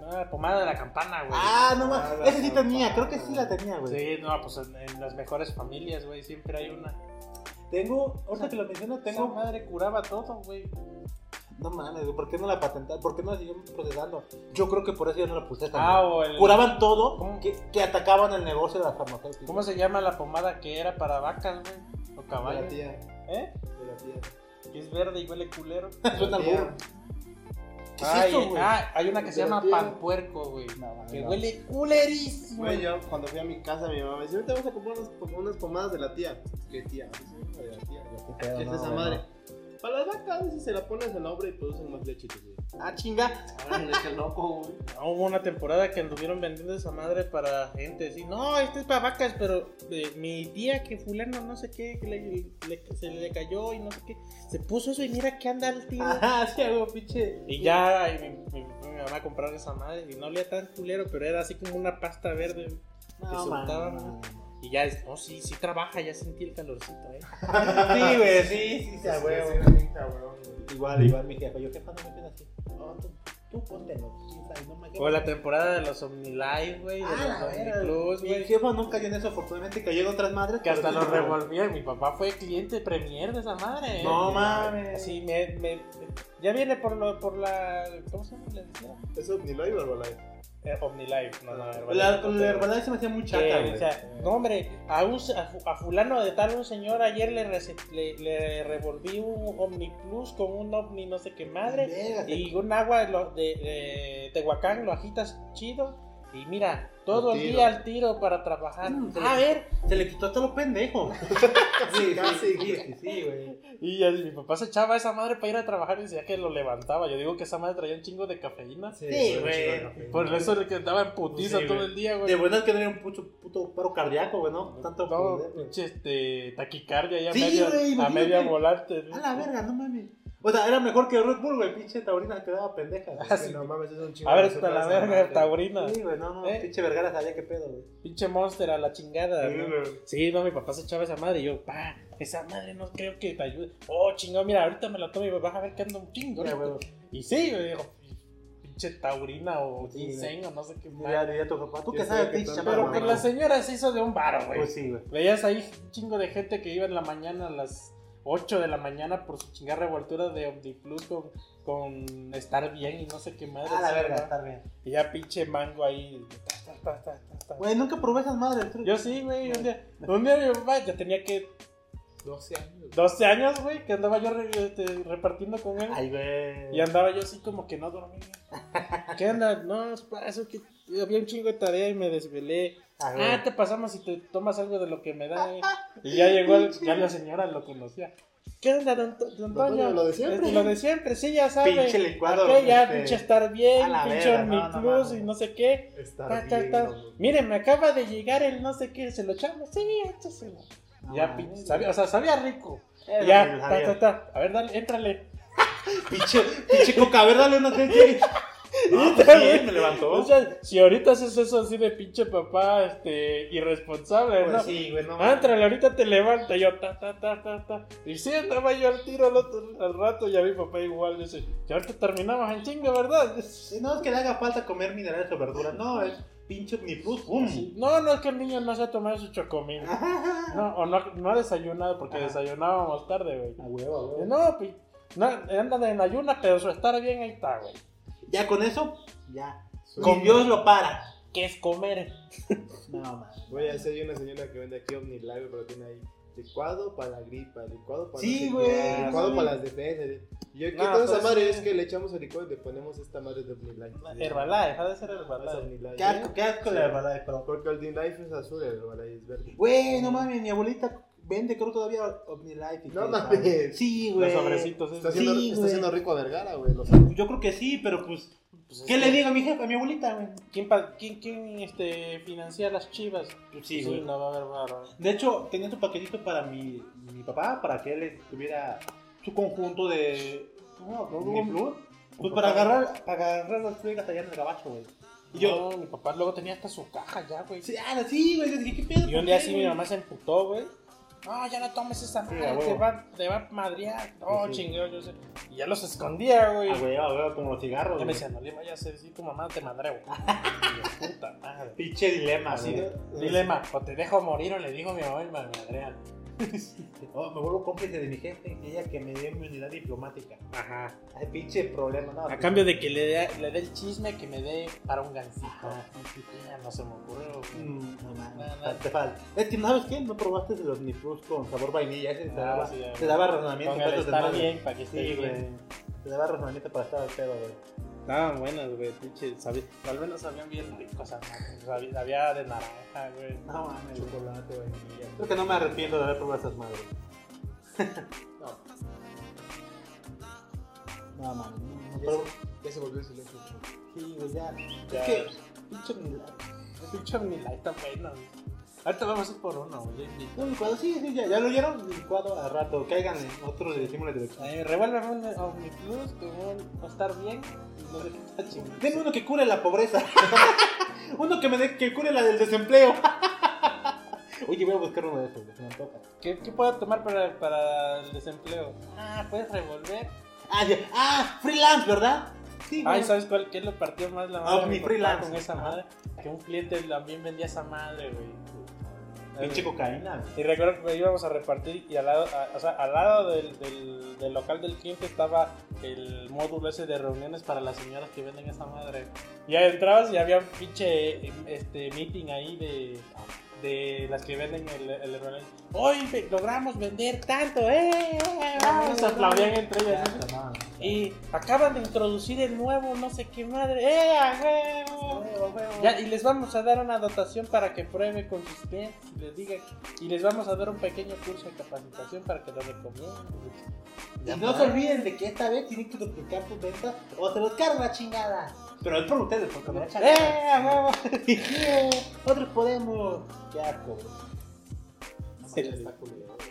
[SPEAKER 2] No, pomada de la campana, güey.
[SPEAKER 1] Ah, no más.
[SPEAKER 4] Ah, la
[SPEAKER 1] Esa sí tenía, creo
[SPEAKER 4] campana.
[SPEAKER 1] que sí la tenía, güey.
[SPEAKER 2] Sí, no, pues en, en las mejores familias, güey, siempre hay una.
[SPEAKER 1] Tengo, ahorita que lo menciono,
[SPEAKER 2] Tengo
[SPEAKER 1] tengo.
[SPEAKER 2] madre curaba todo, güey.
[SPEAKER 1] No mames, güey, ¿por qué no la patentaron? ¿Por qué no la siguieron procesando? Yo creo que por eso ya no la puse
[SPEAKER 2] Ah,
[SPEAKER 1] también.
[SPEAKER 2] o el...
[SPEAKER 1] Curaban todo
[SPEAKER 2] ¿Cómo?
[SPEAKER 1] que, que atacaban el negocio de las farmacéuticas.
[SPEAKER 2] ¿Cómo se llama la pomada que era para vacas, güey? O
[SPEAKER 4] De la
[SPEAKER 2] caballos.
[SPEAKER 4] tía,
[SPEAKER 2] ¿Eh?
[SPEAKER 4] de la tía.
[SPEAKER 2] Que es verde y huele culero.
[SPEAKER 1] Suena al burro.
[SPEAKER 3] ¿Qué es
[SPEAKER 2] Ay,
[SPEAKER 3] esto, güey?
[SPEAKER 2] ah, hay una que se
[SPEAKER 4] De
[SPEAKER 2] llama
[SPEAKER 4] la tierra. Ah,
[SPEAKER 2] pan puerco, güey.
[SPEAKER 1] No,
[SPEAKER 2] que
[SPEAKER 1] no.
[SPEAKER 2] huele culerísimo.
[SPEAKER 4] Güey, yo cuando fui a mi casa, mi mamá me dice: Ahorita vamos a comprar unas, pom- unas pomadas de la tía. ¿Qué tía? Dice, "Una de la tía. Yo,
[SPEAKER 1] Qué pedo,
[SPEAKER 4] ¿Qué es
[SPEAKER 1] no,
[SPEAKER 4] esa
[SPEAKER 1] güey,
[SPEAKER 4] madre?
[SPEAKER 1] no.
[SPEAKER 4] Para las vacas, dice, se la pones en la obra y producen más leche. dice.
[SPEAKER 3] Ah, chinga. Ahora me deja loco, güey.
[SPEAKER 2] No, hubo una temporada que anduvieron vendiendo esa madre para gente. Decir, no, esto es para vacas, pero eh, mi tía que fulano no sé qué, que le- le- se le cayó y no sé qué. Se puso eso y mira que anda el tío.
[SPEAKER 3] Ajá, sí, hago pinche.
[SPEAKER 2] Y ya y mi, mi- mi mamá a comprar esa madre y no olía tan culero, pero era así como una pasta verde. güey.
[SPEAKER 3] No,
[SPEAKER 2] que
[SPEAKER 3] man.
[SPEAKER 2] soltaban. Y ya, es, no, sí, sí trabaja, ya sentí el calorcito, eh.
[SPEAKER 1] Sí, güey, sí, sí, se huevo. Igual, igual mi jefa, yo jefa no me quedo así. No, tú, tú póntelo, quién sabe, no me
[SPEAKER 2] O la temporada de los OmniLife, güey, de
[SPEAKER 3] Ah, la
[SPEAKER 2] los
[SPEAKER 3] verga.
[SPEAKER 2] OmniPlus,
[SPEAKER 1] Mi
[SPEAKER 2] güey.
[SPEAKER 1] jefa nunca cayó en eso, afortunadamente cayó en otras madres.
[SPEAKER 2] Que hasta
[SPEAKER 1] pero
[SPEAKER 2] lo
[SPEAKER 1] sí, güey.
[SPEAKER 2] revolvía. Mi papá fue cliente premier de esa madre. eh.
[SPEAKER 1] No mames.
[SPEAKER 2] Sí, me, me- ya viene por lo, por la, ¿cómo se llama? ¿Le decía?
[SPEAKER 4] Eso ni lo iba al
[SPEAKER 2] Eh, OmniLife, no, no,
[SPEAKER 1] La,
[SPEAKER 2] Herbalife.
[SPEAKER 1] con la Herbalife se me hacía muy
[SPEAKER 2] Que,
[SPEAKER 1] chaca,
[SPEAKER 2] o
[SPEAKER 1] güey.
[SPEAKER 2] sea, no hombre, a, un, a, fu- a fulano de tal un señor ayer le, rece- le, le revolví un OmniPlus con un Omni no sé qué madre
[SPEAKER 3] Verga, te-
[SPEAKER 2] y un agua lo- de, de Tehuacán, lo agitas chido y mira, todo
[SPEAKER 4] Al
[SPEAKER 2] el
[SPEAKER 4] tiro.
[SPEAKER 2] día al tiro para trabajar.
[SPEAKER 1] Mm,
[SPEAKER 2] a ver,
[SPEAKER 1] Se le quitó hasta los pendejos.
[SPEAKER 4] Casi, casi,
[SPEAKER 1] Sí,
[SPEAKER 4] güey.
[SPEAKER 1] sí, sí, güey.
[SPEAKER 2] Y el- mi papá se echaba esa madre para ir a trabajar y decía que lo levantaba. Yo digo que esa madre traía un chingo de cafeína.
[SPEAKER 1] Sí,
[SPEAKER 2] Y Por eso le quedaba en putiza
[SPEAKER 1] Sí,
[SPEAKER 2] todo
[SPEAKER 1] güey.
[SPEAKER 2] el día, güey.
[SPEAKER 1] De buenas que no era un puto, puto paro cardíaco, güey, ¿no? Tanto
[SPEAKER 2] Todo
[SPEAKER 1] poder, güey.
[SPEAKER 2] pinche este, taquicardia ya
[SPEAKER 1] Sí,
[SPEAKER 2] media,
[SPEAKER 1] güey,
[SPEAKER 2] a
[SPEAKER 1] imagínate.
[SPEAKER 2] media volante. ¿no?
[SPEAKER 1] A la verga, no mames. O sea, era mejor que Red Bull, güey, pinche taurina quedaba pendeja. güey.
[SPEAKER 2] Ah, sí.
[SPEAKER 4] No mames, es un chingo.
[SPEAKER 2] A ver,
[SPEAKER 4] de
[SPEAKER 2] hasta la
[SPEAKER 4] azúcar esa
[SPEAKER 2] verga,
[SPEAKER 4] madre.
[SPEAKER 2] taurina.
[SPEAKER 1] Sí, güey, no, no,
[SPEAKER 2] ¿Eh?
[SPEAKER 1] pinche vergara sabía qué pedo, güey.
[SPEAKER 2] Pinche monster a la chingada.
[SPEAKER 1] Sí,
[SPEAKER 2] ¿no?
[SPEAKER 1] güey.
[SPEAKER 2] Sí, no, mi papá se echaba esa madre y yo, pa, esa madre no creo que te ayude. Oh, chingado, mira, ahorita me la tomo y vas a ver que ando un chingo.
[SPEAKER 1] Ya,
[SPEAKER 2] ahorita.
[SPEAKER 1] güey.
[SPEAKER 2] Y sí, yo digo, pinche taurina o
[SPEAKER 1] Sí, güey.
[SPEAKER 2] ginseng o no sé qué
[SPEAKER 1] Diría, diría tu papá, tú
[SPEAKER 4] Yo
[SPEAKER 1] qué
[SPEAKER 4] sabía
[SPEAKER 1] sabes,
[SPEAKER 4] que
[SPEAKER 1] pinche
[SPEAKER 4] tanto
[SPEAKER 1] chaparro,
[SPEAKER 2] Pero
[SPEAKER 4] mamá.
[SPEAKER 2] pues
[SPEAKER 1] mamá?
[SPEAKER 2] la señora se hizo de un varo, güey.
[SPEAKER 1] Pues sí, güey.
[SPEAKER 2] Veías ahí un chingo de gente que iba en la mañana a las 8 de la mañana por su chingada revoltura de OmniPlus con, con estar bien y no sé qué madre.
[SPEAKER 1] A la
[SPEAKER 2] sí,
[SPEAKER 1] verga,
[SPEAKER 2] ¿no?
[SPEAKER 1] estar bien.
[SPEAKER 2] Y ya pinche mango ahí. ta, ta, ta, ta, ta, ta.
[SPEAKER 1] Güey, nunca probé esas madres,
[SPEAKER 2] Yo sí, güey. Un día, un día mi papá ya tenía que
[SPEAKER 4] 12 años.
[SPEAKER 2] 12 años, güey, que andaba yo re- este, repartiendo con él.
[SPEAKER 1] Ay, güey.
[SPEAKER 2] Y andaba yo así como que no dormía. ¿Qué onda? No, es para eso que había un chingo de tarea y me desvelé.
[SPEAKER 1] Ah, güey.
[SPEAKER 2] Ah, te pasamos y te tomas algo de lo que me da. eh. Y ya llegó, el- ya la señora lo conocía. ¿Qué onda, don, To- don
[SPEAKER 4] Don Toño,
[SPEAKER 2] Toño?
[SPEAKER 4] lo de siempre.
[SPEAKER 2] Este, lo de siempre, sí, ya sabe.
[SPEAKER 1] Pinche licuado,
[SPEAKER 2] Aquel ya,
[SPEAKER 1] este,
[SPEAKER 2] pinche estar
[SPEAKER 1] a
[SPEAKER 2] bien,
[SPEAKER 1] la
[SPEAKER 2] pinche
[SPEAKER 1] verga,
[SPEAKER 2] mi
[SPEAKER 1] no, no
[SPEAKER 2] plus
[SPEAKER 1] mames.
[SPEAKER 2] y no sé qué.
[SPEAKER 4] Estar
[SPEAKER 2] Ta, ta,
[SPEAKER 4] bien,
[SPEAKER 2] ta.
[SPEAKER 4] hombre.
[SPEAKER 2] Mire, me acaba de llegar el no sé qué, se lo echamos. Sí, échaselo.
[SPEAKER 1] No
[SPEAKER 2] ya,
[SPEAKER 1] mames.
[SPEAKER 2] pinche, sabía, o sea, sabía rico.
[SPEAKER 1] Eh,
[SPEAKER 2] ya,
[SPEAKER 1] güey,
[SPEAKER 2] ta,
[SPEAKER 1] sabía.
[SPEAKER 2] ta, ta. A ver, dale, éntrale.
[SPEAKER 1] Pinche, pinche coca, a ver, dale una tres, sí. No, pues sí, me levantó.
[SPEAKER 2] O sea, si ahorita haces eso así de pinche papá, este, irresponsable, ¿no?
[SPEAKER 1] Pues sí, güey, no
[SPEAKER 2] Ah, Ándale, ahorita te levanta, yo ta ta ta ta ta. Y sí, andaba yo al tiro al, otro- al rato y a mi papá igual dice, ya ahorita terminamos en chinga, ¿verdad?
[SPEAKER 1] Sí, No es que le haga falta comer minerales o verduras, no, es pinche mi plus, pum.
[SPEAKER 2] Sí, No, no es que el niño no se ha tomado su chocomil. No, o no, no ha desayunado porque
[SPEAKER 1] Ajá. Ah,
[SPEAKER 2] desayunábamos tarde, güey.
[SPEAKER 1] A huevo, a
[SPEAKER 2] Y No, pi- no, andan en ayuna, pero su estar bien ahí está, güey.
[SPEAKER 1] Ya con eso, ya.
[SPEAKER 4] Sí.
[SPEAKER 1] Con Dios lo para.
[SPEAKER 2] ¿Qué es comer?
[SPEAKER 1] No, man.
[SPEAKER 4] Güey, así hay una señora que vende aquí OmniLive, pero tiene ahí licuado para la gripa, licuado para.
[SPEAKER 1] Sí,
[SPEAKER 4] no sé
[SPEAKER 1] güey,
[SPEAKER 4] qué, Licuado
[SPEAKER 1] sí.
[SPEAKER 4] para las defensas. Y yo, ¿qué
[SPEAKER 2] No,
[SPEAKER 4] tal esa
[SPEAKER 2] pero
[SPEAKER 4] madre?
[SPEAKER 2] sí.
[SPEAKER 4] Es que le echamos el licuado y le ponemos esta madre de OmniLife.
[SPEAKER 2] Herbalife, ha de ser
[SPEAKER 4] Es
[SPEAKER 2] Herbalife.
[SPEAKER 4] OmniLife.
[SPEAKER 1] Qué asco, qué asco
[SPEAKER 4] Sí.
[SPEAKER 1] la verdad, pero.
[SPEAKER 4] Porque OmniLife es azul, el Herbalife es verde.
[SPEAKER 1] Güey, no mames, mi abuelita vende, creo todavía OmniLife. y
[SPEAKER 4] No
[SPEAKER 1] que-
[SPEAKER 4] mames.
[SPEAKER 1] Sí,
[SPEAKER 2] Los
[SPEAKER 1] güey.
[SPEAKER 2] sobrecitos,
[SPEAKER 4] Está
[SPEAKER 2] esos.
[SPEAKER 1] Sí,
[SPEAKER 4] haciendo,
[SPEAKER 1] güey.
[SPEAKER 4] está haciendo rico a Vergara, güey. Lo sabes.
[SPEAKER 1] Yo creo que sí, pero pues.
[SPEAKER 2] Pues,
[SPEAKER 1] ¿Qué
[SPEAKER 2] este,
[SPEAKER 1] le digo a mi jefa, a mi abuelita, güey?
[SPEAKER 2] ¿Quién, pa- quién, quién, este, financia las chivas?
[SPEAKER 1] Pues
[SPEAKER 2] no va a haber barro.
[SPEAKER 1] De hecho, tenía su paquetito para mi, mi papá, para que él tuviera su conjunto de. No,
[SPEAKER 2] no,
[SPEAKER 1] Pues para agarrar, para agarrar las pegas allá en el gabacho, güey. Y yo,
[SPEAKER 2] No, mi papá luego tenía hasta su caja ya, güey.
[SPEAKER 1] sí, ah, sí, güey, yo dije, ¿qué pedo?
[SPEAKER 2] Y un
[SPEAKER 1] ¿Por
[SPEAKER 2] día
[SPEAKER 1] qué,
[SPEAKER 2] así
[SPEAKER 1] güey?
[SPEAKER 2] mi mamá se emputó, güey. No, ya no tomes esa
[SPEAKER 1] a
[SPEAKER 2] madre,
[SPEAKER 1] huevo.
[SPEAKER 2] te, va, te va a madrear. No,
[SPEAKER 1] Sí, sí.
[SPEAKER 2] chingado, yo sé. Y ya los escondía, güey.
[SPEAKER 1] Ah, güey, ah, güey, como los cigarros,
[SPEAKER 2] Ya me
[SPEAKER 1] güey.
[SPEAKER 2] decía, no le vayas a decir tu mamá, te madreo. Y yo, puta madre.
[SPEAKER 1] Pinche dilema,
[SPEAKER 2] Así
[SPEAKER 1] güey.
[SPEAKER 2] de, dilema, o te dejo morir o le digo a mi mamá y me madrean.
[SPEAKER 1] Oh, me vuelvo cómplice de mi jefe, ella que me dio mi unidad diplomática.
[SPEAKER 2] Ajá.
[SPEAKER 1] Ay, pinche problema, no.
[SPEAKER 2] A cambio de que le dé le dé el chisme que me dé para un gancito.
[SPEAKER 1] Ajá.
[SPEAKER 2] Ya no se me ocurrió. güey.
[SPEAKER 1] Mm, No, man,
[SPEAKER 2] No, no.
[SPEAKER 1] fal- te falta. Es que, ¿sabes qué? No probaste los Omnifrus con sabor vainilla. Ese te
[SPEAKER 2] Ah,
[SPEAKER 1] daba,
[SPEAKER 2] sí, ya,
[SPEAKER 1] te
[SPEAKER 2] güey.
[SPEAKER 1] daba razonamiento
[SPEAKER 2] Con
[SPEAKER 1] para
[SPEAKER 2] el
[SPEAKER 1] estos
[SPEAKER 2] estar
[SPEAKER 1] desmadres.
[SPEAKER 2] bien, para que esté
[SPEAKER 1] Sí,
[SPEAKER 2] bien.
[SPEAKER 1] güey. Te daba razonamiento para estar al pedo, güey. Estaban buenas, güey, pinche. sabi- Al menos sabían bien ricos. ah, sabi- Había de naranja, güey. No mames.
[SPEAKER 4] Chocolate, vainilla.
[SPEAKER 1] Creo que no me arrepiento de haber probado esas madres.
[SPEAKER 2] No, man.
[SPEAKER 4] Ya,
[SPEAKER 2] Pero,
[SPEAKER 4] se- ya se volvió el silencio.
[SPEAKER 2] sí, güey, ya.
[SPEAKER 1] Ya.
[SPEAKER 2] Es que, pinche Omnilife. El pinche Omnilife está bueno, güey. Ahorita vamos a ir por uno, güey. yo invito.
[SPEAKER 1] Un licuado, sí, sí, ya, ya lo oyeron. Un licuado a rato. Caigan, nosotros le decimos la dirección.
[SPEAKER 2] Eh, revuélveme un Omni Plus que va a estar bien. y No sé qué está chingón.
[SPEAKER 1] Deme uno que cure la pobreza. uno que me dé- que cure la del desempleo. Oye, voy a buscar uno de esos, que se me antoja.
[SPEAKER 2] ¿Qué, qué puedo tomar para, para el desempleo? Ah, puedes revolver.
[SPEAKER 1] Ah, ya. ah, freelance, ¿verdad? Sí,
[SPEAKER 2] Ay,
[SPEAKER 1] güey.
[SPEAKER 2] ¿sabes cuál? ¿Qué le partió más la madre? a
[SPEAKER 1] Omni
[SPEAKER 2] mi papá
[SPEAKER 1] freelance.
[SPEAKER 2] Con esa madre. Que un cliente también vendía esa madre, güey.
[SPEAKER 1] Pinche
[SPEAKER 2] Eh,
[SPEAKER 1] cocaína, güey.
[SPEAKER 2] Y recuerdo que íbamos a repartir y al lado, a- o sea, al lado del, del- del local del cliente estaba el módulo ese de reuniones para las señoras que venden esa madre. Y ahí entrabas y había un pinche eh, este, meeting ahí de, de las que venden el, el reloj. Hoy ve- logramos vender tanto, ¡eh!
[SPEAKER 1] Ah,
[SPEAKER 2] Se aplaudían entre ellas.
[SPEAKER 1] Ya, tomá.
[SPEAKER 2] Y acaban de introducir el nuevo, no sé qué madre. ¡Eh, a huevo! Ya, y les vamos a dar una dotación para que pruebe con sus clientes y les diga. Y les vamos a dar un pequeño curso de capacitación para que lo recomienden.
[SPEAKER 1] Y no se olviden de que esta vez tienen que duplicar tus ventas o se los cargo la chingada. Pero es por ustedes, porque me da chance.
[SPEAKER 2] ¡Eh, a huevo!
[SPEAKER 1] ¡Eh! Nosotros podemos. pues. Qué asco, bro.
[SPEAKER 2] Sí,
[SPEAKER 1] Está
[SPEAKER 2] sí.
[SPEAKER 1] culero, güey.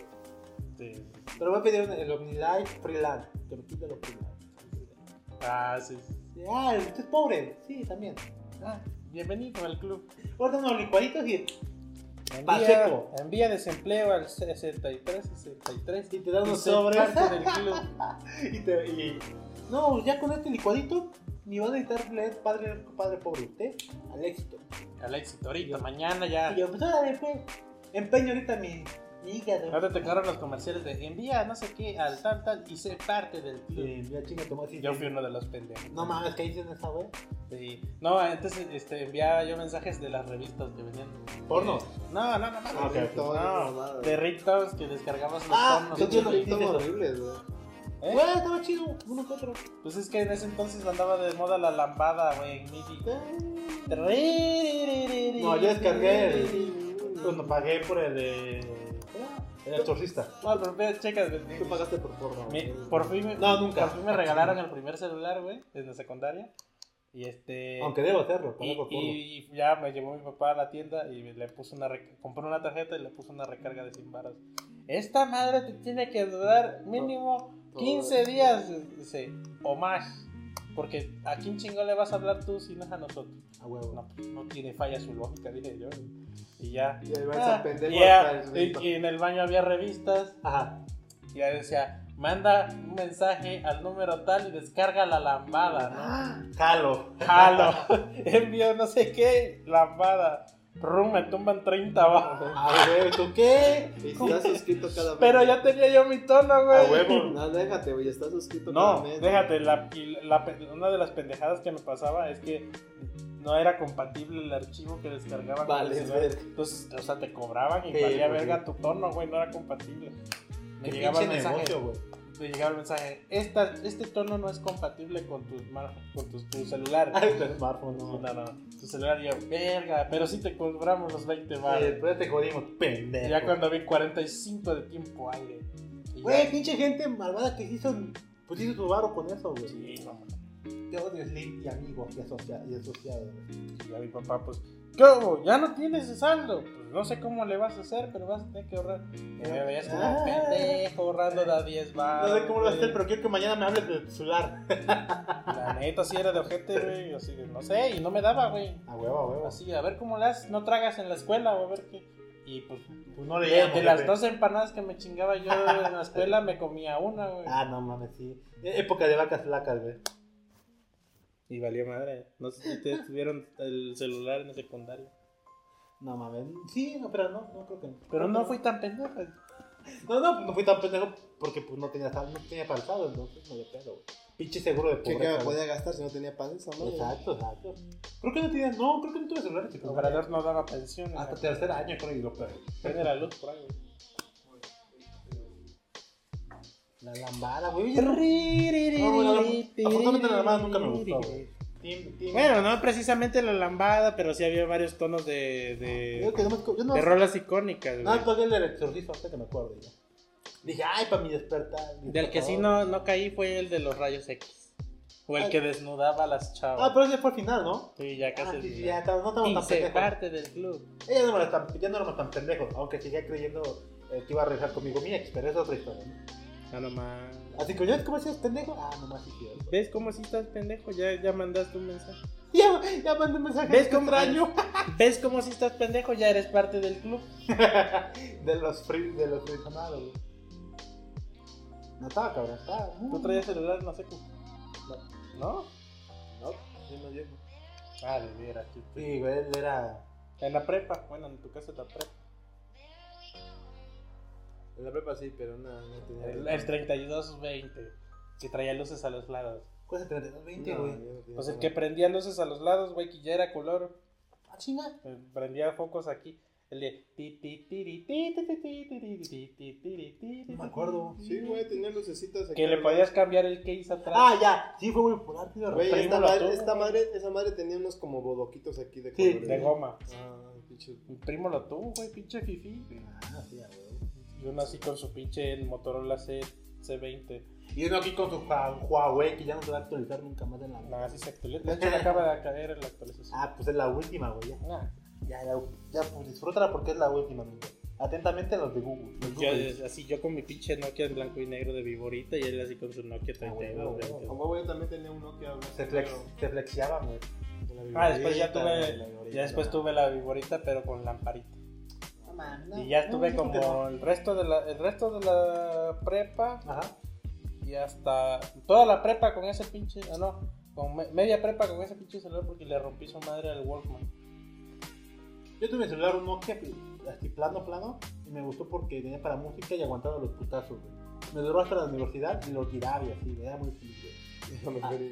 [SPEAKER 1] Este,
[SPEAKER 2] Sí.
[SPEAKER 1] Pero voy a pedir el OmniLife Freelance, que me quite los freelance.
[SPEAKER 2] Ah, sí.
[SPEAKER 1] Ah, usted es pobre. Sí, también.
[SPEAKER 2] Ah, bienvenido al club.
[SPEAKER 1] Ahorita unos licuaditos y,
[SPEAKER 2] Envía,
[SPEAKER 1] Pacheco.
[SPEAKER 2] envía desempleo al 63 63
[SPEAKER 1] y te dan
[SPEAKER 2] y
[SPEAKER 1] unos
[SPEAKER 2] sé
[SPEAKER 1] sobres.
[SPEAKER 2] parte del club.
[SPEAKER 1] Y te- y- No, ya con este licuadito ni van a necesitar leer padre rico, padre pobre. Usted al éxito.
[SPEAKER 2] Al éxito ahorita, mañana ya.
[SPEAKER 1] Y yo, pues ahora después empeño ahorita mi, mi hígado.
[SPEAKER 2] Ahora te tocaron los comerciales de envía no sé qué al tal tal y sé parte del club.
[SPEAKER 1] Sí, ya chinga tu madre.
[SPEAKER 2] Yo fui uno de los pendejos.
[SPEAKER 1] No mames, que dicen esa wey.
[SPEAKER 2] Sí. No, antes este, enviaba yo mensajes de las revistas que venían.
[SPEAKER 1] Porno.
[SPEAKER 2] No, no, no, no.
[SPEAKER 1] Ah, ok,
[SPEAKER 2] de-
[SPEAKER 1] ok.
[SPEAKER 2] no, de ringtones que descargabas los
[SPEAKER 1] Ah,
[SPEAKER 2] pornos.
[SPEAKER 1] yo
[SPEAKER 4] Son
[SPEAKER 1] entiendo.
[SPEAKER 4] tan horribles, güey.
[SPEAKER 2] ¿Eh?
[SPEAKER 1] Güey, estaba chido, uno que otro.
[SPEAKER 2] Pues es que en ese entonces andaba de moda la lambada, güey, en MIDI.
[SPEAKER 1] No, yo descargué el. Cuando pagué por el de. El exorcista.
[SPEAKER 2] No, pero ve, checa, ve,
[SPEAKER 4] Tú pagaste por porno.
[SPEAKER 2] me-
[SPEAKER 4] güey.
[SPEAKER 2] por fin me,
[SPEAKER 1] No, nunca.
[SPEAKER 2] por fin me regalaron el primer celular, güey, en la secundaria. Y este.
[SPEAKER 1] Aunque debo hacerlo,
[SPEAKER 2] Y,
[SPEAKER 1] pagué por porno.
[SPEAKER 2] y- y ya me llevó mi papá a la tienda y le puso una rec- compró una tarjeta y le puso una recarga de 100 varas. Esta madre te tiene que durar mínimo 15 días, dice, o más. Porque a quién chingón le vas a hablar tú si no es a nosotros.
[SPEAKER 1] A huevo.
[SPEAKER 2] No, pues, no tiene falla su lógica, dije yo. Y ya.
[SPEAKER 4] Y ahí va
[SPEAKER 2] Ah,
[SPEAKER 4] ese pendejo
[SPEAKER 2] ya,
[SPEAKER 4] hasta
[SPEAKER 2] y,
[SPEAKER 4] el grito.
[SPEAKER 2] y en el baño había revistas
[SPEAKER 1] Ajá.
[SPEAKER 2] y ya decía, manda un mensaje al número tal y descarga la lambada, ¿no?
[SPEAKER 4] Ah,
[SPEAKER 1] Ah. Jalo.
[SPEAKER 2] Jalo. Envío no sé qué, lambada. Rum, me tumban 30 abajo.
[SPEAKER 1] A huevo, ¿tú qué?
[SPEAKER 4] Y si estás suscrito cada mes.
[SPEAKER 2] Pero ya tenía yo mi tono, güey.
[SPEAKER 4] No, déjate, güey. Estás suscrito
[SPEAKER 2] No,
[SPEAKER 4] cada mes.
[SPEAKER 2] déjate, la, y la pe- una de las pendejadas que me pasaba es que no era compatible el archivo que descargaba con el
[SPEAKER 4] Vale,
[SPEAKER 2] celular.
[SPEAKER 4] verga.
[SPEAKER 2] Entonces, o sea, te cobraban y
[SPEAKER 1] Sí,
[SPEAKER 2] valía
[SPEAKER 1] pues,
[SPEAKER 2] verga tu tono, güey, no era compatible. Me
[SPEAKER 1] Qué
[SPEAKER 2] llegaba, el
[SPEAKER 1] pinche
[SPEAKER 2] mensaje,
[SPEAKER 1] negocio, güey.
[SPEAKER 2] me llegaba el mensaje, "Esta- este tono no es compatible con tu, smart- con tu, tu celular.
[SPEAKER 1] Ay, tu smartphone, no.
[SPEAKER 2] No, no, no. Tu celular yo, verga, pero sí te cobramos los 20
[SPEAKER 1] Y
[SPEAKER 2] baros.
[SPEAKER 1] después te jodimos, pendejo.
[SPEAKER 2] ya cuando vi 45 de tiempo aire. Y
[SPEAKER 1] Güey,
[SPEAKER 2] ya,
[SPEAKER 1] pinche gente malvada que se hizo, pues hizo su barro con eso, güey.
[SPEAKER 2] sí, mamá.
[SPEAKER 1] Te odio, Slim, y amigo, y, asocia- y asociado, güey.
[SPEAKER 2] Y ya mi papá, pues, ¿qué hubo? ¿Ya no tienes el saldo? Pues no sé cómo le vas a hacer, pero vas a tener que ahorrar. Y me veías como
[SPEAKER 1] Ah.
[SPEAKER 2] pendejo ahorrando da 10
[SPEAKER 1] No
[SPEAKER 2] baros.
[SPEAKER 1] sé cómo lo vas a hacer,
[SPEAKER 2] güey.
[SPEAKER 1] pero quiero que mañana me hables de tu celular.
[SPEAKER 2] La neta sí era de ojete, güey. Así de, no sé, y no me daba, güey.
[SPEAKER 1] A huevo, a huevo.
[SPEAKER 2] Así, a ver cómo las no tragas en la escuela o a ver qué. Y pues,
[SPEAKER 1] Pues no le
[SPEAKER 2] de,
[SPEAKER 1] llamo,
[SPEAKER 2] de las
[SPEAKER 1] jefe.
[SPEAKER 2] 12 empanadas que me chingaba yo en la escuela, me comía una, güey.
[SPEAKER 1] Ah, no mames, sí. Eh, Época de vacas flacas, güey.
[SPEAKER 2] Y valió madre. No sé si ustedes tuvieron el celular en la secundaria.
[SPEAKER 1] No mames. Sí, no, pero no, no creo que Ah, no.
[SPEAKER 2] Pero no fui tan pendejo.
[SPEAKER 1] No, no, pues no fui tan pendejo porque pues no tenía, sal- no tenía faltado, entonces no le pedo, güey. Pinche seguro de
[SPEAKER 4] ¿Qué que
[SPEAKER 1] pobreza.
[SPEAKER 4] me
[SPEAKER 1] güey.
[SPEAKER 4] podía gastar si no tenía pan esa madre?
[SPEAKER 1] Exacto, exacto. Creo que no tenía, no, creo que no tuve celular en
[SPEAKER 2] El
[SPEAKER 1] secundaria.
[SPEAKER 2] obrador no daba pensión.
[SPEAKER 1] Hasta
[SPEAKER 2] Hasta
[SPEAKER 1] tercer año creo y lo perdí.
[SPEAKER 2] prende la luz por ahí. güey. La lambada, güey. No,
[SPEAKER 1] bueno, la- afortunadamente la lambada nunca me gustó, güey. Tim- Tim-
[SPEAKER 2] Bueno, no precisamente la lambada, pero sí había varios tonos de,
[SPEAKER 1] Yo,
[SPEAKER 2] de,
[SPEAKER 1] que no me- yo no, Ah,
[SPEAKER 2] de rolas icónicas,
[SPEAKER 1] no,
[SPEAKER 2] güey.
[SPEAKER 1] todavía el del exorcista, hasta que me acuerdo. ya. Dije, ay, para mi despertar. "Oh".
[SPEAKER 2] Del que sí no, no caí fue el de los rayos X. O el
[SPEAKER 1] Ay.
[SPEAKER 2] que desnudaba a las chavas.
[SPEAKER 1] Ah, pero ese fue el final, ¿no?
[SPEAKER 2] Sí, ya casi.
[SPEAKER 1] Ah,
[SPEAKER 2] el
[SPEAKER 1] sí, sí,
[SPEAKER 2] final.
[SPEAKER 1] ya estamos, no
[SPEAKER 2] Y
[SPEAKER 1] estamos tan
[SPEAKER 2] se
[SPEAKER 1] pendejos.
[SPEAKER 2] parte del club.
[SPEAKER 1] Ella no era tan, ya no éramos tan pendejos, aunque seguía creyendo eh, que iba a regresar conmigo mi ex, pero esa es otra historia. ¿no?
[SPEAKER 2] Ah, No nomás.
[SPEAKER 1] Así que yo, ¿cómo hacías pendejo? Ah, nomás sí, cierto.
[SPEAKER 2] ¿Ves cómo si estás pendejo? Ya, ya mandaste un mensaje.
[SPEAKER 1] Ya, ya mandé un mensaje Este,
[SPEAKER 2] ¿Ves
[SPEAKER 1] de
[SPEAKER 2] cómo-
[SPEAKER 1] extraño
[SPEAKER 2] ¿Ves cómo si estás pendejo? Ya eres parte del club.
[SPEAKER 1] de los free, de los frisonados, güey. No estaba, cabrón, estaba.
[SPEAKER 2] Tú traías celular, no sé cómo. ¿No?
[SPEAKER 4] No, soy más viejo.
[SPEAKER 2] Ah, de veras, tú.
[SPEAKER 1] Sí, güey, él era.
[SPEAKER 2] En la prepa, bueno, en tu casa en la prepa.
[SPEAKER 4] En la prepa sí, pero no, no tenía.
[SPEAKER 2] El, el 3220, que traía luces a los lados.
[SPEAKER 1] ¿Cuál es el 3220,
[SPEAKER 4] No,
[SPEAKER 1] güey?
[SPEAKER 4] yo no tenía
[SPEAKER 2] Pues el
[SPEAKER 4] nada.
[SPEAKER 2] que prendía luces a los lados, güey, que ya era color.
[SPEAKER 1] Ah, chinga.
[SPEAKER 2] eh, Prendía focos aquí. El de. ti, ti, tiri, ti, ti, ti, ti, tiri, ti, ti, tiri, ti, ti,
[SPEAKER 1] No me acuerdo.
[SPEAKER 2] ti, ti,
[SPEAKER 4] Sí, güey, tenía lucecitas aquí.
[SPEAKER 2] Que le podías cambiar el case atrás.
[SPEAKER 1] Ah, ya, sí, fue muy popular, tío.
[SPEAKER 4] Güey,
[SPEAKER 2] Primo
[SPEAKER 4] esta,
[SPEAKER 2] la
[SPEAKER 4] madre,
[SPEAKER 2] tuvo,
[SPEAKER 4] esta
[SPEAKER 2] güey.
[SPEAKER 4] madre, esa madre tenía unos como bodoquitos aquí de
[SPEAKER 1] Sí,
[SPEAKER 4] colores.
[SPEAKER 2] de goma.
[SPEAKER 4] Ah, pinche.
[SPEAKER 2] Mi primo lo tuvo, güey, pinche fifi.
[SPEAKER 1] Ah, sí, ya, güey.
[SPEAKER 2] Y uno así con su pinche Motorola C, C20.
[SPEAKER 1] Y uno aquí con su Hua- Huawei que ya no se va a actualizar nunca más en la.
[SPEAKER 2] Nada, así se actualiza. De hecho, le acaba de caer en la actualización.
[SPEAKER 1] Ah, pues es la última, güey. ya.
[SPEAKER 2] Nah.
[SPEAKER 1] Ya, ya, ya, pues disfrútala porque es la última, amigo. Atentamente los de Google. Los
[SPEAKER 2] Yo, eh,
[SPEAKER 1] Google.
[SPEAKER 2] así yo con mi pinche Nokia en blanco y negro de viborita y él así con su Nokia
[SPEAKER 1] Ah, güey,
[SPEAKER 2] 32.
[SPEAKER 1] güey,
[SPEAKER 2] veinte.
[SPEAKER 4] Como güey, yo también tenía un Nokia. güey,
[SPEAKER 1] Se, flex,
[SPEAKER 4] pero-
[SPEAKER 1] se flexiaban, güey.
[SPEAKER 2] Ah, después ya
[SPEAKER 1] Ahorita,
[SPEAKER 2] tuve,
[SPEAKER 1] la viborita,
[SPEAKER 2] ya después
[SPEAKER 1] no.
[SPEAKER 2] tuve la viborita pero con lamparita.
[SPEAKER 1] No, man, no,
[SPEAKER 2] y ya
[SPEAKER 1] no,
[SPEAKER 2] estuve
[SPEAKER 1] no,
[SPEAKER 2] como
[SPEAKER 1] no.
[SPEAKER 2] el resto de la, el resto de la prepa
[SPEAKER 1] Ajá.
[SPEAKER 2] y hasta toda la prepa con ese pinche, ah, no, con me- media prepa con ese pinche celular porque le rompí su madre al Walkman.
[SPEAKER 1] Yo tuve mi celular un Nokia pl- así plano, plano, y me gustó porque tenía para música y aguantaba los putazos, güey. Me duró hasta la universidad y lo tiraba y así, güey, era muy feliz, güey.
[SPEAKER 4] No, me acuerdo.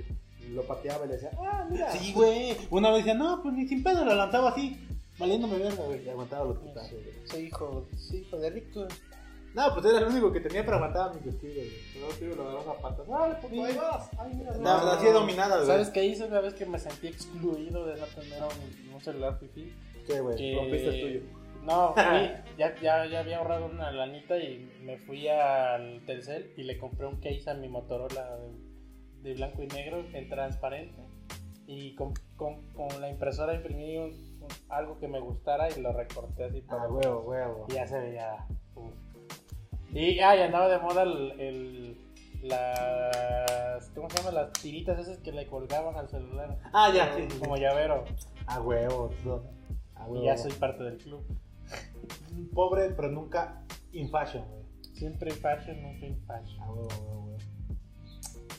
[SPEAKER 4] Lo pateaba y le decía, ah, mira.
[SPEAKER 1] Sí, güey. Una vez decía, no, pues ni sin pedo, lo lanzaba así, valiéndome verga, güey, y aguantaba los putazos, güey.
[SPEAKER 2] Soy hijo, soy hijo de rico.
[SPEAKER 1] No, pues era el único que tenía para aguantar mis vestidos, güey.
[SPEAKER 4] No, tío, lo agarramos a patas. Ah, puto, ahí vas. Ay, mira.
[SPEAKER 1] No,
[SPEAKER 4] no.
[SPEAKER 1] no, así dominada, güey.
[SPEAKER 2] ¿Sabes qué hice una vez que me sentí excluido de no tener un, un celular fifi?
[SPEAKER 1] qué, güey?
[SPEAKER 2] que-
[SPEAKER 4] Rompiste el este tuyo.
[SPEAKER 2] Eh, No, fui, ya, ya, ya había ahorrado una lanita y me fui al Telcel y le compré un case a mi Motorola de, de blanco y negro en transparente. Y con, con- con la impresora imprimí un- un- algo que me gustara y lo recorté así para.
[SPEAKER 1] Ah, huevo, huevo.
[SPEAKER 2] y ya se veía. uf. Y, ah, y andaba de moda el, el- las. ¿Cómo se llama? Las tiritas esas que le colgaban al celular.
[SPEAKER 1] Ah, ya, sí, sí, sí.
[SPEAKER 2] Como llavero.
[SPEAKER 1] A huevo, no. a huevo.
[SPEAKER 2] Y ya soy parte del club.
[SPEAKER 1] pobre, pero nunca in fashion, güey.
[SPEAKER 2] Siempre fashion, nunca in fashion.
[SPEAKER 1] A huevo, a huevo, güey.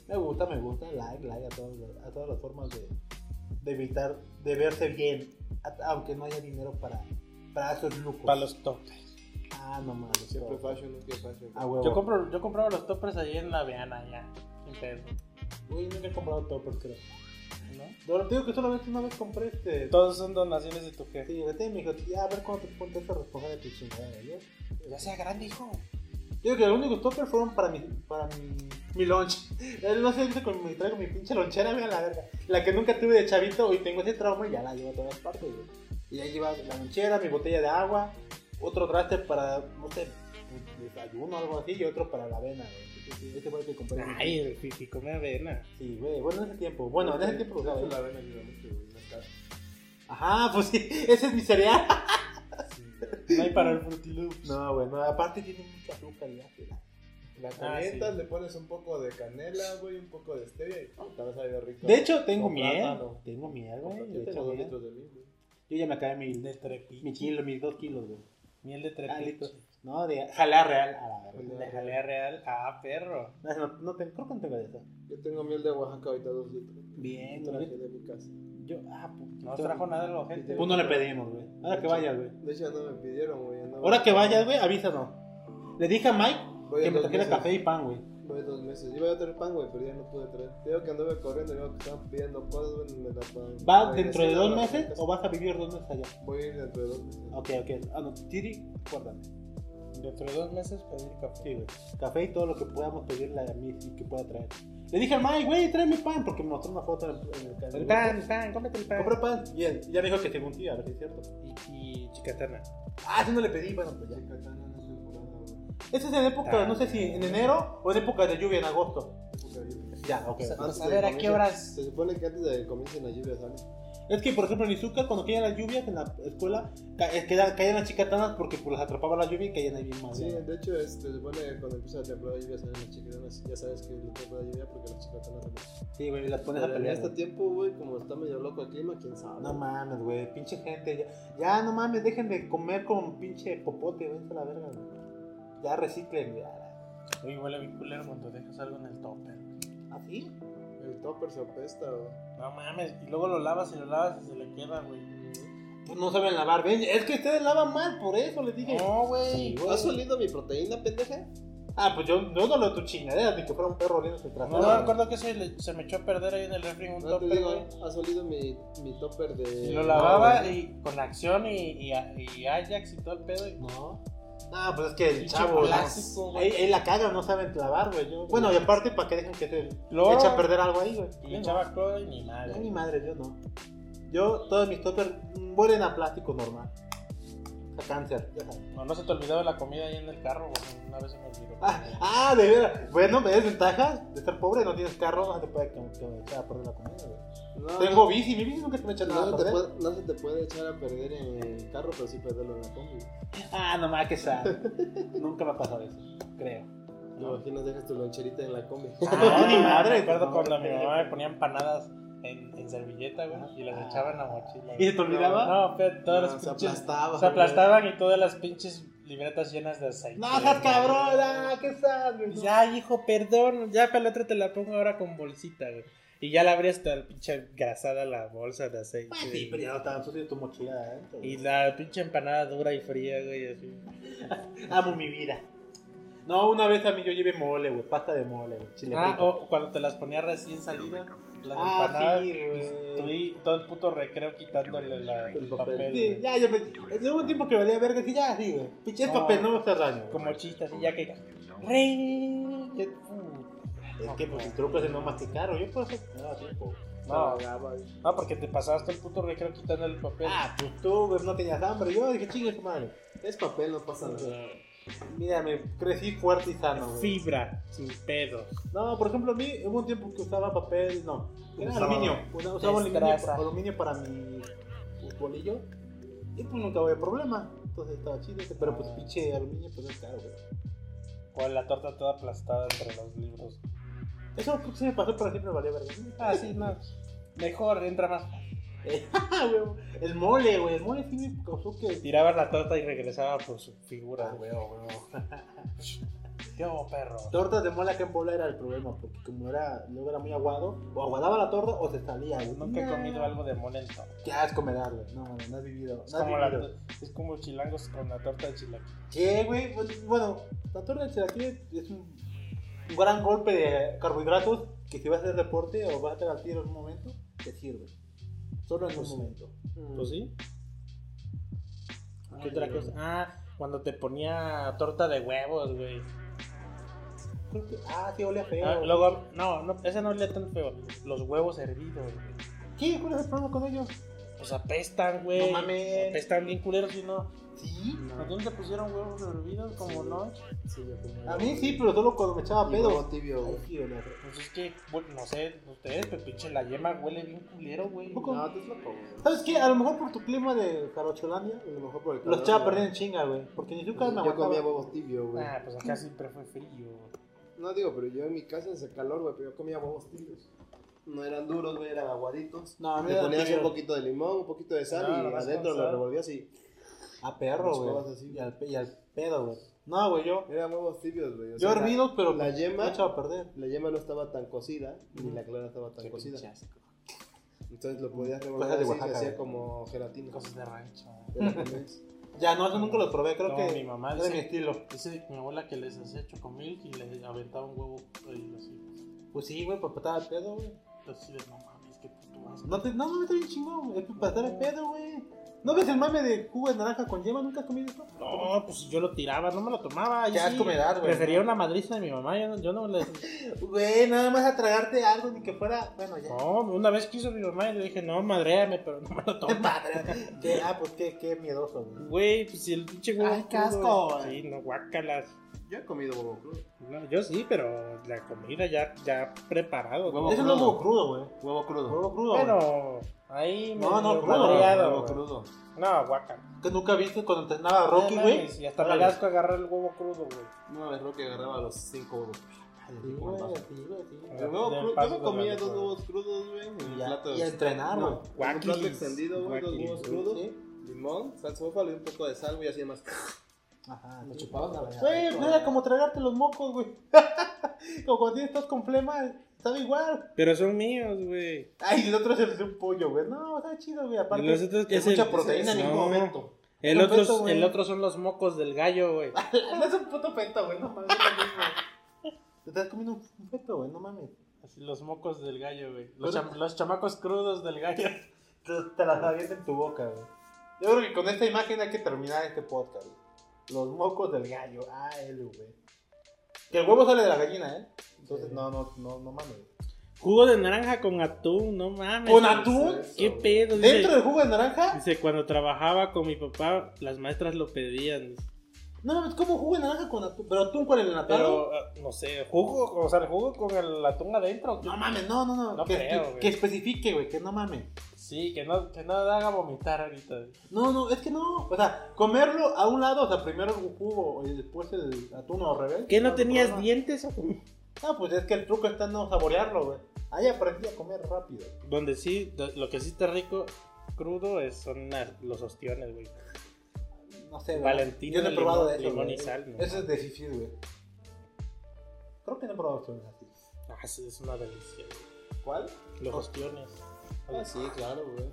[SPEAKER 1] Me gusta, me gusta, like, like a, todos los- a todas las formas de, de evitar, de verse bien, a- aunque no haya dinero para, para esos lujos.
[SPEAKER 2] Para los toppers.
[SPEAKER 1] Ah, no Ah, mames,
[SPEAKER 4] Siempre
[SPEAKER 1] todo.
[SPEAKER 4] fashion, no que fashion.
[SPEAKER 1] A huevo.
[SPEAKER 2] Yo, compro, yo compraba los toppers ahí en la Veana, ya. Sin pedo,
[SPEAKER 1] Uy, nunca he comprado toppers, creo.
[SPEAKER 2] ¿no?
[SPEAKER 1] No, te digo que solamente una vez compré este.
[SPEAKER 2] Todos son donaciones de tu jefe.
[SPEAKER 1] Sí, vete, mijo, ya a ver cuándo te pones esa responsable de tu chingada, ¿eh?
[SPEAKER 2] Ya sea grande, hijo.
[SPEAKER 1] Yo creo que los únicos toppers fueron para mi, para mi, mi lunch. Él no sé, dice con mi traigo mi pinche lonchera, mira la verga. La que nunca tuve de chavito y tengo ese trauma y ya la llevo a todas partes, güey. Y ya lleva la lonchera, mi botella de agua, otro traste para, no sé, un desayuno o algo así y otro para la avena, güey. Este fue el que compré.
[SPEAKER 2] Ay, el fifi come avena.
[SPEAKER 1] Sí, güey, bueno, en ese tiempo. Bueno, en ese tiempo lo usaba. ¿eh?
[SPEAKER 4] De hecho,
[SPEAKER 1] güey.
[SPEAKER 4] la vena ayuda mucho, güey. No está.
[SPEAKER 1] Ajá, pues sí, ese es mi cereal.
[SPEAKER 2] No hay para el frutilups.
[SPEAKER 1] No, güey, no, aparte tiene mucha azúcar y ya, que la-
[SPEAKER 4] La
[SPEAKER 2] sí.
[SPEAKER 4] calientas, le pones un poco de canela, güey, un poco de stevia y oh, tal vez sabe rico.
[SPEAKER 1] De hecho, tengo
[SPEAKER 4] Con
[SPEAKER 1] miel.
[SPEAKER 4] plátano.
[SPEAKER 1] Tengo miel, güey.
[SPEAKER 4] Yo
[SPEAKER 1] le
[SPEAKER 4] tengo
[SPEAKER 1] echo
[SPEAKER 4] dos
[SPEAKER 1] miel.
[SPEAKER 4] litros de mil, güey.
[SPEAKER 1] Yo ya me acabé mi,
[SPEAKER 2] De trepiche.
[SPEAKER 1] mi kilo, mis dos kilos, güey.
[SPEAKER 2] Miel de
[SPEAKER 1] Ah,
[SPEAKER 2] trepiche.
[SPEAKER 1] listo. No, de jalea real. A la verga.
[SPEAKER 2] de jalea real. Ah, perro.
[SPEAKER 1] No, no, no te- creo que no tengo de eso.
[SPEAKER 4] Yo tengo miel de Oaxaca ahorita dos litros.
[SPEAKER 1] Bien,
[SPEAKER 4] Traje
[SPEAKER 1] güey.
[SPEAKER 4] de mi casa.
[SPEAKER 1] Yo, ah, pues,
[SPEAKER 2] No trajo nada el ojete.
[SPEAKER 1] Pues no le pedimos, güey. Ahora que vayas, güey.
[SPEAKER 4] De hecho, no me pidieron, güey. andaba-
[SPEAKER 1] Ahora que vayas, güey, avísanos. Le dije a Mike
[SPEAKER 4] Voy
[SPEAKER 1] que
[SPEAKER 4] en
[SPEAKER 1] me
[SPEAKER 4] dos
[SPEAKER 1] trajera
[SPEAKER 4] meses.
[SPEAKER 1] café y pan, güey.
[SPEAKER 4] Voy dos meses. Iba a traer pan, güey, pero ya no pude traer. Te digo que anduve corriendo, luego que estaban pidiendo cosas, güey, me la pan.
[SPEAKER 1] ¿Vas dentro de dos meses o vas a vivir dos meses allá? Ah,
[SPEAKER 4] Voy a ir dentro de dos meses.
[SPEAKER 1] Ok, ok. Ah, no, Tiri, acuérdame.
[SPEAKER 2] Dentro de dos meses pedir café.
[SPEAKER 1] Sí, güey. Café y todo lo que podamos pedirle a mí y que pueda traer. Le dije al Mike, güey, tráeme pan, porque me mostró una foto en en el canal.
[SPEAKER 2] El pan, el pan, cómete el pan.
[SPEAKER 1] Compré pan. Y él- ya me dijo que según sí, a ver si es cierto.
[SPEAKER 2] Y, y chicatana.
[SPEAKER 1] Ah, yo no le pedí, bueno, pues ya.
[SPEAKER 4] Chicatana no es temporada, güey.
[SPEAKER 1] Este es en época, no sé si en enero o en época de lluvia, en agosto.
[SPEAKER 4] Época de lluvia.
[SPEAKER 1] Ya, ok.
[SPEAKER 2] Pues
[SPEAKER 4] Antes
[SPEAKER 2] a
[SPEAKER 4] de
[SPEAKER 2] ver,
[SPEAKER 4] que
[SPEAKER 2] ¿a qué
[SPEAKER 4] comience-
[SPEAKER 2] horas?
[SPEAKER 4] Se supone que antes de que comiencen las lluvias, ¿sabes?
[SPEAKER 1] Es que, por ejemplo, en Izuka, cuando caían las lluvias en la escuela, ca- eh, queda- caían las chicatanas porque pues, las atrapaba la lluvia y caían ahí bien mal.
[SPEAKER 4] Sí,
[SPEAKER 1] ¿no?
[SPEAKER 4] de hecho, este, se supone que cuando empieza la temporada de lluvia salen las chicatanas. Ya sabes que es la temporada de lluvia porque las chicatanas también.
[SPEAKER 1] Sí, güey, las pones a
[SPEAKER 4] Pero en
[SPEAKER 1] pelear.
[SPEAKER 4] este tiempo, güey, como está medio loco el clima, quién sabe.
[SPEAKER 1] No mames, güey, pinche gente. Ya, ya, no mames, dejen de comer con pinche popote, güey, a la verga, güey. Ya reciclen, ya.
[SPEAKER 2] Uy, huele bien culero cuando dejas algo en el topper.
[SPEAKER 1] ¿Así?
[SPEAKER 4] El topper se apesta, güey.
[SPEAKER 2] No mames, y luego lo lavas y lo lavas y se le queda, güey.
[SPEAKER 1] Pues no saben lavar, ven. Es que ustedes lavan mal, por eso les dije.
[SPEAKER 2] No, güey.
[SPEAKER 1] güey.
[SPEAKER 4] ¿Has olido mi proteína, pendeja?
[SPEAKER 1] Ah, pues yo, yo no lo tu chingadera, ni que fuera un perro oliendo su
[SPEAKER 2] No,
[SPEAKER 1] trasero.
[SPEAKER 2] me acuerdo que se, le- se me echó a perder ahí en el refri un
[SPEAKER 4] No te
[SPEAKER 2] topper,
[SPEAKER 4] digo, ¿eh?
[SPEAKER 2] güey.
[SPEAKER 4] has olido mi, mi topper de.
[SPEAKER 2] Y lo lavaba
[SPEAKER 4] No, güey.
[SPEAKER 2] y con acción y, y, y Ajax y todo el pedo. y-
[SPEAKER 1] No. Ah, pues es que el
[SPEAKER 2] Pinche
[SPEAKER 1] chavo.
[SPEAKER 2] plástico,
[SPEAKER 1] Ahí, ahí la caga, no saben lavar, güey. yo- Bueno, y aparte, ¿para qué dejan que se
[SPEAKER 2] Lo-
[SPEAKER 1] echa a perder algo ahí, güey?
[SPEAKER 2] Y le
[SPEAKER 1] Yo
[SPEAKER 2] echaba cloro y ni
[SPEAKER 1] no.
[SPEAKER 2] madre.
[SPEAKER 1] Yo ni madre, yo no. Yo, todos mis toppers vuelen a plástico normal. A cáncer, ya sabes.
[SPEAKER 2] No, no se te olvidaba la comida ahí en el carro, güey. Una vez se me olvidó.
[SPEAKER 1] Ah, ah, de veras. Bueno, me desventaja de ser pobre, no tienes carro, no se te puede que, que me echar a perder la comida, güey.
[SPEAKER 4] No,
[SPEAKER 1] Tengo bici, mi bici nunca se me echa
[SPEAKER 4] no,
[SPEAKER 1] nada a
[SPEAKER 4] no te
[SPEAKER 1] perder.
[SPEAKER 4] puede, no se te puede echar a perder en el carro, pero sí perderlo en la combi.
[SPEAKER 1] Ah, nomás que sabe. Nunca me ha pasado eso, creo.
[SPEAKER 4] No, imaginas, dejas tu loncherita en la combi.
[SPEAKER 1] No, ni madre,
[SPEAKER 2] Ah, Me acuerdo
[SPEAKER 1] no,
[SPEAKER 2] cuando mi
[SPEAKER 1] no,
[SPEAKER 2] mamá
[SPEAKER 1] no.
[SPEAKER 2] me ponía empanadas en, en servilleta, güey. Y las echaba en la mochila.
[SPEAKER 1] ¿Y
[SPEAKER 2] güey.
[SPEAKER 1] se te olvidaba?
[SPEAKER 2] No, pero todas
[SPEAKER 4] No,
[SPEAKER 2] las
[SPEAKER 4] se
[SPEAKER 2] pinches.
[SPEAKER 4] aplastaba.
[SPEAKER 2] Se aplastaban y todas las pinches libretas llenas de aceite.
[SPEAKER 1] No seas cabrón, ah, qué sad, güey.
[SPEAKER 2] Dice, ay, hijo, perdón. Ya para la otra te la pongo ahora con bolsita, güey. Y ya la abrí hasta el pinche grasada la bolsa de aceite.
[SPEAKER 1] Pues sí, pero ya no estaba sucio tu mochila de adentro.
[SPEAKER 2] Y la pinche empanada dura y fría, güey, así.
[SPEAKER 1] Amo mi vida. No, una vez a mí yo llevé mole, güey, pasta de mole, güey, chile
[SPEAKER 2] Ah,
[SPEAKER 1] frito.
[SPEAKER 2] o cuando te las ponía recién salidas, las
[SPEAKER 1] Ah,
[SPEAKER 2] empanadas,
[SPEAKER 1] sí, güey.
[SPEAKER 2] estuve todo el puto recreo quitándole la- el papel,
[SPEAKER 1] Sí,
[SPEAKER 2] güey.
[SPEAKER 1] ya, yo me... Hubo un tiempo que valía verga, sí, ya, sí, güey. Pinche
[SPEAKER 2] No.
[SPEAKER 1] papel, no me hace daño. güey.
[SPEAKER 2] como chiste, así ya que... Rey, ya- uh,
[SPEAKER 1] Es que, pues, el truco es de no masticar, o yo por eso me daba tiempo.
[SPEAKER 2] no, no, porque te pasabas todo el puto recreo quitándole el papel.
[SPEAKER 1] Ah, pues tú, güey, no tenías hambre. Yo dije, chingue tu madre.
[SPEAKER 4] Es papel, no pasa nada.
[SPEAKER 1] Mira, me crecí fuerte y sano, güey.
[SPEAKER 2] Fibra, sin pedo.
[SPEAKER 1] No, por ejemplo, a mí hubo un tiempo que usaba papel, no, era
[SPEAKER 2] Usaba-
[SPEAKER 1] aluminio. Una- Usaba aluminio,
[SPEAKER 2] Destraza.
[SPEAKER 1] aluminio para mi bolillo. Y pues nunca había problema. Entonces estaba chido, ese, pero pues
[SPEAKER 2] Ah.
[SPEAKER 1] pinche aluminio pues es caro, güey.
[SPEAKER 2] Con la torta toda aplastada entre los libros.
[SPEAKER 1] Eso pues, se me pasó para siempre, valió verga.
[SPEAKER 2] Ah, sí, no. Mejor, entra más.
[SPEAKER 1] Ah, güey, el mole, güey, el mole sí me causó que...
[SPEAKER 2] Tirabas la torta y regresaba por su figura,
[SPEAKER 1] Ah,
[SPEAKER 2] güey.
[SPEAKER 1] güey, güey.
[SPEAKER 2] ¿Qué hago, perro?
[SPEAKER 1] Tortas de mole acá en Puebla era el problema, porque como era, luego era muy aguado, o aguadaba la torta o se salía, güey.
[SPEAKER 2] Nunca he
[SPEAKER 1] Nah,
[SPEAKER 2] comido algo de mole en torta.
[SPEAKER 1] Qué asco me da, güey. No, no, no has vivido.
[SPEAKER 2] Es
[SPEAKER 1] no has
[SPEAKER 2] como, la-
[SPEAKER 1] vivido.
[SPEAKER 2] es como chilangos con la torta de chilaquil.
[SPEAKER 1] ¿Qué, güey? Pues, Bueno, la torre de chilaquiles es un, un gran golpe de carbohidratos que si vas a hacer deporte o vas a estar al tiro en un momento, te sirve. Solo en un momento.
[SPEAKER 2] Pues sí.
[SPEAKER 1] Ay,
[SPEAKER 2] ¿Qué otra
[SPEAKER 1] güey.
[SPEAKER 2] cosa? Ah, cuando te ponía torta de huevos, güey.
[SPEAKER 1] Creo que- Ah, sí, olía feo.
[SPEAKER 2] Ah, luego, no, no, ese no olía tan feo. Los huevos hervidos, güey.
[SPEAKER 1] ¿Qué? ¿Cuál es el problema con ellos?
[SPEAKER 2] Pues apestan, güey.
[SPEAKER 1] No mames.
[SPEAKER 2] Apestan bien culeros y no.
[SPEAKER 1] ¿Sí?
[SPEAKER 2] ¿A ti no te pusieron huevos hervidos como no?
[SPEAKER 4] Sí, yo como-
[SPEAKER 1] A mí sí, pero solo cuando me echaba
[SPEAKER 4] Y huevo
[SPEAKER 1] pedos.
[SPEAKER 4] tibio,
[SPEAKER 1] Ay,
[SPEAKER 4] güey.
[SPEAKER 1] sí, olía feo.
[SPEAKER 2] Pues es que, bueno, no sé, ustedes, pero pinche la yema huele bien culero, güey.
[SPEAKER 1] Poco.
[SPEAKER 4] No, tú es loco, güey.
[SPEAKER 1] ¿Sabes qué? A lo mejor por tu clima de Carocholandia,
[SPEAKER 4] A lo mejor por el
[SPEAKER 1] los
[SPEAKER 4] calor,
[SPEAKER 1] echaba a
[SPEAKER 4] güey.
[SPEAKER 1] perder en chinga, güey. Porque ni nunca me
[SPEAKER 4] Yo comía
[SPEAKER 1] aguantaba.
[SPEAKER 4] huevo tibio, güey.
[SPEAKER 2] Ah, pues acá siempre fue frío.
[SPEAKER 4] No digo, pero yo en mi casa hace calor, güey, pero yo comía huevos tibios. No eran duros, güey, eran aguaditos.
[SPEAKER 1] No, a mí me
[SPEAKER 4] Le
[SPEAKER 1] da
[SPEAKER 4] ponías un
[SPEAKER 1] miedo.
[SPEAKER 4] poquito de limón, un poquito de sal
[SPEAKER 2] Ah, lo
[SPEAKER 4] y
[SPEAKER 2] vas
[SPEAKER 4] adentro
[SPEAKER 2] con sal.
[SPEAKER 4] lo revolvías y
[SPEAKER 1] A perro,
[SPEAKER 4] Los huevos
[SPEAKER 1] güey.
[SPEAKER 4] así.
[SPEAKER 1] Y al, pe- y al pedo, güey. No, güey, yo.
[SPEAKER 4] eran huevos tibios, güey. O
[SPEAKER 1] Yo
[SPEAKER 4] sea, la-
[SPEAKER 1] hervidos, pero
[SPEAKER 4] la yema-
[SPEAKER 1] me echaba a perder.
[SPEAKER 4] La yema no estaba tan cocida, ni la clara estaba tan
[SPEAKER 2] Qué pinche
[SPEAKER 4] cocida.
[SPEAKER 2] asco.
[SPEAKER 4] Entonces lo podías
[SPEAKER 1] Cosas
[SPEAKER 4] revolver
[SPEAKER 1] de
[SPEAKER 4] así, se
[SPEAKER 1] Oaxaca,
[SPEAKER 4] hacía
[SPEAKER 1] güey.
[SPEAKER 4] como gelatina.
[SPEAKER 2] Cosas de rancho.
[SPEAKER 4] Era feliz.
[SPEAKER 1] Ya, no, eso nunca los probé, creo
[SPEAKER 2] No,
[SPEAKER 1] que
[SPEAKER 2] mi mamá
[SPEAKER 1] es de
[SPEAKER 2] dice-
[SPEAKER 1] mi estilo.
[SPEAKER 2] Dice mi abuela que les hacía chocomilk y les aventaba un huevo ahí así.
[SPEAKER 1] Pues sí, güey, para patar al pedo, güey.
[SPEAKER 2] Entonces, no mames, qué puto asco.
[SPEAKER 1] No, te, no, no, está bien chingón, güey. Es para patar al pedo, güey. ¿No ves el mame de jugo de naranja con yema? ¿Nunca has comido eso?
[SPEAKER 2] No, pues yo lo tiraba, no me lo tomaba. ahí
[SPEAKER 5] Qué
[SPEAKER 2] sí,
[SPEAKER 5] asco me das, güey.
[SPEAKER 2] Prefería una madriza de mi mamá, yo no, yo no le...
[SPEAKER 1] Güey, nada más a tragarte algo, ni que fuera. Bueno, ya.
[SPEAKER 2] No, una vez quiso mi mamá y le dije, no, madréame, pero no me lo tomes.
[SPEAKER 1] Madre. ¿Qué? Ah, pues qué, qué miedoso, güey.
[SPEAKER 2] Güey, pues si el pinche huevo.
[SPEAKER 1] Ay, qué
[SPEAKER 2] crudo,
[SPEAKER 1] asco, güey.
[SPEAKER 2] Sí, no, guácalas.
[SPEAKER 4] Yo he comido huevo crudo.
[SPEAKER 2] No, yo sí, pero la comida ya, ya preparado.
[SPEAKER 1] Eso
[SPEAKER 2] güey.
[SPEAKER 1] es un huevo crudo, güey. Huevo crudo. Huevo crudo. güey.
[SPEAKER 2] Bueno, ahí me
[SPEAKER 1] no, no, crudo.
[SPEAKER 2] madreado,
[SPEAKER 1] huevo
[SPEAKER 2] güey.
[SPEAKER 1] crudo.
[SPEAKER 2] No, guácala.
[SPEAKER 1] Que nunca viste cuando entrenaba a Rocky,
[SPEAKER 2] No
[SPEAKER 1] güey.
[SPEAKER 2] mames, Y hasta me
[SPEAKER 1] Órale.
[SPEAKER 2] da asco agarrar el huevo crudo, güey.
[SPEAKER 4] Una vez Roque agarraba los cinco huevos.
[SPEAKER 1] Sí, güey, sí, güey, sí.
[SPEAKER 2] A
[SPEAKER 4] El
[SPEAKER 2] ver,
[SPEAKER 4] huevo
[SPEAKER 2] de
[SPEAKER 4] crudo, yo
[SPEAKER 2] paso
[SPEAKER 4] me
[SPEAKER 2] de
[SPEAKER 4] comía
[SPEAKER 2] Roque,
[SPEAKER 4] dos
[SPEAKER 2] güey.
[SPEAKER 4] huevos crudos, güey. en un
[SPEAKER 1] Y, a-
[SPEAKER 4] plato
[SPEAKER 1] y a entrenar, güey.
[SPEAKER 4] No, en un plato
[SPEAKER 2] Guáquilis.
[SPEAKER 4] extendido, güey, dos
[SPEAKER 2] Guáquilis.
[SPEAKER 4] huevos crudos,
[SPEAKER 1] Sí.
[SPEAKER 4] limón, salsa búfalo y un poco de sal, güey, así más.
[SPEAKER 1] Ajá, te chupabas la verdad.
[SPEAKER 4] Güey,
[SPEAKER 1] Güey, era como tragarte los mocos, güey. como cuando tienes tos con flema, sabe igual.
[SPEAKER 2] Pero son míos, güey.
[SPEAKER 1] Ay, el otro es el de un pollo, güey. No, está chido, güey. Aparte,
[SPEAKER 2] Los otros que
[SPEAKER 1] es
[SPEAKER 2] es
[SPEAKER 1] mucha
[SPEAKER 2] el-
[SPEAKER 1] proteína en
[SPEAKER 2] no.
[SPEAKER 1] ningún momento.
[SPEAKER 2] El
[SPEAKER 1] Un
[SPEAKER 2] otro,
[SPEAKER 1] peso, güey.
[SPEAKER 2] el otro son los mocos del gallo, güey.
[SPEAKER 1] No es un puto feto, güey. No mames. es lo mismo. Te estás comiendo un feto, güey. No mames.
[SPEAKER 2] Así, los mocos del gallo, güey. Los, cham- los chamacos crudos del gallo.
[SPEAKER 1] Te, te las avienta en tu boca, güey. Yo creo que con esta imagen hay que terminar este podcast, güey. Los mocos del gallo. Ah, él, güey. Que el huevo sale de la gallina, ¿eh? Entonces, no, no, no, no mames.
[SPEAKER 2] Jugo de naranja con atún, no mames.
[SPEAKER 1] ¿Con atún?
[SPEAKER 2] ¿Qué pedo? Dice-
[SPEAKER 1] ¿Dentro del jugo de naranja?
[SPEAKER 2] Dice, cuando trabajaba con mi papá, las maestras lo pedían.
[SPEAKER 1] No mames, ¿cómo jugo de naranja con atún? ¿Pero atún cuál es el natado?
[SPEAKER 2] Pero, ah, no sé, jugo, o sea, el jugo con el atún adentro.
[SPEAKER 1] No mames, no, no, no.
[SPEAKER 2] No
[SPEAKER 1] que,
[SPEAKER 2] creo,
[SPEAKER 1] que-
[SPEAKER 2] güey.
[SPEAKER 1] que especifique, güey, que no mames.
[SPEAKER 2] Sí, que no, que no haga vomitar ahorita.
[SPEAKER 1] No, no, es que no. O sea, comerlo a un lado, o sea, primero el jugo y después el atún o al revés.
[SPEAKER 2] ¿Qué no
[SPEAKER 1] hay
[SPEAKER 2] tenías
[SPEAKER 1] problema.
[SPEAKER 2] dientes?
[SPEAKER 1] No, pues es que el truco está en no saborearlo, güey. Ahí aprendí a comer rápido.
[SPEAKER 2] Donde sí, lo lo que sí está rico, crudo, es, son las- los ostiones, güey.
[SPEAKER 1] No sé, güey.
[SPEAKER 2] Valentino,
[SPEAKER 1] Yo no he
[SPEAKER 2] limón-
[SPEAKER 1] probado de eso.
[SPEAKER 2] limón
[SPEAKER 1] güey.
[SPEAKER 2] y sal, ¿no?
[SPEAKER 1] Eso es de fifi, güey. Creo que no he probado opciones así.
[SPEAKER 2] Ah, sí, es una delicia. güey.
[SPEAKER 4] ¿Cuál?
[SPEAKER 2] Los ostiones.
[SPEAKER 4] Ah, sí, claro, güey.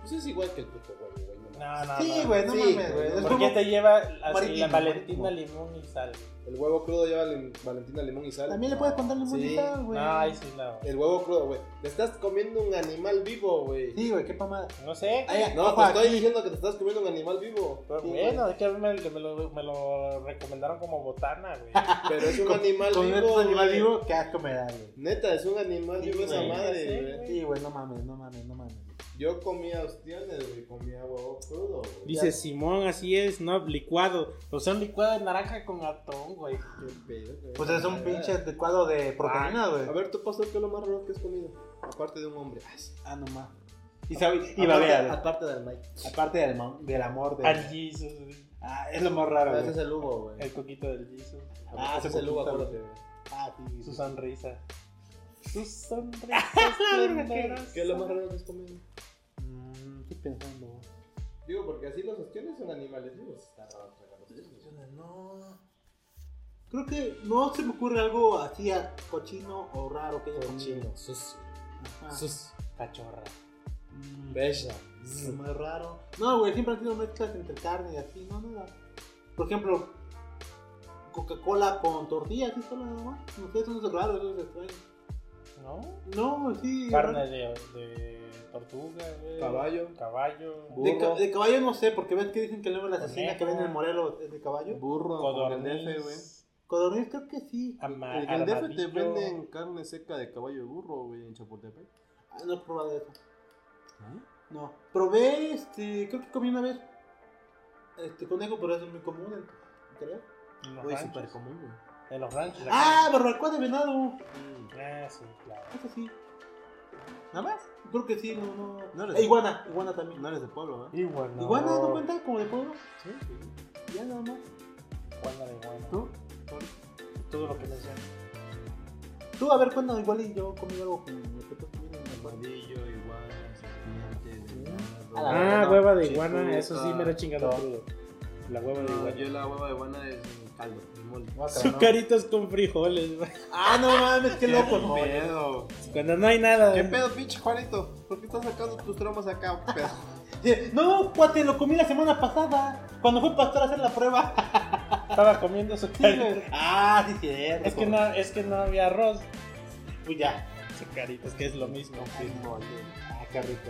[SPEAKER 4] Pues es igual que el puto huevo, güey. no mames.
[SPEAKER 2] No, no,
[SPEAKER 1] Sí,
[SPEAKER 2] Ah, no.
[SPEAKER 1] güey, no
[SPEAKER 4] Sí,
[SPEAKER 1] mames,
[SPEAKER 4] güey,
[SPEAKER 1] güey.
[SPEAKER 4] no
[SPEAKER 1] Es
[SPEAKER 2] ¿Por
[SPEAKER 1] como-
[SPEAKER 2] qué te lleva así
[SPEAKER 1] Marítimo,
[SPEAKER 2] la Valentina,
[SPEAKER 1] marítimo.
[SPEAKER 2] limón y sal?
[SPEAKER 4] El huevo crudo lleva lim- Valentina, limón y sal.
[SPEAKER 1] También le puedes contar limón y
[SPEAKER 4] Sí.
[SPEAKER 1] sal, güey.
[SPEAKER 2] No, ahí sí, no.
[SPEAKER 4] El huevo crudo, güey. Le estás comiendo un animal vivo, güey. Eh,
[SPEAKER 1] Sí, güey, qué pamada.
[SPEAKER 2] No pues sé.
[SPEAKER 1] Ay,
[SPEAKER 4] No, te
[SPEAKER 1] ojo,
[SPEAKER 4] estoy diciendo que te estás comiendo un animal vivo.
[SPEAKER 2] Pero
[SPEAKER 4] Sí,
[SPEAKER 2] bueno, es que a mí me, me lo, me lo recomendaron como botana, güey.
[SPEAKER 4] Pero es un
[SPEAKER 1] Con-
[SPEAKER 4] animal
[SPEAKER 1] Con
[SPEAKER 4] vivo.
[SPEAKER 1] estos animal
[SPEAKER 4] güey.
[SPEAKER 1] vivo, qué asco me da, güey.
[SPEAKER 4] Neta, es un animal
[SPEAKER 2] Sí,
[SPEAKER 4] vivo esa
[SPEAKER 2] güey.
[SPEAKER 4] madre,
[SPEAKER 2] Sí,
[SPEAKER 4] güey.
[SPEAKER 2] güey.
[SPEAKER 1] Sí, güey, no mames, no mames, no mames.
[SPEAKER 4] Yo comía ostiones, güey. Comía huevo crudo, güey.
[SPEAKER 2] Dice Simón, así es, no, licuado. O sea, un licuado de naranja con atón, güey.
[SPEAKER 4] Qué pedo, güey.
[SPEAKER 1] Pues es un pinche licuado de proteína, güey.
[SPEAKER 4] A ver, tú pasó que es lo más raro que has comido. Aparte de un hombre. Ay, sí.
[SPEAKER 1] Ah, no mames. Y, sabe, y
[SPEAKER 4] aparte,
[SPEAKER 1] babea, güey.
[SPEAKER 4] aparte del Mike.
[SPEAKER 1] Aparte del, ma- del amor
[SPEAKER 2] Al
[SPEAKER 1] de.
[SPEAKER 2] Jesus, güey.
[SPEAKER 1] Ah, es lo más raro,
[SPEAKER 4] Ese
[SPEAKER 1] güey.
[SPEAKER 4] es el Hugo, güey.
[SPEAKER 2] El coquito del Jesus.
[SPEAKER 1] Ah,
[SPEAKER 4] ese es
[SPEAKER 1] se
[SPEAKER 4] el Hugo,
[SPEAKER 1] conquista,
[SPEAKER 4] acuérdate, güey.
[SPEAKER 1] Ah, sí.
[SPEAKER 2] Su
[SPEAKER 1] sí.
[SPEAKER 2] sonrisa. Su sonrisa. esplendorosa.
[SPEAKER 4] ¿Qué es lo más raro que has comido?
[SPEAKER 1] Mm, estoy pensando, güey.
[SPEAKER 4] Digo, porque así los ostiones son animales vivos. Está raro tragar ostiones.
[SPEAKER 1] No. Creo que no se me ocurre algo así a- cochino o raro que haya comido.
[SPEAKER 4] Cochino, sucio,
[SPEAKER 1] Ajá.
[SPEAKER 4] sucio,
[SPEAKER 2] Cachorra.
[SPEAKER 1] Mm,
[SPEAKER 4] bella.
[SPEAKER 1] lo más raro. No, güey, siempre han sido mezclas entre carne y así, no, nada. Por ejemplo, Coca-Cola con tortillas, eso es lo más. No sé, eso no es raro, eso es extraño.
[SPEAKER 2] ¿No?
[SPEAKER 1] No, sí.
[SPEAKER 2] Carne
[SPEAKER 1] raro.
[SPEAKER 2] de, de tortuga, güey.
[SPEAKER 4] Caballo.
[SPEAKER 2] Caballo.
[SPEAKER 1] De, ca-
[SPEAKER 4] burro.
[SPEAKER 1] de caballo no sé, porque ves que dicen que el nombre de la asesina que
[SPEAKER 2] Conejo.
[SPEAKER 1] vende en Morelos es de caballo.
[SPEAKER 4] Burro,
[SPEAKER 2] Codorniz. güey.
[SPEAKER 1] Codorniz creo que sí.
[SPEAKER 2] Ama,
[SPEAKER 4] En el DF te
[SPEAKER 2] armadillo.
[SPEAKER 4] venden carne seca de caballo de burro, güey, en Chapultepec.
[SPEAKER 1] Ah, no he probado eso. No. Probé, este, creo que comí una vez este conejo, pero eso es muy común, en- creo.
[SPEAKER 2] En los
[SPEAKER 4] Güey,
[SPEAKER 2] ranchos.
[SPEAKER 4] súper común, güey.
[SPEAKER 2] En los ranchos. la
[SPEAKER 1] Ah, barbacoa de venado.
[SPEAKER 2] carne. Ah, sí, claro.
[SPEAKER 1] Eso sí.
[SPEAKER 4] ¿Nada más?
[SPEAKER 1] Creo que sí, no, no.
[SPEAKER 4] No eres-
[SPEAKER 1] Eh, iguana, iguana también.
[SPEAKER 4] No eres de pueblo, ¿eh?
[SPEAKER 2] Igual no.
[SPEAKER 1] Iguana no cuenta como de pueblo.
[SPEAKER 4] Sí, sí.
[SPEAKER 1] Ya nada más.
[SPEAKER 2] Iguana de iguana.
[SPEAKER 4] ¿Tú?
[SPEAKER 2] Todo lo que mencionas.
[SPEAKER 1] Tú, a ver, cuéntanos igual y yo comí algo con lo que tú comiste en el barrio.
[SPEAKER 4] Bordillo, iguana, serpiente, venado.
[SPEAKER 1] A la
[SPEAKER 2] Ah,
[SPEAKER 1] verga, no.
[SPEAKER 2] hueva de
[SPEAKER 4] Sí,
[SPEAKER 2] iguana,
[SPEAKER 4] puta.
[SPEAKER 2] eso sí me lo he chingado crudo. La hueva de
[SPEAKER 4] No,
[SPEAKER 2] iguana.
[SPEAKER 4] yo la hueva de iguana es en caldo, en mole.
[SPEAKER 1] Guácala, ¿no?
[SPEAKER 2] Sucaritos con frijoles, güey.
[SPEAKER 1] Ah, no mames, qué loco, no.
[SPEAKER 4] ¿Qué pedo?
[SPEAKER 2] Cuando no hay nada.
[SPEAKER 4] ¿Qué
[SPEAKER 2] güey.
[SPEAKER 4] pedo, pinche Juanito? ¿Por qué estás sacando tus traumas acá, pedo?
[SPEAKER 1] Eh, No, cuate, lo comí la semana pasada. Cuando fue pastor a hacer la prueba.
[SPEAKER 2] Estaba comiendo sucaritos.
[SPEAKER 1] ah, sí, cierto.
[SPEAKER 2] Es que no, es que no había arroz.
[SPEAKER 1] Pues ya.
[SPEAKER 2] Caritas, que es lo mismo.
[SPEAKER 6] Ah, qué rico.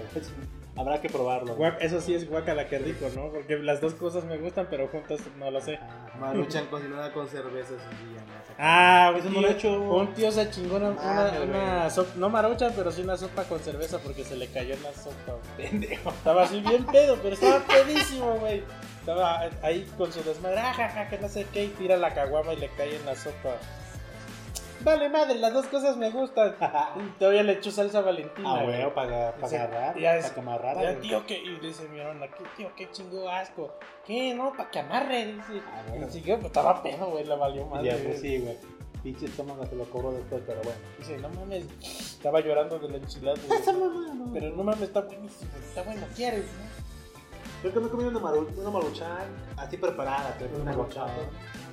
[SPEAKER 6] Habrá que probarlo.
[SPEAKER 2] Guac- Eso sí es guacala, que rico, ¿no? Porque las dos cosas me gustan, pero juntas no lo sé.
[SPEAKER 4] Maruchan cocinada con cerveza sus
[SPEAKER 2] Ah,
[SPEAKER 6] Eso
[SPEAKER 2] un
[SPEAKER 6] no lo he
[SPEAKER 2] tío,
[SPEAKER 6] hecho.
[SPEAKER 2] un tío se chingó una, una,
[SPEAKER 4] Mames,
[SPEAKER 2] una
[SPEAKER 4] güey.
[SPEAKER 2] sopa, no marucha, pero sí una sopa con cerveza porque se le cayó la sopa, güey. Estaba así bien pedo, pero estaba pedísimo, güey. Estaba ahí con su desmadre, ajaja, que no sé qué, y tira la caguama y le cae en la sopa. Vale, madre, las dos cosas me gustan. Y todavía le echó salsa valentina.
[SPEAKER 6] Ah,
[SPEAKER 2] Ah. güey.
[SPEAKER 6] güey, para,
[SPEAKER 2] Sí,
[SPEAKER 6] para agarrar,
[SPEAKER 2] ya es-
[SPEAKER 6] para que amarrara,
[SPEAKER 2] Ya,
[SPEAKER 6] güey.
[SPEAKER 2] tío, que. Y dice mi hermana, ¿qué, tío, qué chingo asco. ¿Qué, no? Para que amarre, dice.
[SPEAKER 6] Ah, bueno.
[SPEAKER 2] Así que pues, estaba pedo, güey, le valió
[SPEAKER 6] Y
[SPEAKER 2] madre.
[SPEAKER 6] ya,
[SPEAKER 2] güey.
[SPEAKER 6] pues sí, güey. Pinche estómago se lo cobro después, pero bueno.
[SPEAKER 2] Dice, no mames, estaba llorando de la enchilada. güey. Pero no mames, está buenísimo, está bueno, quieres, ¿no?
[SPEAKER 1] Creo que me he comido una, maru- una maruchan así preparada. Te ponen
[SPEAKER 6] Una
[SPEAKER 1] aguacate,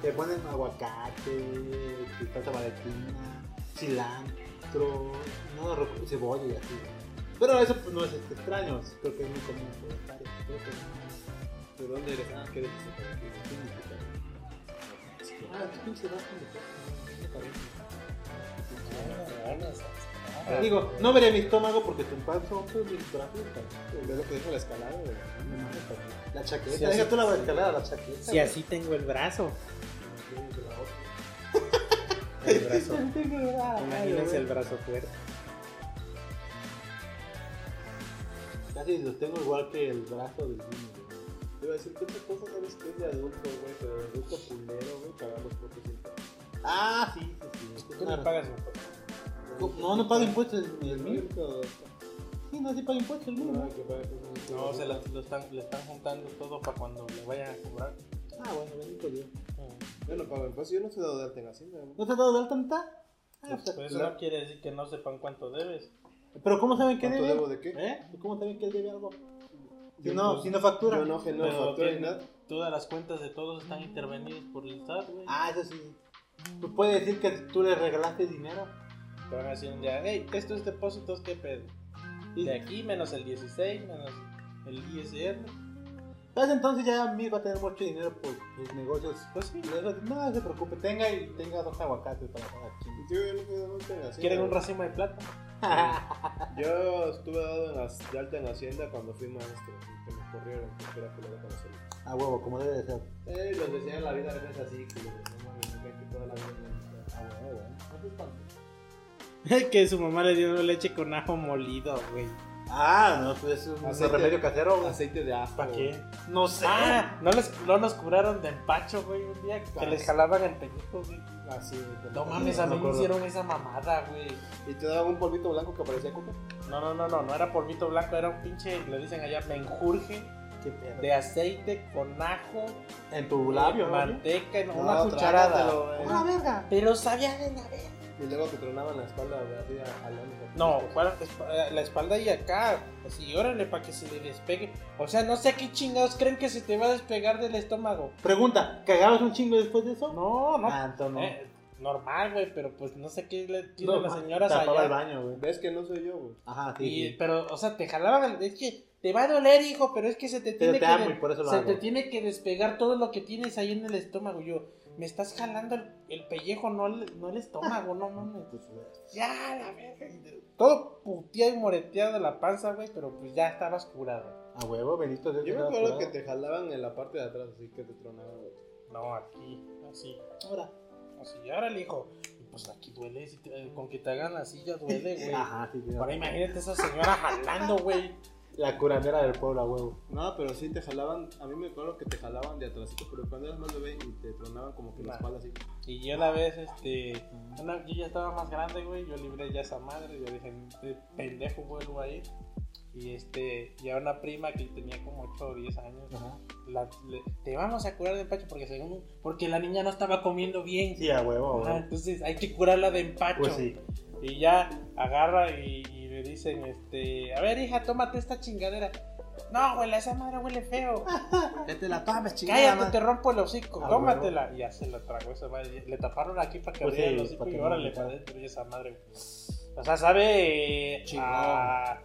[SPEAKER 1] te ponen aguacate, y salsa valentina, cilantro, no, ro- cebolla y así. güey. Pero eso pues, no es este, extraño, creo que es muy común por estar, creo que no. ¿De dónde eres? Ah, que eres de Zacatecas, ¿de quién es Zacatecas? Ah, tú pinche vas con Zacatecas, ¿qué te parece? Digo, no veré mi estómago porque tu pan son pues, mis trafitas.
[SPEAKER 4] Es lo que dijo la escalada, güey.
[SPEAKER 1] La chaqueta,
[SPEAKER 2] Sí,
[SPEAKER 1] deja
[SPEAKER 2] así-
[SPEAKER 1] tú la escalada, la chaqueta.
[SPEAKER 2] Si así tengo el brazo.
[SPEAKER 4] El brazo.
[SPEAKER 1] ah,
[SPEAKER 2] Imagínense el brazo fuerte.
[SPEAKER 1] Casi los tengo igual que el brazo del niño.
[SPEAKER 4] Te iba a decir, ¿qué otra cosa sabes que es de adulto, güey? Pero de adulto culero, güey, pagar los propios impuestos.
[SPEAKER 1] Ah, sí, sí, sí.
[SPEAKER 2] Tú me pagas un
[SPEAKER 1] No, no pago impuestos ni el
[SPEAKER 4] ¿El
[SPEAKER 1] mío.
[SPEAKER 4] mío?
[SPEAKER 1] Sí, no, sí pago impuestos el mío.
[SPEAKER 4] No,
[SPEAKER 1] ¿no?
[SPEAKER 4] Ah, que pague propios impuestos.
[SPEAKER 2] No, se la- lo están, le están juntando todo para cuando le vayan a cobrar.
[SPEAKER 1] Ah, bueno, bendito Dios.
[SPEAKER 4] Yo no pago impuestos, yo no estoy dado de alta en Hacienda, güey.
[SPEAKER 1] ¿No te has dado de alta mitad? Ah, o sea,
[SPEAKER 2] Pero eso Pues no quiere decir que no sepan cuánto debes.
[SPEAKER 1] Pero ¿cómo saben que
[SPEAKER 4] ¿Cuánto
[SPEAKER 1] debe?
[SPEAKER 4] debo de qué?
[SPEAKER 2] ¿Eh?
[SPEAKER 1] ¿Cómo saben que él debe algo? Si
[SPEAKER 4] Yo
[SPEAKER 1] no,
[SPEAKER 4] no-
[SPEAKER 1] si no factura.
[SPEAKER 4] Yo no, que no
[SPEAKER 2] Pero
[SPEAKER 4] factura ni
[SPEAKER 2] tienen-
[SPEAKER 4] nada.
[SPEAKER 2] Todas las cuentas de todos están intervenidas por el SAT, güey.
[SPEAKER 1] Ah, eso sí. Pues puede decir que tú le regalaste dinero.
[SPEAKER 2] Te van a decir un día, hey, estos depósitos, ¿qué pedo? De aquí menos el 16, menos el ISR.
[SPEAKER 1] Entonces, Pues entonces ya Mir va a tener mucho dinero por sus negocios.
[SPEAKER 2] Pues sí.
[SPEAKER 1] Y luego, No se preocupe, tenga y tenga dos aguacates para pagar chingo.
[SPEAKER 4] Yo yo no estoy dado de alta en Hacienda.
[SPEAKER 2] ¿Quieren un
[SPEAKER 4] güey.
[SPEAKER 2] racimo de plata?
[SPEAKER 4] Yo estuve dado en las- de alta en Hacienda cuando fui maestro. Que me corrieron, porque era culero para hacerlo.
[SPEAKER 1] A huevo, como debe de ser.
[SPEAKER 4] Eh, los vecinos la vida a veces así, culero. No mames, me cae que toda la vida me gusta. Ah, bueno, bueno. No te espantes.
[SPEAKER 2] que su mamá le dio leche con ajo molido, güey.
[SPEAKER 1] Ah, no, pues es un
[SPEAKER 4] Aceite.
[SPEAKER 1] remedio casero. güey.
[SPEAKER 4] Aceite de ajo.
[SPEAKER 2] ¿Para qué?
[SPEAKER 1] No sé.
[SPEAKER 2] Oh. Ah, no, les, no nos curaron de empacho, güey, un día que les jalaban el pellejo, güey.
[SPEAKER 4] Así, güey.
[SPEAKER 2] No mames,
[SPEAKER 4] Ah, Sí,
[SPEAKER 2] a
[SPEAKER 4] me
[SPEAKER 2] mí me
[SPEAKER 4] acuerdo.
[SPEAKER 2] hicieron esa mamada, güey.
[SPEAKER 4] Y te daba un polvito blanco que parecía coca.
[SPEAKER 2] No, no, no, no, no era polvito blanco, era un pinche, le dicen allá, menjurje
[SPEAKER 1] Qué pedo.
[SPEAKER 2] de aceite con ajo,
[SPEAKER 1] En tu labio, ¿no?
[SPEAKER 2] manteca, no,
[SPEAKER 4] No,
[SPEAKER 2] una cucharada.
[SPEAKER 4] trágatelo, güey.
[SPEAKER 1] Una verga.
[SPEAKER 2] Pero sabía de la verga.
[SPEAKER 4] Y luego te tronaban la espalda, güey, así a- al hombro.
[SPEAKER 2] No, ¿cuál? Esp- eh, la espalda y acá. Así, órale, para que se le despegue. O sea, no sé qué chingados creen que se te va a despegar del estómago.
[SPEAKER 1] Pregunta, ¿cagabas un chingo después de eso?
[SPEAKER 2] No, no.
[SPEAKER 1] Ah, entonces no.
[SPEAKER 2] Eh, normal, güey, pero pues no sé qué le
[SPEAKER 1] No,
[SPEAKER 2] tiran las señoras
[SPEAKER 1] tapaba el
[SPEAKER 2] allá.
[SPEAKER 1] baño, güey.
[SPEAKER 4] ¿Ves que no soy yo, güey?
[SPEAKER 1] Ajá, sí.
[SPEAKER 2] Y,
[SPEAKER 1] sí.
[SPEAKER 2] pero, o sea, te jalaban. Es que te va a doler, hijo, pero es que se te
[SPEAKER 1] Pero te
[SPEAKER 2] tiene que.
[SPEAKER 1] amo y
[SPEAKER 2] de-
[SPEAKER 1] por eso lo
[SPEAKER 2] se
[SPEAKER 1] hago.
[SPEAKER 2] te tiene que despegar todo lo que tienes ahí en el estómago. Yo, me estás jalando el, el pellejo, no el, no el estómago, no mames.
[SPEAKER 1] Pues,
[SPEAKER 2] Ya, la verga. Todo puteado y moreteado de la panza, güey, pero pues ya estabas curado.
[SPEAKER 1] A huevo, Benito. Dios
[SPEAKER 4] Yo me
[SPEAKER 1] te
[SPEAKER 4] acuerdo
[SPEAKER 1] ha
[SPEAKER 4] que
[SPEAKER 1] curado.
[SPEAKER 4] te jalaban en la parte de atrás, así que te tronaban, güey.
[SPEAKER 2] No, aquí, así,
[SPEAKER 1] Ahora.
[SPEAKER 2] así. Y ahora le dijo, y pues aquí duele, si te- eh, con que te hagan así ya duele, güey.
[SPEAKER 1] Ajá, sí, sí.
[SPEAKER 2] Ahora imagínate esa señora jalando, güey.
[SPEAKER 1] La curandera del pueblo, a huevo.
[SPEAKER 4] No, pero sí te jalaban, a mí me acuerdo que te jalaban de atrásito, pero cuando eras más bebé y te tronaban como que la
[SPEAKER 2] Nah.
[SPEAKER 4] espalda así.
[SPEAKER 2] Y yo la vez, este, una- yo ya estaba más grande, güey, yo libré ya esa madre, yo dije, "Este pendejo vuelvo a ir. Y este, ya una prima que tenía como 8 o 10 años,
[SPEAKER 1] Ajá.
[SPEAKER 2] la- le- te vamos a curar de empacho porque según, porque la niña no estaba comiendo bien.
[SPEAKER 1] Sí, a huevo, a
[SPEAKER 2] Ajá,
[SPEAKER 1] huevo.
[SPEAKER 2] entonces hay que curarla de empacho.
[SPEAKER 1] Pues sí.
[SPEAKER 2] Y ya agarra y, y le dicen, este, a ver hija, tómate esta chingadera. No, güey, esa madre huele feo.
[SPEAKER 1] Vete la tomes,
[SPEAKER 2] Cállate, te rompo el hocico,
[SPEAKER 1] Ah,
[SPEAKER 2] tómatela. Y ya se la tragó esa madre. Le taparon aquí para que
[SPEAKER 1] Pues
[SPEAKER 2] abriera
[SPEAKER 1] sí,
[SPEAKER 2] el hocico
[SPEAKER 1] para
[SPEAKER 2] y
[SPEAKER 1] que no
[SPEAKER 2] órale
[SPEAKER 1] le
[SPEAKER 2] para
[SPEAKER 1] caiga.
[SPEAKER 2] adentro y esa madre. O sea, sabe
[SPEAKER 4] Chingón.
[SPEAKER 2] a,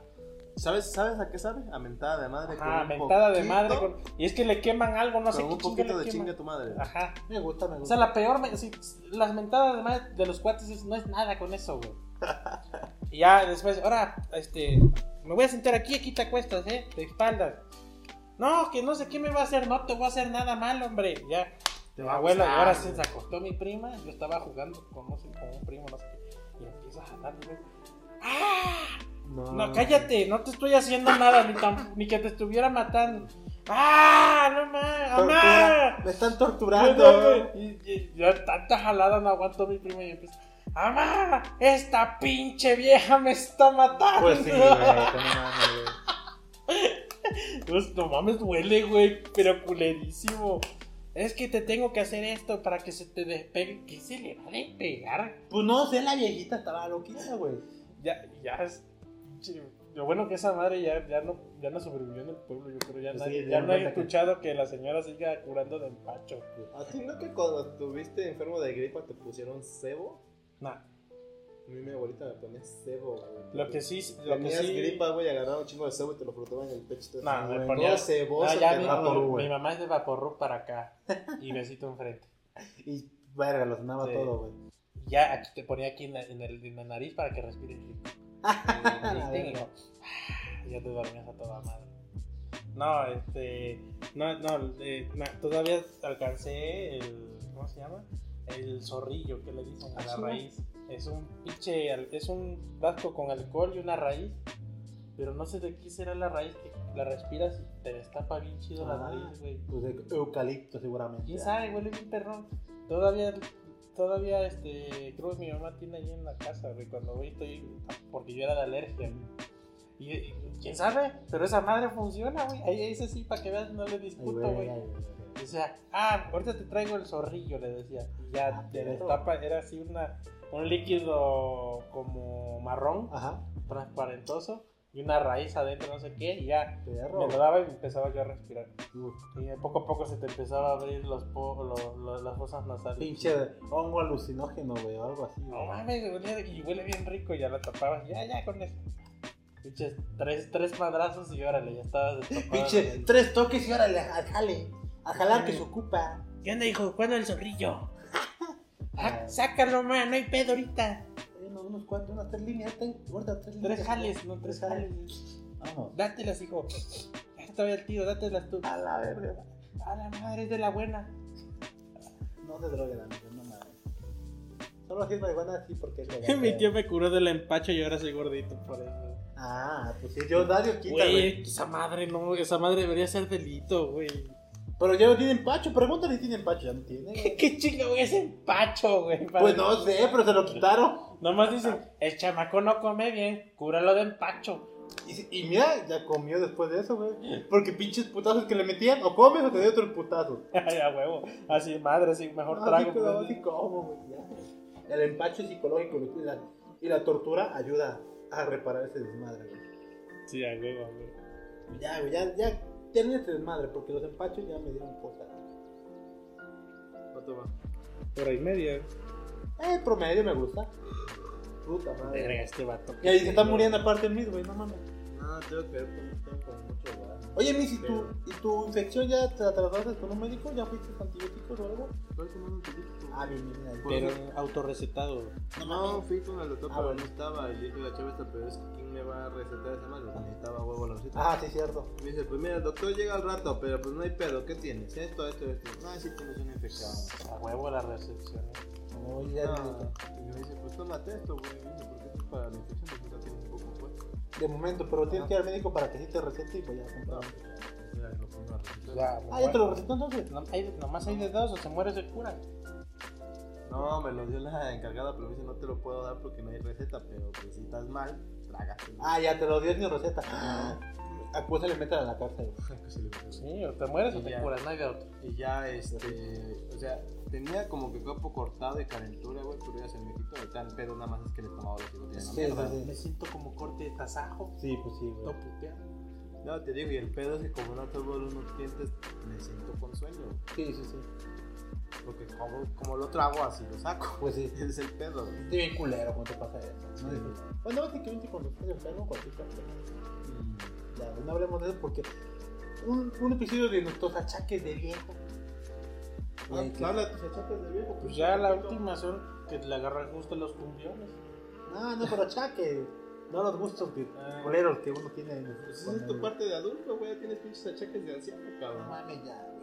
[SPEAKER 4] ¿Sabes, ¿Sabes a qué sabe? A mentada de madre. con
[SPEAKER 2] ajá,
[SPEAKER 4] un
[SPEAKER 2] mentada de
[SPEAKER 4] poquito-
[SPEAKER 2] madre. con- y es que le queman algo, no sé
[SPEAKER 4] con
[SPEAKER 2] qué
[SPEAKER 4] un
[SPEAKER 2] chinga
[SPEAKER 4] poquito
[SPEAKER 2] le
[SPEAKER 4] de chinga
[SPEAKER 2] queman.
[SPEAKER 4] tu madre.
[SPEAKER 2] Ajá.
[SPEAKER 1] Me gusta, me
[SPEAKER 2] O
[SPEAKER 1] gusta.
[SPEAKER 2] sea, la peor, me- sí, las mentadas de, madre de los cuates es- no es nada con eso, güey. Y ya después, ahora, este, me voy a sentar aquí, aquí te acuestas, ¿eh? De espaldas. No, que no sé qué me va a hacer, no te voy a hacer nada mal, hombre. Ya,
[SPEAKER 7] Te
[SPEAKER 2] la
[SPEAKER 7] va a
[SPEAKER 2] abuela, y
[SPEAKER 7] gustar,
[SPEAKER 2] ahora
[SPEAKER 7] güey.
[SPEAKER 2] se se acostó mi prima, yo estaba jugando con, no sé, con un primo, no sé qué, y empieza a jalar, güey. ¡Ah!
[SPEAKER 7] No,
[SPEAKER 2] No, cállate, no te estoy haciendo nada, ni, tam- ni que te estuviera matando. ¡Ah! ¡No más! ¡Amá!
[SPEAKER 1] Me están
[SPEAKER 2] Yo
[SPEAKER 1] torturando.
[SPEAKER 2] no, güey. Y- y- yo tanta jalada no aguanto mi primo y empieza. ¡Amá! ¡Esta pinche vieja me está matando!
[SPEAKER 7] Pues sí, güey, que no mames, güey.
[SPEAKER 2] Pues, no mames, duele, güey, pero culerísimo. Es que te tengo que hacer esto para que se te despegue. ¿Qué se le va a despegar?
[SPEAKER 1] Pues no sé, la viejita estaba loquita, güey.
[SPEAKER 2] Ya, ya es. che, Lo bueno que esa madre ya, ya, no, ya no sobrevivió en el pueblo, yo creo. Ya,
[SPEAKER 7] Pues
[SPEAKER 2] nadie-
[SPEAKER 7] sí,
[SPEAKER 2] ya
[SPEAKER 7] ya
[SPEAKER 2] no he
[SPEAKER 7] no ataca.
[SPEAKER 2] escuchado que la señora siga curando de empacho.
[SPEAKER 3] ¿A ti no que cuando estuviste enfermo de gripa te pusieron cebo?
[SPEAKER 2] Nah.
[SPEAKER 3] A mí mi abuelita me ponía cebo, güey.
[SPEAKER 2] Lo que sí. Lo que
[SPEAKER 3] Tenías
[SPEAKER 2] sí
[SPEAKER 3] gripa, güey, agarraba un chingo de cebo y te lo frotaban en el pecho. Te
[SPEAKER 2] Nah, me
[SPEAKER 3] Todo
[SPEAKER 2] ponía-
[SPEAKER 3] ceboso
[SPEAKER 2] No, Ah, ya
[SPEAKER 3] que
[SPEAKER 2] mi,
[SPEAKER 3] no-
[SPEAKER 1] Vaporub, güey.
[SPEAKER 2] mi mamá es de Vaporru para acá y besito enfrente.
[SPEAKER 1] Y verga, lo sonaba
[SPEAKER 2] Sí.
[SPEAKER 1] todo, güey.
[SPEAKER 2] Ya aquí te ponía aquí en, la- en el- en la nariz para que respires rico.
[SPEAKER 1] la
[SPEAKER 2] Y digo, "Ah", ya te dormías a toda madre. No, este. No, no, eh, na- todavía alcancé el. ¿Cómo se llama? El zorrillo que le dicen a la raíz. Es un pinche. al- Es un vasco con alcohol y una raíz. Pero no sé de qué será la raíz que la respiras y te destapa bien chido la
[SPEAKER 1] Ah.
[SPEAKER 2] nariz, güey.
[SPEAKER 1] Pues de eucalipto, seguramente.
[SPEAKER 2] ¿Quién sabe? Huele bien perrón. Todavía, todavía, este, creo que mi mamá tiene ahí en la casa, güey, cuando voy estoy, porque yo era de alergia. güey. Y, y quién sabe, pero esa madre funciona, güey. Ahí dice sí, para que veas, no le
[SPEAKER 1] Ay,
[SPEAKER 2] discuto,
[SPEAKER 1] güey,
[SPEAKER 2] güey.
[SPEAKER 1] ay, güey.
[SPEAKER 2] O sea, ah, ahorita te traigo el zorrillo, le decía. Y ya
[SPEAKER 1] Ah,
[SPEAKER 2] te
[SPEAKER 1] pero-
[SPEAKER 2] destapa, era así una, un líquido como marrón,
[SPEAKER 1] Ajá,
[SPEAKER 2] transparentoso, y una raíz adentro, no sé qué, y ya
[SPEAKER 1] perro.
[SPEAKER 2] me lo daba y empezaba yo a respirar.
[SPEAKER 1] Uf,
[SPEAKER 2] Y de poco a poco se te empezaba a abrir los po- lo- lo- las fosas nasales.
[SPEAKER 1] Pinche hongo alucinógeno, güey, o algo así,
[SPEAKER 2] No
[SPEAKER 1] güey.
[SPEAKER 2] mames, huele, y huele bien rico. Ya la tapabas. Ya, ya, con eso. Pinches tres, tres madrazos y órale, ya estabas destapada.
[SPEAKER 1] Pinche tres toques y órale, al jale. A jalar que se ocupa.
[SPEAKER 2] ¿Qué onda, hijo? ¿Cuándo el zorrillo?
[SPEAKER 1] Ah,
[SPEAKER 2] sácalo, man, no hay pedo ahorita.
[SPEAKER 1] Unos, unos cuantos, unas tres líneas, ten, guarda tres líneas.
[SPEAKER 2] Tres jales, no, tres jales.
[SPEAKER 1] Vamos.
[SPEAKER 2] Dátelas, hijo. Ya está bien, tío, dátelas tú.
[SPEAKER 1] A la verga.
[SPEAKER 2] A la madre, es de la buena.
[SPEAKER 1] No se droguen, amigo, no mames. Solo así es marihuana así porque es
[SPEAKER 2] Mi
[SPEAKER 1] legal.
[SPEAKER 2] tío me curó del empacho y ahora soy gordito por eso.
[SPEAKER 1] Ah, pues sí, yo nadie quita, güey.
[SPEAKER 2] Güey, esa madre no, esa madre debería ser delito, güey.
[SPEAKER 1] Pero ya no tienen pacho, pregúntale si tienen pacho, ya no tienen. güey.
[SPEAKER 2] ¿Qué chingo güey, es empacho, güey? Para-
[SPEAKER 1] Pues no sé, pero se lo quitaron.
[SPEAKER 2] Nomás dicen, el chamaco no come bien, cúralo de empacho.
[SPEAKER 1] Y, si- y mira, ya comió después de eso, güey. Porque pinches putazos que le metían, o comes o te doy otro putazo.
[SPEAKER 2] Ay, a huevo. Así, madre, así, mejor
[SPEAKER 1] No,
[SPEAKER 2] trago.
[SPEAKER 1] Ah, sí, pero
[SPEAKER 2] pues.
[SPEAKER 1] sí como, güey, ya. El empacho es psicológico güey, y la, y la tortura ayuda a reparar ese desmadre, güey.
[SPEAKER 2] Sí, a huevo, a huevo.
[SPEAKER 1] Ya, güey, ya, ya, ya no es desmadre, porque los empachos ya me dieron cosas.
[SPEAKER 2] ¿Cuánto va? Por ahí media.
[SPEAKER 1] Eh, promedio me gusta. Puta madre.
[SPEAKER 2] Verga, este vato.
[SPEAKER 1] Y ahí se está muriendo aparte el Miss, güey, no mames.
[SPEAKER 3] No, tengo que ver cómo están con mucho gas.
[SPEAKER 1] Oye, Miss, ¿y tu, ¿y tu infección ya te la trataste con un médico? ¿Ya fuiste antibióticos o algo?
[SPEAKER 3] Estoy tomando antibiótico.
[SPEAKER 1] Ah, bien, bien, bien.
[SPEAKER 2] Pero autorrecetado.
[SPEAKER 3] No, fui con el doctor,
[SPEAKER 1] Ah,
[SPEAKER 3] pero
[SPEAKER 1] bueno.
[SPEAKER 3] no estaba. Y le dije a la chava esta, pero es que ¿quién me va a recetar esa mano? Necesitaba huevo la receta.
[SPEAKER 1] Ah, sí, cierto.
[SPEAKER 3] Me dice, pues mira, el doctor llega al rato, pero pues no hay pedo, ¿qué tienes? Esto, esto, esto. No, sí tienes una infección.
[SPEAKER 2] A huevo la recepción.
[SPEAKER 1] No, ya
[SPEAKER 3] No. Y me dice, pues tómate esto, güey. Me dice, porque esto es para la infección, porque ya tienes un poco fuerte.
[SPEAKER 1] de momento, pero tienes que ir al médico para que sí te recete y pues ya
[SPEAKER 3] No,
[SPEAKER 1] compramos.
[SPEAKER 3] pues, ya, ya lo pongo a recetar.
[SPEAKER 2] Ya,
[SPEAKER 1] Ah, ya te lo recetó entonces.
[SPEAKER 2] No, hay, nomás hay de dos, o se muere o se cura.
[SPEAKER 3] No, me lo dio la encargada, pero me dice, no te lo puedo dar porque no hay receta, pero pues si estás mal, trágate.
[SPEAKER 1] Ah, ya te lo dio ni receta. Acusa le meten a la cárcel.
[SPEAKER 2] Sí, o te mueres o
[SPEAKER 3] Y
[SPEAKER 2] te
[SPEAKER 3] ya.
[SPEAKER 2] curas, no hay de otro.
[SPEAKER 3] Y ya, este, o sea, tenía como que cuerpo cortado y calentura, güey, pero ya se me quitó. Ahorita el pedo nada más es que el estómago lo sigo teniendo.
[SPEAKER 1] Sí,
[SPEAKER 3] mierda.
[SPEAKER 1] sí, sí.
[SPEAKER 2] Ah. siento como corte de tasajo.
[SPEAKER 1] Sí, pues sí, güey.
[SPEAKER 2] No putea.
[SPEAKER 3] No, te digo, y el pedo es que como no tomo los nutrientes, me siento con sueño.
[SPEAKER 1] Sí, sí, sí.
[SPEAKER 3] Porque como, como lo trago, así lo saco.
[SPEAKER 1] Pues sí.
[SPEAKER 3] Ese es el pedo, güey.
[SPEAKER 1] Estoy bien culero cuando te pasa eso. No disfruto. Bueno, básicamente cuando estás enfermo, cualquier cosa.
[SPEAKER 3] Mm.
[SPEAKER 1] Ya, güey, no hablemos de eso porque un, un episodio de nuestros achaques de viejo. Ah, Güey, que-
[SPEAKER 3] Habla tus achaques de viejo.
[SPEAKER 2] Pues ya la última son que le agarran justo los cumbiones.
[SPEAKER 1] No, no, pero achaque. No los gustos de boleros que uno tiene. en-
[SPEAKER 3] Pues
[SPEAKER 1] con
[SPEAKER 3] esa es tu
[SPEAKER 1] el-
[SPEAKER 3] parte de adulto, güey. Ya tienes pinches achaques de anciano,
[SPEAKER 1] No
[SPEAKER 3] cabrón.
[SPEAKER 1] mames, ya, güey.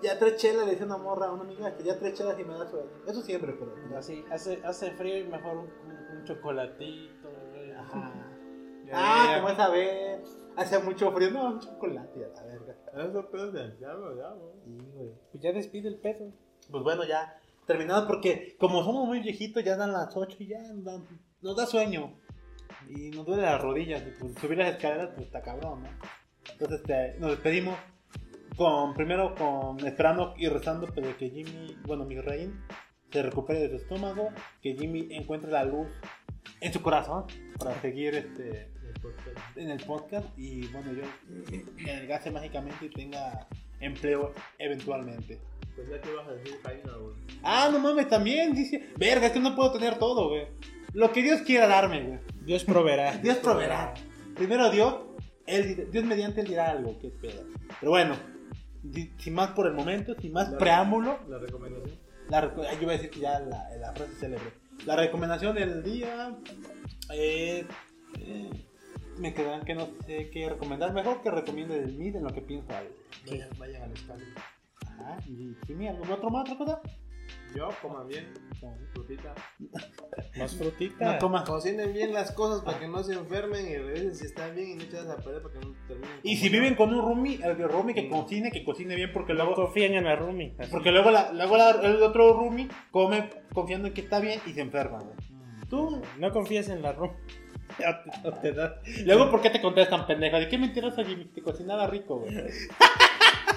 [SPEAKER 1] Ya tres chelas, le dice una morra a una amiga que ya tres chelas y me da sueño. Eso siempre, pero.
[SPEAKER 2] Así, hace, hace frío y mejor un, un- un chocolatito, güey.
[SPEAKER 1] Ajá.
[SPEAKER 3] Ya,
[SPEAKER 1] Ah,
[SPEAKER 3] ya, ya.
[SPEAKER 1] como esa vez. Hace mucho frío. No, un chocolate, a la verga.
[SPEAKER 3] Eso pedo de anciano, ya, güey.
[SPEAKER 1] Sí, güey.
[SPEAKER 2] Pues ya despide el pedo.
[SPEAKER 1] Pues bueno, ya. Terminado porque como somos muy viejitos, ya dan las 8 y ya nos dan- nos da sueño. Y nos duele las rodillas. Y pues subir las escaleras, pues está cabrón, ¿no? Entonces este, nos despedimos. Con, primero con esperando y rezando pero que Jimmy, bueno, mi rey, se recupere de su estómago, que Jimmy encuentre la luz en su corazón para seguir este, en el podcast y bueno, yo me adelgace mágicamente y tenga empleo eventualmente.
[SPEAKER 3] Pues ya que vas a decir Jaina, güey.
[SPEAKER 1] Ah, no mames, también dice. Verga, es que no puedo tener todo, güey. Lo que Dios quiera darme, güey.
[SPEAKER 2] Dios proveerá.
[SPEAKER 1] Dios proveerá. Primero Dios, él- Dios mediante él dirá algo, qué pedo. Pero bueno, di- sin más por el momento, sin más
[SPEAKER 3] Claro.
[SPEAKER 1] preámbulo,
[SPEAKER 3] La recomendación.
[SPEAKER 1] la, reco- ah, yo iba a decir que ya la, la frase célebre. La recomendación del día es. eh, me quedarán que no sé qué recomendar. Mejor que recomiende el mí en lo que pienso algo.
[SPEAKER 3] Vayan, vayan al escándalo.
[SPEAKER 1] Ajá, y Jimmy, ¿algo otro más, otra cosa?
[SPEAKER 3] Yo, coman bien, frutita.
[SPEAKER 2] Más
[SPEAKER 3] Ah,
[SPEAKER 2] frutita.
[SPEAKER 1] No toma.
[SPEAKER 3] Cocinen bien las cosas para que no se enfermen y revisen si están bien y no echas a perder para que no terminen.
[SPEAKER 1] Y
[SPEAKER 3] como
[SPEAKER 1] si
[SPEAKER 3] yo.
[SPEAKER 1] viven con un roomie, el roomie que cocine, que cocine bien, porque
[SPEAKER 2] No
[SPEAKER 1] luego,
[SPEAKER 2] confían en la Rumi.
[SPEAKER 1] porque luego, la- luego la- el otro roomie come confiando en que está bien y se enferma, güey. Tú,
[SPEAKER 2] No confías en la Rumi. O te- o te da-
[SPEAKER 1] luego, ¿por qué te contestan, pendeja? ¿De qué mentirosa Jimmy? Te cocinaba rico, güey.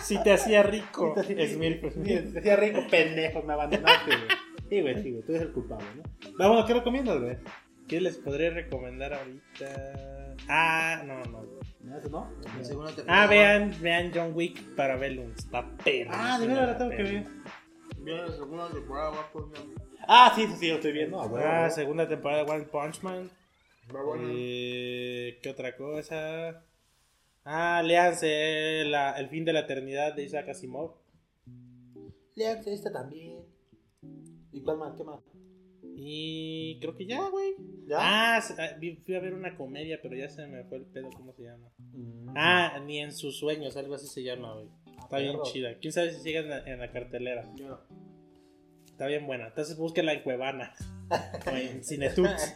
[SPEAKER 2] Si te hacía rico. Es mil
[SPEAKER 1] Te hacía rico, pendejo, me abandonaste, güey. Sí, güey, sí, güey, tú eres el culpable, ¿no? Vamos, ¿qué recomiendas, güey?
[SPEAKER 2] ¿Qué les podré recomendar ahorita? Ah, no, no.
[SPEAKER 1] ¿No? ¿Eso no?
[SPEAKER 3] En segunda temporada.
[SPEAKER 2] Ah, vean, vean John Wick para Bellum. Está perro.
[SPEAKER 1] Ah, de verdad, tengo que ver.
[SPEAKER 3] Viene la segunda temporada, va por mi amor.
[SPEAKER 1] Ah, sí, sí, sí, lo estoy viendo, ah, güey.
[SPEAKER 2] Ah, segunda temporada de One Punch Man.
[SPEAKER 3] Va bueno.
[SPEAKER 2] Eh, ¿Qué otra cosa? Ah, léanse la- El fin de la eternidad de Isaac Asimov.
[SPEAKER 1] Léanse esta también. ¿Y cuál más? ¿Qué más?
[SPEAKER 2] Y creo que ya, güey.
[SPEAKER 1] ¿Ya?
[SPEAKER 2] Ah, se- ah, vi- fui a ver una comedia, pero ya se me fue el pedo, ¿cómo se llama?
[SPEAKER 1] Mm.
[SPEAKER 2] Ah, ni en sus sueños, algo así se llama, güey. Está bien
[SPEAKER 1] perro.
[SPEAKER 2] chida. ¿Quién sabe si llega en la, en la cartelera?
[SPEAKER 3] Yo no.
[SPEAKER 2] Está bien buena. Entonces búsquela en Cuevana. o en Cinetux.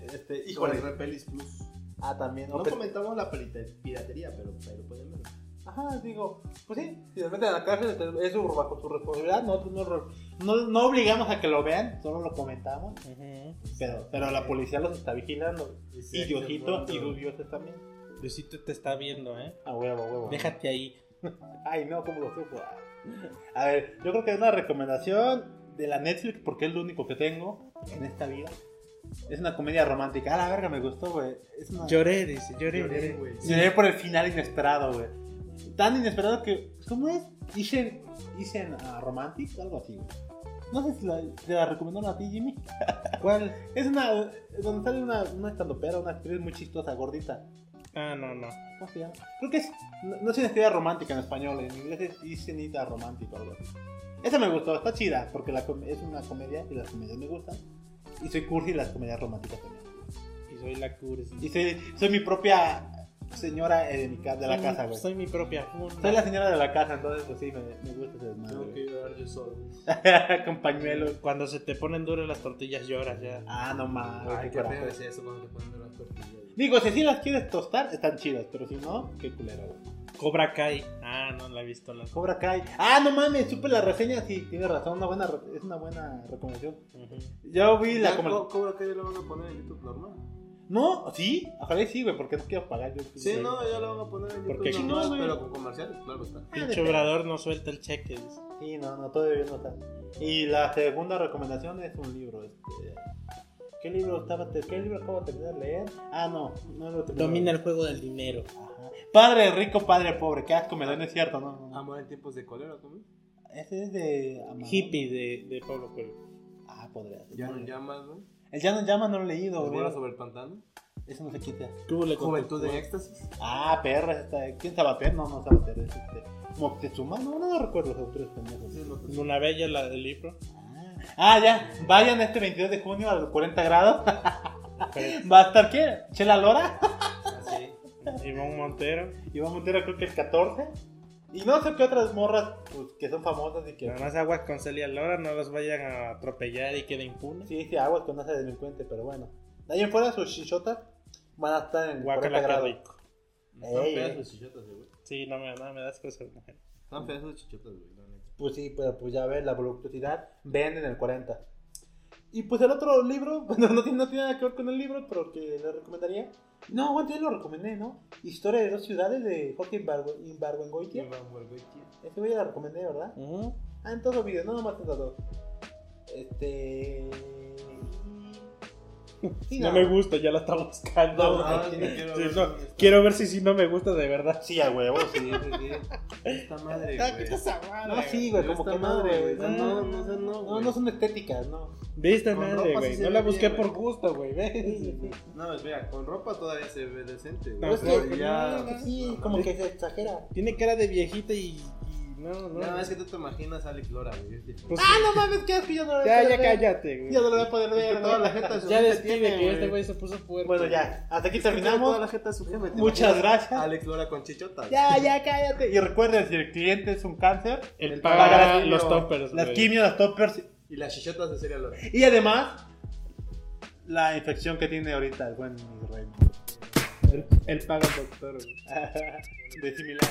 [SPEAKER 1] Este,
[SPEAKER 3] Con
[SPEAKER 1] híjole.
[SPEAKER 3] el Repelis Plus.
[SPEAKER 1] Ah, también.
[SPEAKER 3] No
[SPEAKER 1] pero-
[SPEAKER 3] comentamos la pirate- piratería, pero pero pueden ver.
[SPEAKER 1] Ajá, digo, pues sí, si nos meten a la cárcel te- es su, bajo su responsabilidad, nosotros no, re- no, no obligamos a que lo vean, solo lo comentamos,
[SPEAKER 2] Ujú.
[SPEAKER 1] pero, pero la policía los está vigilando,
[SPEAKER 3] sí,
[SPEAKER 1] y Diosito
[SPEAKER 3] sí,
[SPEAKER 1] y
[SPEAKER 3] bueno.
[SPEAKER 1] sus dioses también.
[SPEAKER 2] Diosito te está viendo, ¿eh?
[SPEAKER 1] A huevo, a huevo.
[SPEAKER 2] Déjate ahí.
[SPEAKER 1] Ay, no, cómo lo supo. A ver, yo creo que es una recomendación de la Netflix, porque es lo único que tengo en esta vida. Es una comedia romántica. A la verga, me gustó, güey. Es una...
[SPEAKER 2] Lloré, dice, lloré.
[SPEAKER 3] Lloré,
[SPEAKER 2] lloré.
[SPEAKER 3] güey.
[SPEAKER 1] Lloré por el final inesperado, güey. Tan inesperado que. pues, ¿Cómo es? Dicen. Dicen a Romantic, algo así, güey. No sé si la, te la recomendaron a ti, Jimmy.
[SPEAKER 2] ¿Cuál?
[SPEAKER 1] Es una. eh, Donde sale una, una estandopera, una actriz muy chistosa, gordita.
[SPEAKER 2] Ah, no, no.
[SPEAKER 1] ¿Cómo se llama? Creo que es. No, no sé si es idea romántica en español, en inglés es Isenita Romántico, algo así. Esa me gustó, está chida, porque la com- es una comedia y las comedias me gustan. Y soy cursi y las comedias románticas también.
[SPEAKER 2] Y soy la cursi.
[SPEAKER 1] Y soy, soy mi propia señora eh, de, mi ca- de la
[SPEAKER 2] Soy
[SPEAKER 1] casa,
[SPEAKER 2] mi-
[SPEAKER 1] güey.
[SPEAKER 2] Soy mi propia funda.
[SPEAKER 1] Soy la señora de la casa, entonces pues sí, me, me gusta ese desmadre.
[SPEAKER 3] Tengo que
[SPEAKER 1] güey.
[SPEAKER 3] llorar yo solo.
[SPEAKER 1] Con pañuelos.
[SPEAKER 2] Cuando se te ponen duras las tortillas lloras ya.
[SPEAKER 1] Ah, no mames.
[SPEAKER 3] Ay,
[SPEAKER 1] qué
[SPEAKER 3] qué
[SPEAKER 1] coraje.
[SPEAKER 3] feo es eso cuando te ponen las tortillas.
[SPEAKER 1] Digo, si sí las quieres tostar, están chidas, pero si no, qué culero, güey.
[SPEAKER 2] Cobra Kai. Ah, no la he visto. La...
[SPEAKER 1] Cobra Kai. Ah, no mames, supe la reseña, sí, tienes razón, una buena, re- es una buena recomendación.
[SPEAKER 2] Ujú.
[SPEAKER 3] Ah,
[SPEAKER 1] Yo vi la
[SPEAKER 3] Ya,
[SPEAKER 1] como-
[SPEAKER 3] co- Cobra Kai ya la van a poner en YouTube normal.
[SPEAKER 1] No, sí, ojalá y sí, güey, porque no quiero pagar yo. Ah,
[SPEAKER 3] Sí, no, ya la van a poner en YouTube
[SPEAKER 2] Porque-
[SPEAKER 3] normal,
[SPEAKER 1] Sí, no, güey.
[SPEAKER 3] pero con comerciales, claro está.
[SPEAKER 1] Ah,
[SPEAKER 2] Pinche
[SPEAKER 1] depende.
[SPEAKER 2] obrador no suelta el cheque. dice.
[SPEAKER 1] Sí, no, no, todavía no está. Y la segunda recomendación es un libro, este... ¿Qué libro, estaba, te- ¿Qué libro acabo de terminar de leer? Ah, no, no lo terminé.
[SPEAKER 2] Domina el juego del dinero.
[SPEAKER 1] Ajá. Padre rico, padre pobre, qué asco me da, no es cierto, no, no, no.
[SPEAKER 3] Amor en tiempos de cólera, ¿cómo?
[SPEAKER 1] Ese es de Amado.
[SPEAKER 2] Hippie de, de Pablo Coelho.
[SPEAKER 1] Ah, podría ser.
[SPEAKER 3] Ya no llamas, ¿no?
[SPEAKER 1] El ya no llama, no lo he leído,
[SPEAKER 3] Los
[SPEAKER 1] güey.
[SPEAKER 3] vuelos sobre el pantano.
[SPEAKER 1] Eso no se quita.
[SPEAKER 2] ¿Cómo le
[SPEAKER 3] Juventud en éxtasis.
[SPEAKER 1] Ah, perra, esta. ¿Quién Sabater? No, no Sabater, es este. Moctezuma, no, no recuerdo los autores pendejos.
[SPEAKER 3] Sí, lo que-
[SPEAKER 2] Luna Bella, la del libro.
[SPEAKER 1] Ah, ya, vayan este 22 de junio a los 40 grados ¿Va a estar qué? ¿Chela Lora?
[SPEAKER 8] Así.
[SPEAKER 2] Iván Montero.
[SPEAKER 1] Iván Montero creo que el 14. Y no sé qué otras morras pues, que son famosas y que...
[SPEAKER 2] Nada más aguas con Celia Lora, no los vayan a atropellar y quede impune.
[SPEAKER 1] Sí, sí, aguas con ese delincuente, pero bueno. De ahí en fuera sus chichotas van a estar en 40
[SPEAKER 2] Guacala, qué
[SPEAKER 1] grados.
[SPEAKER 2] rico.
[SPEAKER 3] Están
[SPEAKER 1] Ey,
[SPEAKER 3] feas
[SPEAKER 1] ey.
[SPEAKER 3] sus chichotas, güey.
[SPEAKER 2] Sí, no me, no, me das cosas, mujer.
[SPEAKER 3] Están feas sus chichotas, güey. la neta.
[SPEAKER 1] Pues sí, pero pues ya ves, la voluptuosidad ven en el 40. Y pues el otro libro, bueno, no tiene, no tiene nada que ver con el libro, pero que le recomendaría. No, aguante, ya lo recomendé, ¿no? Historia de dos ciudades de Jorge Imbargu- Imbargüengoitia. Ese güey ya la recomendé, ¿verdad? Ah, en todos los videos, no nomás en todos. Este. Sí,
[SPEAKER 2] No me gusta, ya la está buscando.
[SPEAKER 3] No, no,
[SPEAKER 2] Sí,
[SPEAKER 3] no quiero ver
[SPEAKER 2] no,
[SPEAKER 3] si está.
[SPEAKER 2] quiero ver si sí no me gusta de verdad.
[SPEAKER 1] Sí, a huevo.
[SPEAKER 3] Sí, sí, sí. Esta madre, Ah, güey.
[SPEAKER 2] Ah,
[SPEAKER 1] No, sí, güey, como
[SPEAKER 3] Esta
[SPEAKER 1] que no,
[SPEAKER 3] madre,
[SPEAKER 1] güey.
[SPEAKER 3] esta No, no, esta no,
[SPEAKER 1] No,
[SPEAKER 3] güey.
[SPEAKER 1] no son estéticas, no.
[SPEAKER 2] De esta
[SPEAKER 3] Con
[SPEAKER 2] madre,
[SPEAKER 3] ropa sí
[SPEAKER 2] güey.
[SPEAKER 3] se
[SPEAKER 2] No
[SPEAKER 3] ve
[SPEAKER 2] la busqué
[SPEAKER 3] bien,
[SPEAKER 2] por
[SPEAKER 3] güey.
[SPEAKER 2] gusto, güey. ve.
[SPEAKER 3] No, mira, con ropa todavía se ve decente, güey.
[SPEAKER 2] No,
[SPEAKER 3] Pero
[SPEAKER 1] es que-
[SPEAKER 3] ya...
[SPEAKER 1] Sí, como que se exagera.
[SPEAKER 2] Tiene cara de viejita y. y no, no.
[SPEAKER 3] No, es que tú te imaginas a Alex Lora, güey. es diferente.
[SPEAKER 2] Pues-
[SPEAKER 1] Ah, no mames, que es que yo no lo voy a
[SPEAKER 2] Ya,
[SPEAKER 1] poder
[SPEAKER 2] ya
[SPEAKER 1] ver.
[SPEAKER 2] cállate, güey.
[SPEAKER 1] Yo no lo voy a poder
[SPEAKER 3] Es
[SPEAKER 1] ver.
[SPEAKER 3] que
[SPEAKER 1] ¿no?
[SPEAKER 3] toda la gente a su
[SPEAKER 2] Ya
[SPEAKER 3] jefe
[SPEAKER 2] despide
[SPEAKER 3] tiene,
[SPEAKER 2] que
[SPEAKER 3] güey.
[SPEAKER 2] este güey se puso fuerte.
[SPEAKER 1] Bueno, ya, hasta aquí
[SPEAKER 3] Toda la
[SPEAKER 1] terminamos.
[SPEAKER 3] gente a su jefe. ¿te
[SPEAKER 1] Muchas
[SPEAKER 3] imaginas?
[SPEAKER 1] gracias.
[SPEAKER 3] Alex Lora con chichota.
[SPEAKER 1] Ya, ya, cállate. Y recuerden, si el cliente es un cáncer,
[SPEAKER 2] El
[SPEAKER 3] paga
[SPEAKER 2] paga
[SPEAKER 3] las
[SPEAKER 2] los
[SPEAKER 3] quimio.
[SPEAKER 2] toppers,
[SPEAKER 1] las
[SPEAKER 2] güey.
[SPEAKER 1] quimios, las toppers
[SPEAKER 3] Y las chichotas de Celia Lora.
[SPEAKER 1] y además la infección que tiene ahorita el buen Israel.
[SPEAKER 2] El- El paga el doctor, güey.
[SPEAKER 1] De similar.